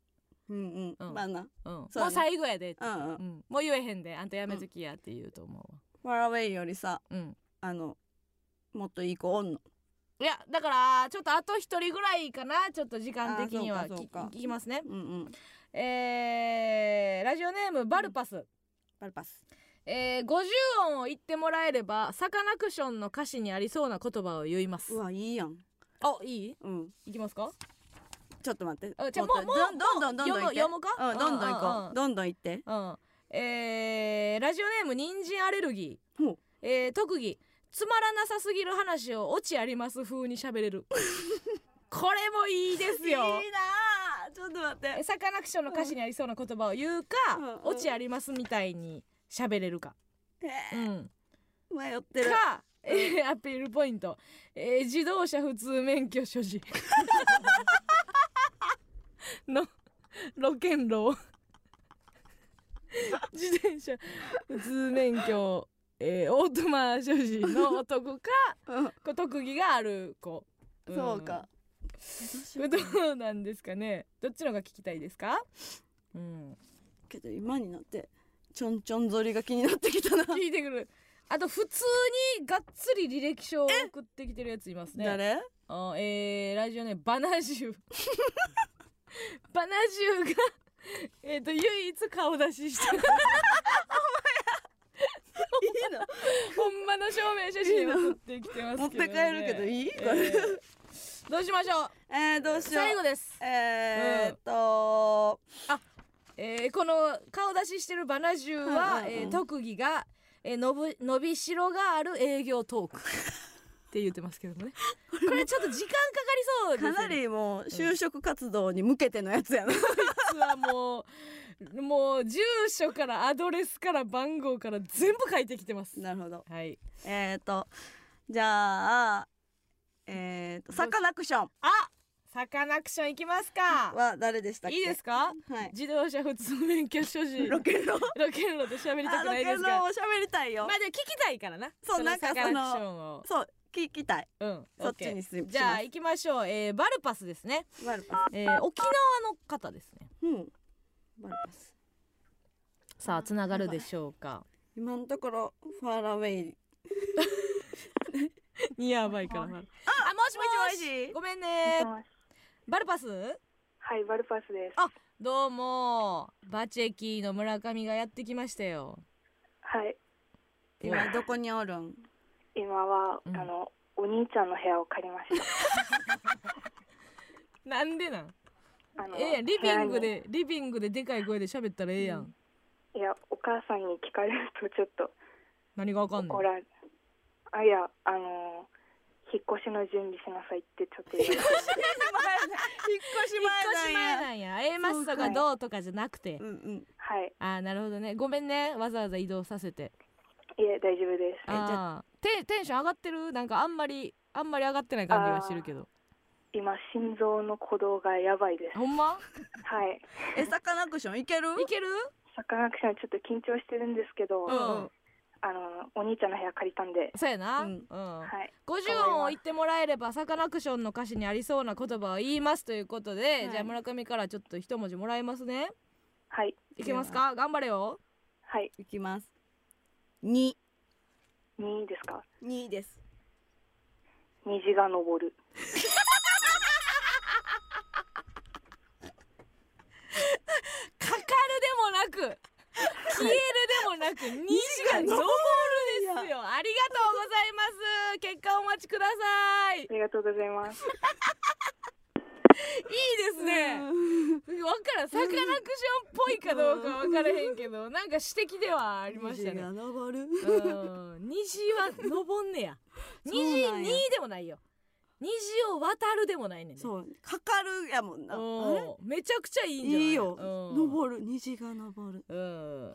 Speaker 1: うんう
Speaker 2: うんん
Speaker 1: まあな
Speaker 2: うん
Speaker 1: そう
Speaker 2: も
Speaker 1: や
Speaker 2: う
Speaker 1: ね
Speaker 2: 最後やでって、
Speaker 1: うんう
Speaker 2: うんんもう言えへんであんたやめときやって言うと思うわ
Speaker 1: ファーウェイよりさ
Speaker 2: うん
Speaker 1: あのもっといい子おんの
Speaker 2: いやだからちょっとあと一人ぐらいかなちょっと時間的に
Speaker 1: あ
Speaker 2: は
Speaker 1: そうかそう
Speaker 2: き
Speaker 1: か
Speaker 2: 聞きますね
Speaker 1: うんうん
Speaker 2: えー、ラジオネームバルパス、
Speaker 1: パルパス
Speaker 2: えー、50音を言ってもらえればサカナクションの歌詞にありそうな言葉を言います
Speaker 1: うわいいやん
Speaker 2: あいい
Speaker 1: うん
Speaker 2: いきますか
Speaker 1: ちょっと待って
Speaker 2: あじゃあ
Speaker 1: もっと
Speaker 2: もうもう
Speaker 1: どんどんどんどんどん行って
Speaker 2: 読む読むか
Speaker 1: うんどんどん行
Speaker 2: うんうん
Speaker 1: こ
Speaker 2: う
Speaker 1: うんどんどん行って
Speaker 2: うんえー、ラジオネーム人参アレルギー
Speaker 1: ほう
Speaker 2: えー、特技つまらなさすぎる話をオチあります風に喋 れるこれもいいですよ
Speaker 1: いいなあちょっと待って
Speaker 2: えサカナクションの歌詞にありそうな言葉を言うか、
Speaker 1: うんうん
Speaker 2: オチありますみたいに喋れるか、
Speaker 1: え
Speaker 2: うん、
Speaker 1: ー迷ってる
Speaker 2: か、えーアピールポイント、えー自動車普通免許所 持のロケンロー自転車普通免許、えーオートマ所持の男か
Speaker 1: うん
Speaker 2: こう特技がある子、ん
Speaker 1: そうか
Speaker 2: これどうなんですかねどっちのが聞きたいですかうん
Speaker 1: けど今になってちょんちょんぞりが気になってきたな
Speaker 2: 聞いてくるあと普通にがっつり履歴書を送ってきてるやついますね
Speaker 1: 誰
Speaker 2: あえー、ラジオネームバナジュー バナジューがえっ、と唯一顔出しした
Speaker 1: いいの
Speaker 2: ほんまの証明写真を送ってきてま
Speaker 1: 持
Speaker 2: す
Speaker 1: っ
Speaker 2: けど、ね、
Speaker 1: て帰るけどいいこ
Speaker 2: え
Speaker 1: れ
Speaker 2: ーどうしましょう
Speaker 1: えーどうしよ
Speaker 2: 最後
Speaker 1: う
Speaker 2: です
Speaker 1: えーっと
Speaker 2: えーこの顔出ししてるバナジューは、
Speaker 1: うんうんうん
Speaker 2: えー特技が、えーのぶ伸びしろがある営業トークって言ってますけど ねこれちょっと時間かかりそうです
Speaker 1: か
Speaker 2: よね
Speaker 1: なりもう就職活動に向けてのやつやな
Speaker 2: 実はもう もう住所からアドレスから番号から全部書いてきてます
Speaker 1: なるほど
Speaker 2: はい
Speaker 1: えーっとじゃあえーっとサカナクション
Speaker 2: あサカナクション行きますか
Speaker 1: は誰でしたっけ
Speaker 2: いいですか
Speaker 1: はい
Speaker 2: 自動車普通免許所持
Speaker 1: ロ
Speaker 2: ロ
Speaker 1: ケロ
Speaker 2: ケンロと喋りた
Speaker 1: あ
Speaker 2: く
Speaker 1: ロ
Speaker 2: ない
Speaker 1: ケ
Speaker 2: で
Speaker 1: ロを
Speaker 2: すかまあ
Speaker 1: 喋りたいよ
Speaker 2: でも聞きたいからな
Speaker 1: そうなんか
Speaker 2: サカナ
Speaker 1: その
Speaker 2: クションを
Speaker 1: そう聞きたい
Speaker 2: うん
Speaker 1: そっ
Speaker 2: OK
Speaker 1: ちにし
Speaker 2: じゃあ行きましょう、えー、バルパスですね、
Speaker 1: バルパ
Speaker 2: えー、沖縄の方ですね
Speaker 1: スうんバルパス
Speaker 2: さあつながるでしょうか
Speaker 1: 今のところファーラウェイ
Speaker 2: やばい からまだあもしもし
Speaker 1: もしもし
Speaker 2: ごめんねバルパス
Speaker 3: はいバルパスです
Speaker 2: あどうもバチェキーの村上がやってきましたよ
Speaker 3: はい
Speaker 1: 今どこにおるん
Speaker 3: 今は、
Speaker 2: うん
Speaker 3: あのお兄ちゃんの部屋を借りました
Speaker 2: なんでなん
Speaker 3: あの
Speaker 2: ええやんリビング
Speaker 3: 部屋
Speaker 2: でリビングででかい声で喋ったらええやん、
Speaker 3: にいやお母さんに聞かれるとちょっと
Speaker 2: 何がわかんない
Speaker 3: 怒られあいやあの引っ越しの準備しなさいってちょっと言われて
Speaker 1: 引っ越
Speaker 2: 引っ越し前なんやええマッソがどうとかじゃなくて、
Speaker 1: うんうん
Speaker 3: はい
Speaker 2: あーなるほどねごめんねわざわざ移動させて
Speaker 3: いえ大丈夫です
Speaker 1: じゃ
Speaker 2: あーテンテンション上がってるなんかあんまりあんまり上がってない感じがしてるけど
Speaker 3: 今心臓の鼓動がやばいで す
Speaker 2: ほんま
Speaker 3: はい
Speaker 1: えサカナクションいける
Speaker 2: いける
Speaker 3: サカナクションちょっと緊張してるんですけど、
Speaker 1: うんうん
Speaker 3: あのお兄ちゃんの部屋借りたんで、
Speaker 2: そうやな、う
Speaker 1: うんん
Speaker 3: はい、
Speaker 2: 50音を言ってもらえればサカナクションの歌詞にありそうな言葉を言いますということで、
Speaker 1: い
Speaker 2: じゃあ村上からちょっと一文字もらえますね
Speaker 3: はい、
Speaker 2: いけますか頑張れよ
Speaker 3: はい、
Speaker 1: いきます。に、
Speaker 3: 二ですか。
Speaker 1: にです。
Speaker 3: 虹が昇る。
Speaker 2: かかるでもなく 消えるでもなく 虹が昇るですよありがとうございます結果お待ちくださいいい
Speaker 3: ありがとうございます。
Speaker 2: ですね分からんサカナクションっぽいかどうか分からへんけどなんか指摘ではありました
Speaker 1: 虹
Speaker 2: ね
Speaker 1: が昇る。
Speaker 2: うん虹は登んね や
Speaker 1: そうなん
Speaker 2: 虹
Speaker 1: や
Speaker 2: にでもないよ虹を渡るでもないねんね
Speaker 1: そう、かかるやもんな。あれ
Speaker 2: うんめちゃくちゃいいんじゃない
Speaker 1: いいよ。
Speaker 2: うん
Speaker 1: 昇る、虹が昇る。
Speaker 2: う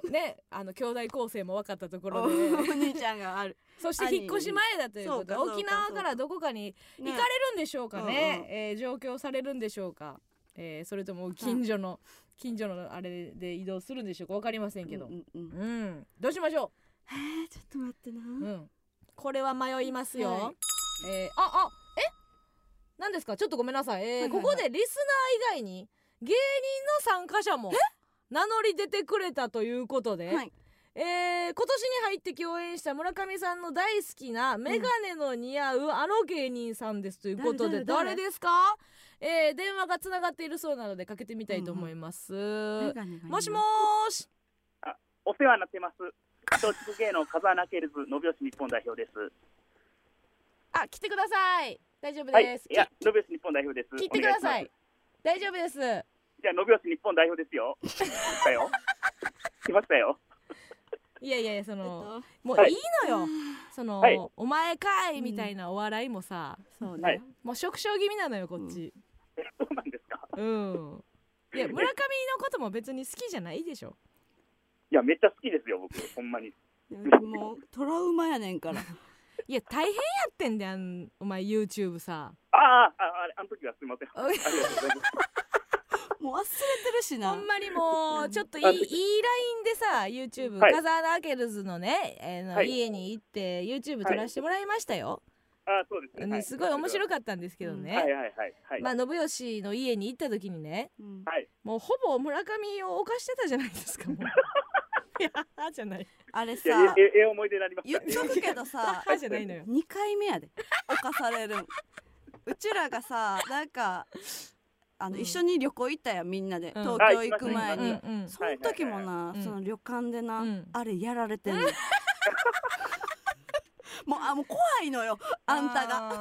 Speaker 2: んねあの兄弟構成も分かったとこ
Speaker 1: お
Speaker 2: ろで
Speaker 1: 兄ちゃんがある。
Speaker 2: そして引っ越し前だということで
Speaker 1: そうかそうか
Speaker 2: 沖縄からどこかに 行かれるんでしょうか
Speaker 1: うんう
Speaker 2: ね
Speaker 1: ん
Speaker 2: えー上京されるんでしょうか、えーそれとも近所の近所のあれで移動するんでしょうか分かりませんけど、う
Speaker 1: うんんうんうん
Speaker 2: どうしましょ
Speaker 1: えー、ちょっと待ってな。
Speaker 2: う、うん、これは迷いますよ、
Speaker 1: はい
Speaker 2: えーああえ何ですかちょっとごめんなさい,、えー
Speaker 1: はいはいはい
Speaker 2: ここでリスナー以外に芸人の参加者も名乗り出てくれたということで、
Speaker 1: はい。
Speaker 2: えー今年に入って共演した村上さんの大好きなメガネの似合うあの芸人さんですということで、
Speaker 1: 誰誰
Speaker 2: 誰
Speaker 1: 誰
Speaker 2: ですか、えー電話がつながっているそうなのでかけてみたいと思います、もしもーし
Speaker 4: お世話になってます。松竹芸能風穴系列信吉日本代表です。
Speaker 2: あ来てください大丈夫
Speaker 4: はい。
Speaker 2: です、
Speaker 4: いや、信吉日本代表です。
Speaker 2: き切ってくださ
Speaker 4: お願
Speaker 2: い
Speaker 4: し
Speaker 2: 大丈夫です
Speaker 4: ます。じゃあ信吉日本代表ですよ。来たよ。来ましたよ。
Speaker 2: いやいやいやそ
Speaker 1: えっ
Speaker 2: の、
Speaker 1: と、
Speaker 2: もう
Speaker 4: はい
Speaker 2: いいのよ、
Speaker 1: あー
Speaker 2: その、
Speaker 4: はい
Speaker 2: お前かいみたいなお笑いもさ、
Speaker 1: そう
Speaker 4: は
Speaker 1: ね
Speaker 4: い。
Speaker 2: もう縮小気味なのよこっち
Speaker 4: そうなんですか。
Speaker 2: うん、いや村上のことも別に好きじゃないでしょ
Speaker 4: いや、めっちゃ好きですよ。僕、ほんまに。
Speaker 1: もうトラウマやねんから。
Speaker 2: いや大変やってんであんお前 YouTube さ
Speaker 4: あーあ、ああれ、あの時はすみません。
Speaker 2: お
Speaker 4: ありがとうございます。
Speaker 1: もう忘れてるしな。
Speaker 2: ほんまにもうちょっといいいい
Speaker 4: あ
Speaker 2: ラインでさ YouTube、
Speaker 4: はい
Speaker 2: カザーナ・アケルズのね、えーの
Speaker 4: はい
Speaker 2: 家に行って YouTube 撮らせてもらいましたよ、
Speaker 4: あーそうですね。
Speaker 2: ねすごい面白
Speaker 4: く
Speaker 2: かったんですけどね、
Speaker 4: はいはいはいはい。
Speaker 2: まあ信義の家に行った時にね
Speaker 1: うん
Speaker 4: はい。
Speaker 2: もうほぼ村上を犯してたじゃないですかもういやあじゃない
Speaker 1: あれ
Speaker 4: いや
Speaker 1: さ、、
Speaker 4: え、ええ思い出になりまし
Speaker 1: 言
Speaker 4: た
Speaker 1: っ。とくけど さ、
Speaker 2: あじゃないのよ
Speaker 1: 2回目やで犯されるんうちらがさなんかあの、
Speaker 2: うん
Speaker 1: 一緒に旅行行ったやんみんなで、
Speaker 2: うん
Speaker 1: 東京行く前
Speaker 2: うん
Speaker 1: に、
Speaker 2: うん
Speaker 1: その時もな、
Speaker 2: はいはいはい
Speaker 1: その旅館でな、
Speaker 2: うん
Speaker 1: あれやられてる、もうあもう怖いのよあんたが
Speaker 2: あ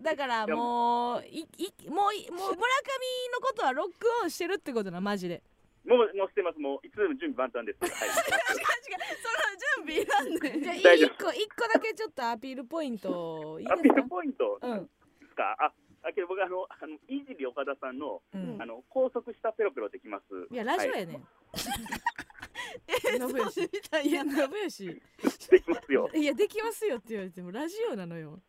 Speaker 2: ーだからもういいもういもう村上のことはロックオンしてるってことなマジで
Speaker 4: もう、もうしてます。もう、いつでも準備万端です。はい。
Speaker 1: その準備いらんねん
Speaker 2: じゃあ一
Speaker 4: 大丈夫
Speaker 2: 個一個だけちょっとアピールポイントいい
Speaker 4: アピ
Speaker 2: で
Speaker 4: ー
Speaker 2: す
Speaker 4: ル
Speaker 2: か
Speaker 4: ポイント
Speaker 2: うん
Speaker 4: ですか。あ、あけど、僕、あの、あの、いじり岡田さんの。
Speaker 2: うん
Speaker 4: あの拘束したペロペロできます。
Speaker 2: いやラジオやね
Speaker 4: はい
Speaker 2: ん 信義
Speaker 1: みたい
Speaker 2: い
Speaker 1: や
Speaker 2: や信
Speaker 1: な
Speaker 2: 義
Speaker 4: できます よ。
Speaker 2: いやできますよって言われてもラジオなのよ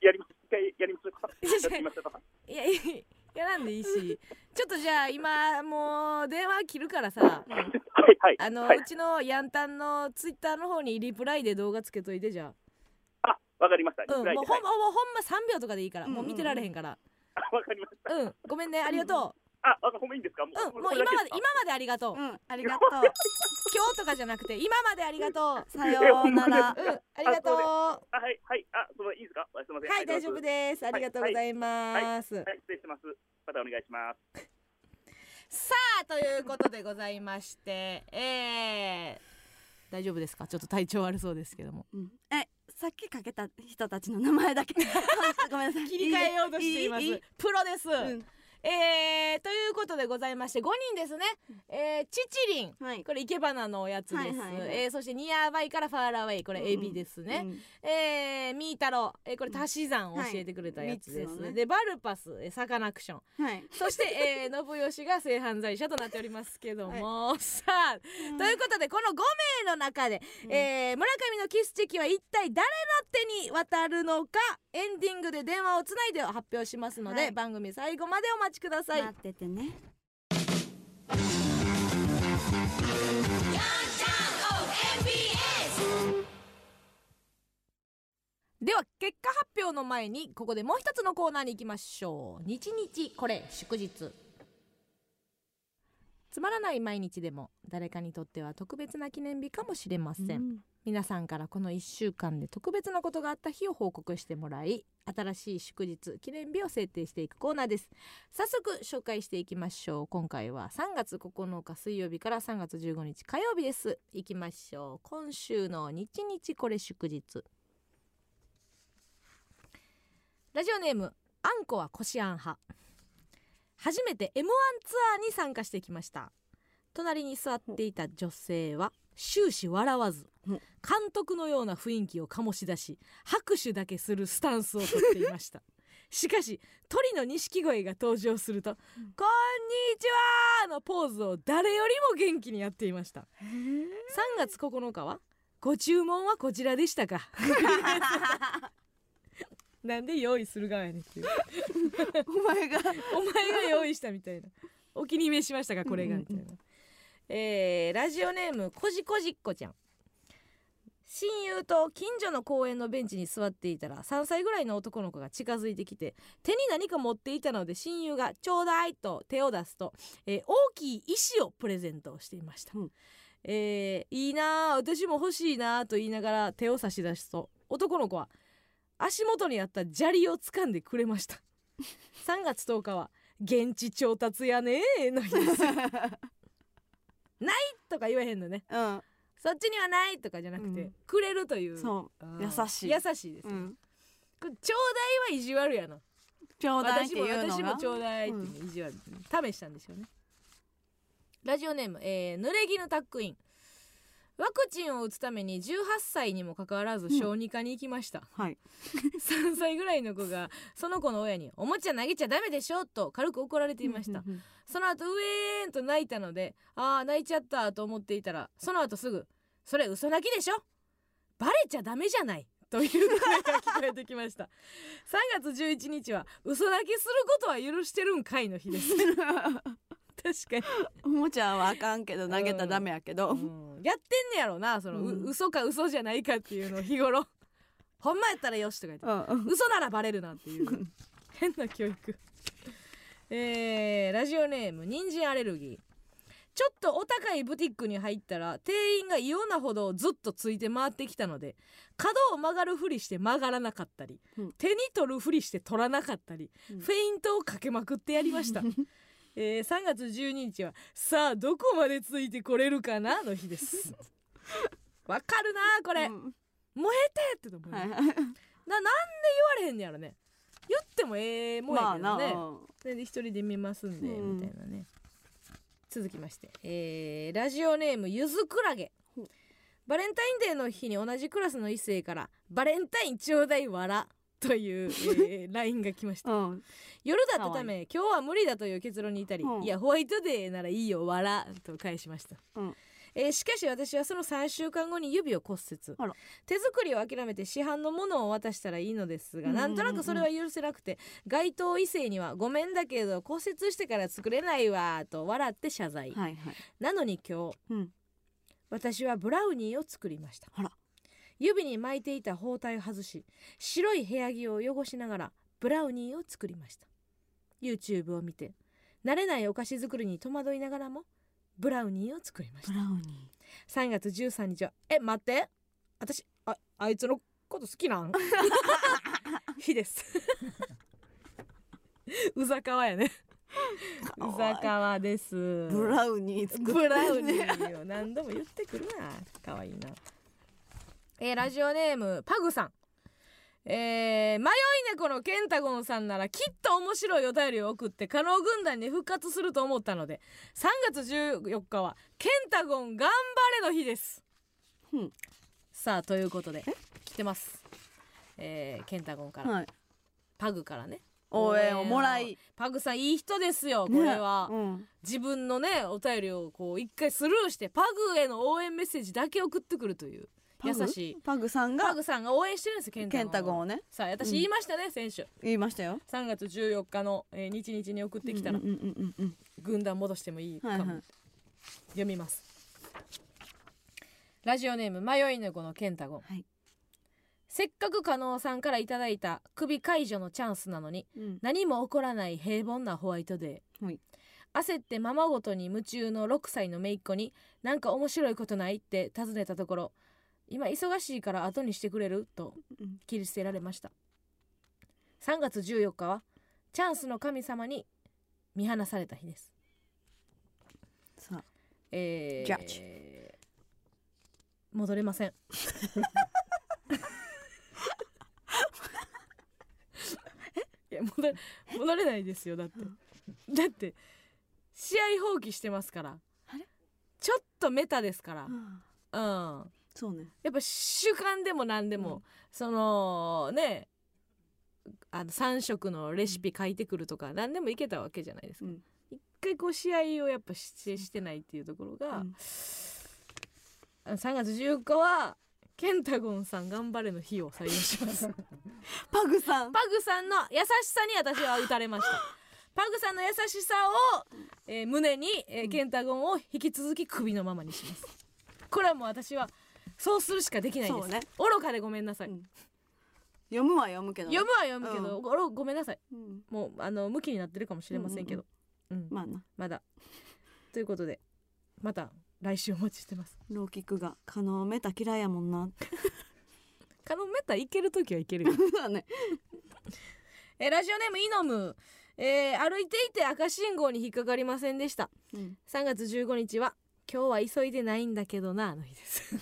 Speaker 4: やります。一回やりましょうか。
Speaker 2: いやいや
Speaker 4: やってみまし ょうか。
Speaker 2: いやいいやらんでいいしちょっとじゃあ今もう電話切るからさ
Speaker 4: はいはい。
Speaker 2: あの、
Speaker 4: はいう
Speaker 2: ちのヤンタンのツイッターの方にリプライで動画つけといてじゃ
Speaker 4: あ、わかりました。
Speaker 2: あ、うん、
Speaker 4: はい
Speaker 2: もうほんまほんまほんま3秒とかでいいから、
Speaker 1: うんうん
Speaker 2: もう見てられへんから
Speaker 4: あ わかりました。
Speaker 2: うんごめんねありがと
Speaker 4: あ、わかほんまいいんですか。も
Speaker 2: ううんもう今まで今までありがと
Speaker 1: う
Speaker 2: う、
Speaker 1: んありがとう
Speaker 2: 今日とかじゃなくて今までありがとう
Speaker 1: さようなら
Speaker 2: うん、ありがとう。は
Speaker 4: あ、はいはい。あ、そのいいですか。あすみません。
Speaker 2: い、大丈夫
Speaker 4: す。
Speaker 2: です。ありがとうございます。
Speaker 4: はい、失礼します。またお願いします。
Speaker 2: さあ、ということでございまして、えー、大丈夫ですかちょっと体調悪そうですけども。
Speaker 1: うんえさっきかけた人たちの名前 だけごめんなさい
Speaker 2: 切り替えようとしています。
Speaker 1: いい
Speaker 2: プロです。
Speaker 1: うん
Speaker 2: えー、ということでございまして、5人ですね。えー、チチリン。
Speaker 1: はい
Speaker 2: これ、いけばなのおやつです。
Speaker 1: はいはいはい
Speaker 2: えー、そして、ニアバイからファーラーウェイ。これ、エビですね。
Speaker 1: うん
Speaker 2: えー、みーたろう。えー、これ、
Speaker 1: うん
Speaker 2: 足し算を教えてくれたやつで
Speaker 1: はい
Speaker 2: す。
Speaker 1: 三つのね
Speaker 2: で、バルパス、えーサカナクション。
Speaker 1: はい。
Speaker 2: そして、えー、信義が性犯罪者となっておりますけども、さあということでこの5名の中で、えー村上のキスチェキは一体誰の手に渡るのかエンディングで電話をつないで発表しますので、
Speaker 1: はい
Speaker 2: 番組最後までお待ちください。
Speaker 1: 待っててね。
Speaker 2: では結果発表の前にここでもう一つのコーナーに行きましょう日日これ祝日つまらない毎日でも誰かにとっては特別な記念日かもしれません、皆さんからこの1週間で特別なことがあった日を報告してもらい新しい祝日記念日を制定していくコーナーです早速紹介していきましょう今回は3月9日水曜日から3月15日火曜日ですいきましょう今週の日日これ祝日ラジオネームあんこはこしあん派初めて M1 ツアーに参加してきました隣に座っていた女性は終始笑わず
Speaker 1: うん
Speaker 2: 監督のような雰囲気を醸し出し拍手だけするスタンスをとっていましたしかし鳥の錦鯉が登場すると「こんにちは!」のポーズを誰よりも元気にやっていました3月9日は「ご注文はこちらでしたか? 」なんで用意する側やねんっていう
Speaker 1: お前が
Speaker 2: お前が用意したみたいなお気に召しましたかこれが
Speaker 1: うんうん
Speaker 2: みた
Speaker 1: う
Speaker 2: い
Speaker 1: ん
Speaker 2: な、えーラジオネームこじこじっこちゃん親友と近所の公園のベンチに座っていたら3歳ぐらいの男の子が近づいてきて手に何か持っていたので親友が「ちょうだい」と手を出すと、えー大きい石をプレゼントしていました、
Speaker 1: うん
Speaker 2: えーいいなあ私も欲しいなあと言いながら手を差し出すと男の子は足元にあった砂利を掴んでくれました3月10日は現地調達やねえの日です ないとか言えへんのね
Speaker 1: うん
Speaker 2: そっちにはないとかじゃなくて、
Speaker 1: うん
Speaker 2: くれるという
Speaker 1: そう
Speaker 2: あー
Speaker 1: 優しい
Speaker 2: 優しいです、
Speaker 1: うん
Speaker 2: これちょうだいは意地悪やな
Speaker 1: ちょうだいっ
Speaker 2: 私
Speaker 1: て
Speaker 2: も
Speaker 1: いうの
Speaker 2: 私
Speaker 1: が
Speaker 2: もちょうだいっていう意地悪、試したんでしょうねラジオネーム、えー、濡れ着のタックインワクチンを打つために18歳にもかかわらず小児科に行きました、
Speaker 1: はい
Speaker 2: 3歳ぐらいの子がその子の親に「おもちゃ投げちゃダメでしょ」と軽く怒られていました
Speaker 1: うんうん
Speaker 2: その後ウェーンと泣いたのでああ泣いちゃったと思っていたらその後すぐ「それ嘘泣きでしょバレちゃダメじゃない」という声が聞こえてきました3月11日は「嘘泣きすることは許してるんかい」の日です確か
Speaker 1: おもちゃはあかんけど投げたらダメやけど
Speaker 2: に、うんやってんねやろなその、う
Speaker 1: うん
Speaker 2: 嘘か嘘じゃないかっていうのを日頃「ほんまやったらよし」とか言って
Speaker 1: うんうん
Speaker 2: 嘘ならバレるなっていう 変な教育えーラジオネーム人参アレルギーちょっとお高いブティックに入ったら店員が異様なほどずっとついて回ってきたので角を曲がるふりして曲がらなかったり、
Speaker 1: うん
Speaker 2: 手に取るふりして取らなかったり、
Speaker 1: うん
Speaker 2: フェイントをかけまくってやり ました、えー3月12日はさあどこまでついてこれるかなの日です わかるなあこれ、
Speaker 1: うん
Speaker 2: 燃えてって思う、
Speaker 1: はいはい
Speaker 2: ななんで言われへんねやろね言ってもええもんや
Speaker 1: まあ
Speaker 2: けど
Speaker 1: な
Speaker 2: ね、
Speaker 1: うん
Speaker 2: それで一人で見ますんで、
Speaker 1: うん
Speaker 2: みたいなね続きまして、えーラジオネームゆずくらげ
Speaker 1: ほう
Speaker 2: バレンタインデーの日に同じクラスの異性から「バレンタインちょうだいわら」という、え ー LINE が来ました
Speaker 1: うん
Speaker 2: 夜だったため今日は無理だという結論に至り、
Speaker 1: うん
Speaker 2: いやホワイトデーならいいよ笑と返しました、
Speaker 1: うん
Speaker 2: えーしかし私はその3週間後に指を骨折
Speaker 1: あら
Speaker 2: 手作りを諦めて市販のものを渡したらいいのです
Speaker 1: うんうん
Speaker 2: が、
Speaker 1: うん
Speaker 2: なんとなくそれは許せなくて該当異性には「ごめんだけど骨折してから作れないわ」と笑って謝罪、
Speaker 1: はいはい
Speaker 2: なのに今日
Speaker 1: うん
Speaker 2: 私はブラウニーを作りました
Speaker 1: あら
Speaker 2: 指に巻いていた包帯を外し白い部屋着を汚しながらブラウニーを作りました YouTube を見て慣れないお菓子作りに戸惑いながらもブラウニーを作りました
Speaker 1: ブラウニ
Speaker 2: 3月13日は「え待って私ああいつのこと好きなん 日ですうざかわやね
Speaker 1: かわいう
Speaker 2: ざかわです
Speaker 1: ーブラウニー作って
Speaker 2: ブラウニ
Speaker 1: ね
Speaker 2: ーを何度も言ってくるな可愛いな、えーラジオネームパグさんえー、迷い猫のケンタゴンさんならきっと面白いお便りを送って加納軍団に復活すると思ったので3月14日はケンタゴン頑張れの日です、
Speaker 1: うん
Speaker 2: さあということで来てます、えー、ケンタゴンか ら、
Speaker 1: はい
Speaker 2: パグからね
Speaker 1: 応援をもらい
Speaker 2: パグさんいい人ですよこれは、
Speaker 1: ねうん
Speaker 2: 自分のねお便りをこう一回スルーしてパグへの応援メッセージだけ送ってくるという
Speaker 1: パグ
Speaker 2: 優しい
Speaker 1: パグさん
Speaker 2: パ
Speaker 1: が
Speaker 2: グさんが応援してるんですよケンタ
Speaker 1: ケ
Speaker 2: ゴン
Speaker 1: ンタゴンをね
Speaker 2: さあ私
Speaker 1: うん
Speaker 2: 言いましたね、先週
Speaker 1: 言いましたよ
Speaker 2: 3月14日の、えー日々に送ってきたら、
Speaker 1: うんうんうんうん
Speaker 2: 軍団戻してもいいかも、
Speaker 1: はいはい
Speaker 2: 読みますラジオネーム迷い猫のケンタゴン、
Speaker 1: はい
Speaker 2: せっかく加納さんからいただいた首解除のチャンスなのに
Speaker 1: うん
Speaker 2: 何も起こらない平凡なホワイトデー、
Speaker 1: はい
Speaker 2: 焦ってままごとに夢中の6歳の姪っ子に「なんか面白いことない?」って尋ねたところ「今忙しいから後にしてくれる?」と
Speaker 1: うん
Speaker 2: 切り捨てられました3月14日はチャンスの神様に見放された日です
Speaker 1: さあ
Speaker 2: えー、
Speaker 1: ジャッジ
Speaker 2: 戻れませ んいや戻れ戻れないですよだって
Speaker 1: うん
Speaker 2: だって試合放棄してますから
Speaker 1: あれ
Speaker 2: ちょっとメタですから、
Speaker 1: ああ
Speaker 2: うん、
Speaker 1: そうね
Speaker 2: やっぱ主観でも何でも、
Speaker 1: うん
Speaker 2: そのねあの3食のレシピ書いてくるとか何でもいけたわけじゃないですか、
Speaker 1: うん
Speaker 2: 一回こう試合をやっぱしてしてないっていうところが、
Speaker 1: うん
Speaker 2: あの3月14日はケンタゴンさん頑張れの日を採用し ますパ
Speaker 1: パグさん
Speaker 2: グさんの優しさに私は打たれ ましたパグさんの優しさを、えー胸に、えーケンタゴンを引き続き首のままにしますこれはもう私はそうするしかできないで
Speaker 1: そ
Speaker 2: す、
Speaker 1: うね
Speaker 2: 愚かでごめんなさい、
Speaker 1: うん読むは読むけどね
Speaker 2: 読むは読むけど、
Speaker 1: う
Speaker 2: ごろごめんなさい
Speaker 1: うん
Speaker 2: もうあの向きになってるかもしれませんけど、うんま
Speaker 1: まあな
Speaker 2: だということでまた来週お待ちしてます
Speaker 1: ローキックが可能メタ嫌いやもんな
Speaker 2: カノンメタいける時はいけるよ
Speaker 1: だね
Speaker 2: えラジオネームイノム、えー歩いていて赤信号に引っかかりませんでした
Speaker 1: うん
Speaker 2: 3月15日は今日は急いでないんだけどなの日です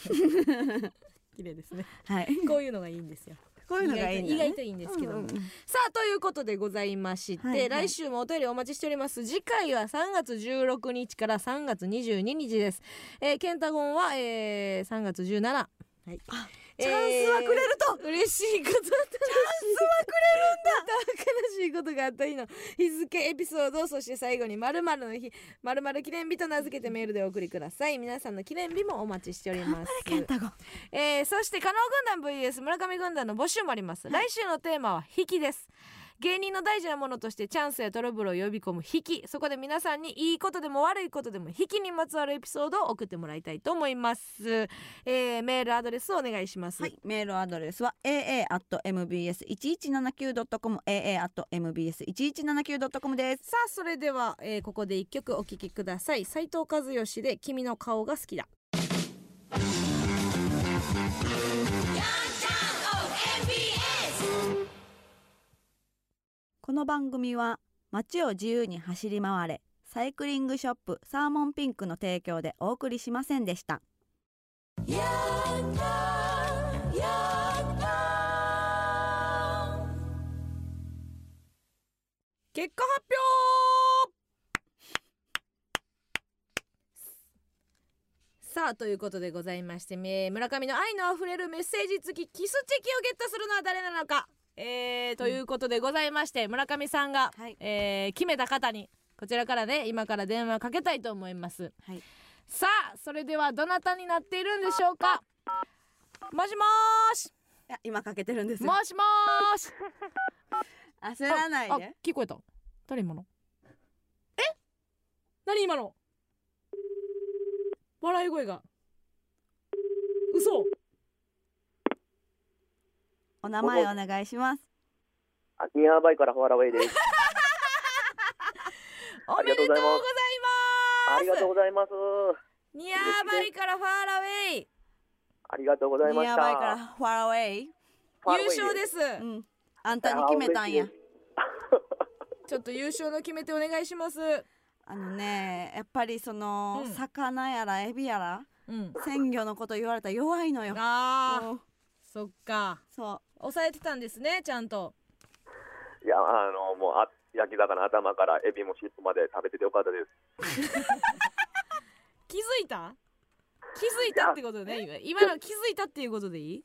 Speaker 2: 綺麗ですね
Speaker 1: はい
Speaker 2: こういうのがいいんですよ
Speaker 1: こういうのがいいんだね
Speaker 2: 意外と意外といいんですけども、
Speaker 1: うんうんうん
Speaker 2: さあということでございまして、
Speaker 1: はいはい
Speaker 2: 来週もお便りお待ちしております次回は3月16日から3月22日です、えー、ケンタゴンは、えー、3月17はい、
Speaker 1: チャンスはくれる
Speaker 2: と、嬉しいことチャンスはくれるんだ悲しいことがあった日の日付エピソードそして最後に〇〇の日〇〇記念日と名付けてメールでお送りください皆さんの記念日もお待ちしております
Speaker 1: ケンタゴン
Speaker 2: えーそして加納軍団 VS 村上軍団の募集もあります来週のテーマは「引き」です芸人の大事なものとしてチャンスやトラブルを呼び込む引きそこで皆さんにいいことでも悪いことでも引きにまつわるエピソードを送ってもらいたいと思います、えーメールアドレスをお願いします、
Speaker 1: はい、メールアドレスは aa.mbs1179.com aa.mbs1179.com です
Speaker 2: さあそれでは、えーここで一曲お聴きください斉藤和義で「君の顔が好きだ」
Speaker 1: この番組は街を自由に走り回れサイクリングショップサーモンピンクの提供でお送りしませんでした
Speaker 2: 結果発表さあということでございまして、えー村上の愛のあふれるメッセージ付きキスチェキをゲットするのは誰なのか、えーということでございまして村上さんが、
Speaker 1: はい
Speaker 2: えー決めた方にこちらからね今から電話かけたいと思います
Speaker 1: はい
Speaker 2: さあそれではどなたになっているんでしょうかもしもーし
Speaker 1: いや今かけてるんですよ
Speaker 2: もしもーし
Speaker 1: 焦らないで
Speaker 2: あ聞こえた誰今のえ何今の笑い声が嘘
Speaker 1: お名前お願いします
Speaker 5: あニアバイからファラウェ イです。
Speaker 2: お
Speaker 5: あ
Speaker 2: め
Speaker 5: り
Speaker 2: で
Speaker 5: が
Speaker 2: と
Speaker 5: と
Speaker 2: う
Speaker 5: う
Speaker 2: ご
Speaker 5: ご
Speaker 2: ざい
Speaker 5: ざい
Speaker 2: ます
Speaker 5: ありがとうございます。
Speaker 2: ニアバイからファーラウェイ
Speaker 5: ありがとうございました。
Speaker 1: やばいからファラウェイ
Speaker 5: ファラウェイ。
Speaker 2: 優勝ですす
Speaker 1: うんあんたに決めたんや
Speaker 5: あ嬉しい
Speaker 2: ちょっと優勝の決め手お願いします
Speaker 1: あのねやっぱりその、
Speaker 2: うん
Speaker 1: 魚やらエビやら
Speaker 2: うん
Speaker 1: 鮮魚のこと言われたら弱いのよ
Speaker 2: あー
Speaker 1: うん
Speaker 2: そっか
Speaker 1: そ
Speaker 2: 抑えてたんですねちゃんと
Speaker 5: いや、あの、もう、あ焼き魚頭からエビも尻尾まで食べててよかったです。
Speaker 2: 気づいた気づいたってことね今今の気づいたっていうことでいい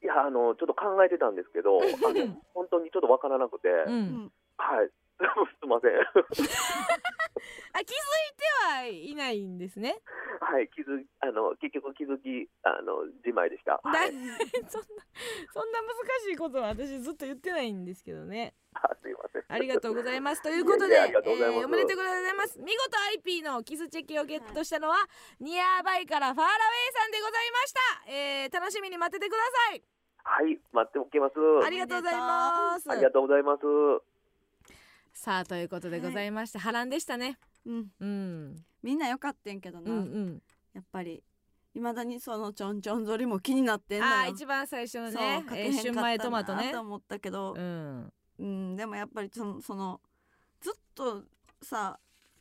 Speaker 5: いや、あの、ちょっと考えてたんですけど、あの本当にちょっとわからなくて、
Speaker 2: う
Speaker 1: う、うんん、
Speaker 5: はい。 すいません。
Speaker 2: あ気づいてはいないんですね
Speaker 5: はい、気づあの結局気づきあの自前でした。
Speaker 2: だ
Speaker 5: はい
Speaker 2: そんなそんな難しいことは私ずっと言ってないんですけどね
Speaker 5: あすいません。
Speaker 2: ありがとうございますということ
Speaker 5: い
Speaker 2: で
Speaker 5: やいやありがとうございます
Speaker 2: えーおめでとうございます見事 IP のキスチェキをゲットしたのは、ニアバイからファーラウェイさんでございました、えー楽しみに待っててください
Speaker 5: はい、待っておきます。
Speaker 2: ありがとうございます
Speaker 5: ありがとうございます。
Speaker 2: さあということでございまして、波乱でしたね
Speaker 1: うん、
Speaker 2: うん
Speaker 1: みんなよかってんけど
Speaker 2: う
Speaker 1: な、
Speaker 2: んうん
Speaker 1: やっぱり未だにそのちょんちょんぞりも気になってんのよ
Speaker 2: あー一番最初の
Speaker 1: そう
Speaker 2: ね
Speaker 1: かけへ
Speaker 2: え
Speaker 1: ん
Speaker 2: ー
Speaker 1: かった
Speaker 2: 春前トマト
Speaker 1: な
Speaker 2: ね
Speaker 1: と思ったけど
Speaker 2: う、ん
Speaker 1: うんでもやっぱりそのそのずっとさ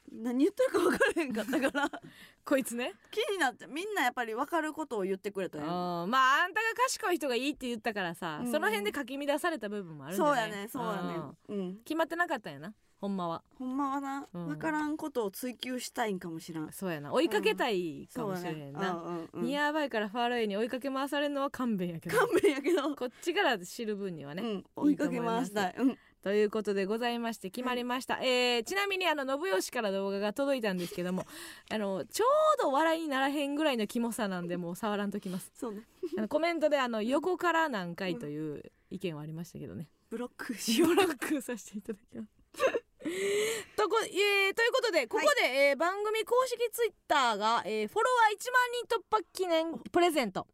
Speaker 1: 何言ってるか分からへんかったから
Speaker 2: こいつね
Speaker 1: 気になってみんなやっぱり分かることを言ってくれたよ
Speaker 2: うんまああんたが賢い人がいいって言ったからさ、
Speaker 1: うん
Speaker 2: その辺でかき乱された部分もあるんじゃ
Speaker 1: そう
Speaker 2: な
Speaker 1: や
Speaker 2: い
Speaker 1: ねそうやね
Speaker 2: ん
Speaker 1: うん
Speaker 2: 決まってなかったんやなほんまは
Speaker 1: ほんまはな、
Speaker 2: うん
Speaker 1: 分からんことを追求したいんかもしらん
Speaker 2: そうやな追いかけたいか
Speaker 1: そう
Speaker 2: も
Speaker 1: や
Speaker 2: しれ
Speaker 1: ね
Speaker 2: へん
Speaker 1: う
Speaker 2: な、
Speaker 1: んうんうん
Speaker 2: ニアバイからファーライに追いかけ回されるのは勘弁やけど
Speaker 1: 勘弁やけど、
Speaker 2: こっちから知る分にはね、
Speaker 1: うん、追いかけ回したいうん
Speaker 2: ということでございまして決まりました、えーちなみにあの信義から動画が届いたんですけ どもあのちょうど笑いにならへんぐらいのキモさなんでもう触らんときます
Speaker 1: そうね
Speaker 2: あのコメントであの横から何回という意見はありましたけどね
Speaker 1: ブロック し
Speaker 2: しばらくさせていただきます。とこえーということでここで、えー番組公式ツイッターが、えーフォロワー1万人突破記念プレゼント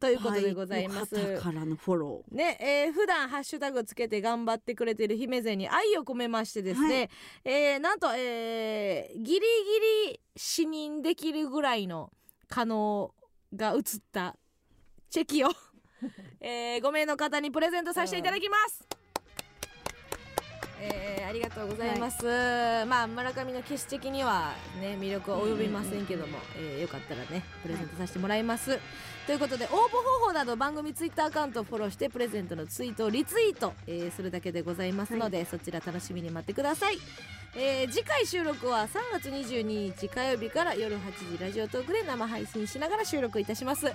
Speaker 2: ということでございます。
Speaker 1: はいお旗からのフォロ
Speaker 2: ねえー普段ハッシュタグつけて頑張ってくれてる姫勢に愛を込めましてですね、えーなんと、えーギリギリ死認できるぐらいの可能が映ったチェキを、え5名の方にプレゼントさせていただきます。えーありがとうございます、まあ村上の消しチェキにはね魅力は及びませんけども、えーよかったらねプレゼントさせてもらいます、ということで応募方法など番組ツイッターアカウントをフォローしてプレゼントのツイートをリツイート、えーするだけでございますので、そちら楽しみに待ってください、えー次回収録は3月22日火曜日から夜8時ラジオトークで生配信しながら収録いたします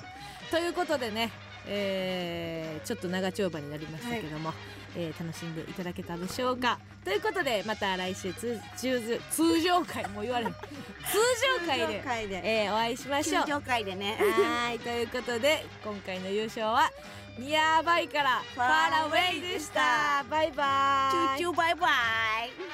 Speaker 2: ということでね、えーちょっと長丁場になりましたけども、えー楽しんでいただけたでしょうかということでまた来週通通通常回もう言われ る通常
Speaker 1: ー
Speaker 2: 回で
Speaker 1: 通常、回で
Speaker 2: えーお会いしましょう
Speaker 1: 通常回でね
Speaker 2: はーいということで今回の優勝はニアーバイからファーラウェイでしたバイバーイ
Speaker 1: チューチューバイバイ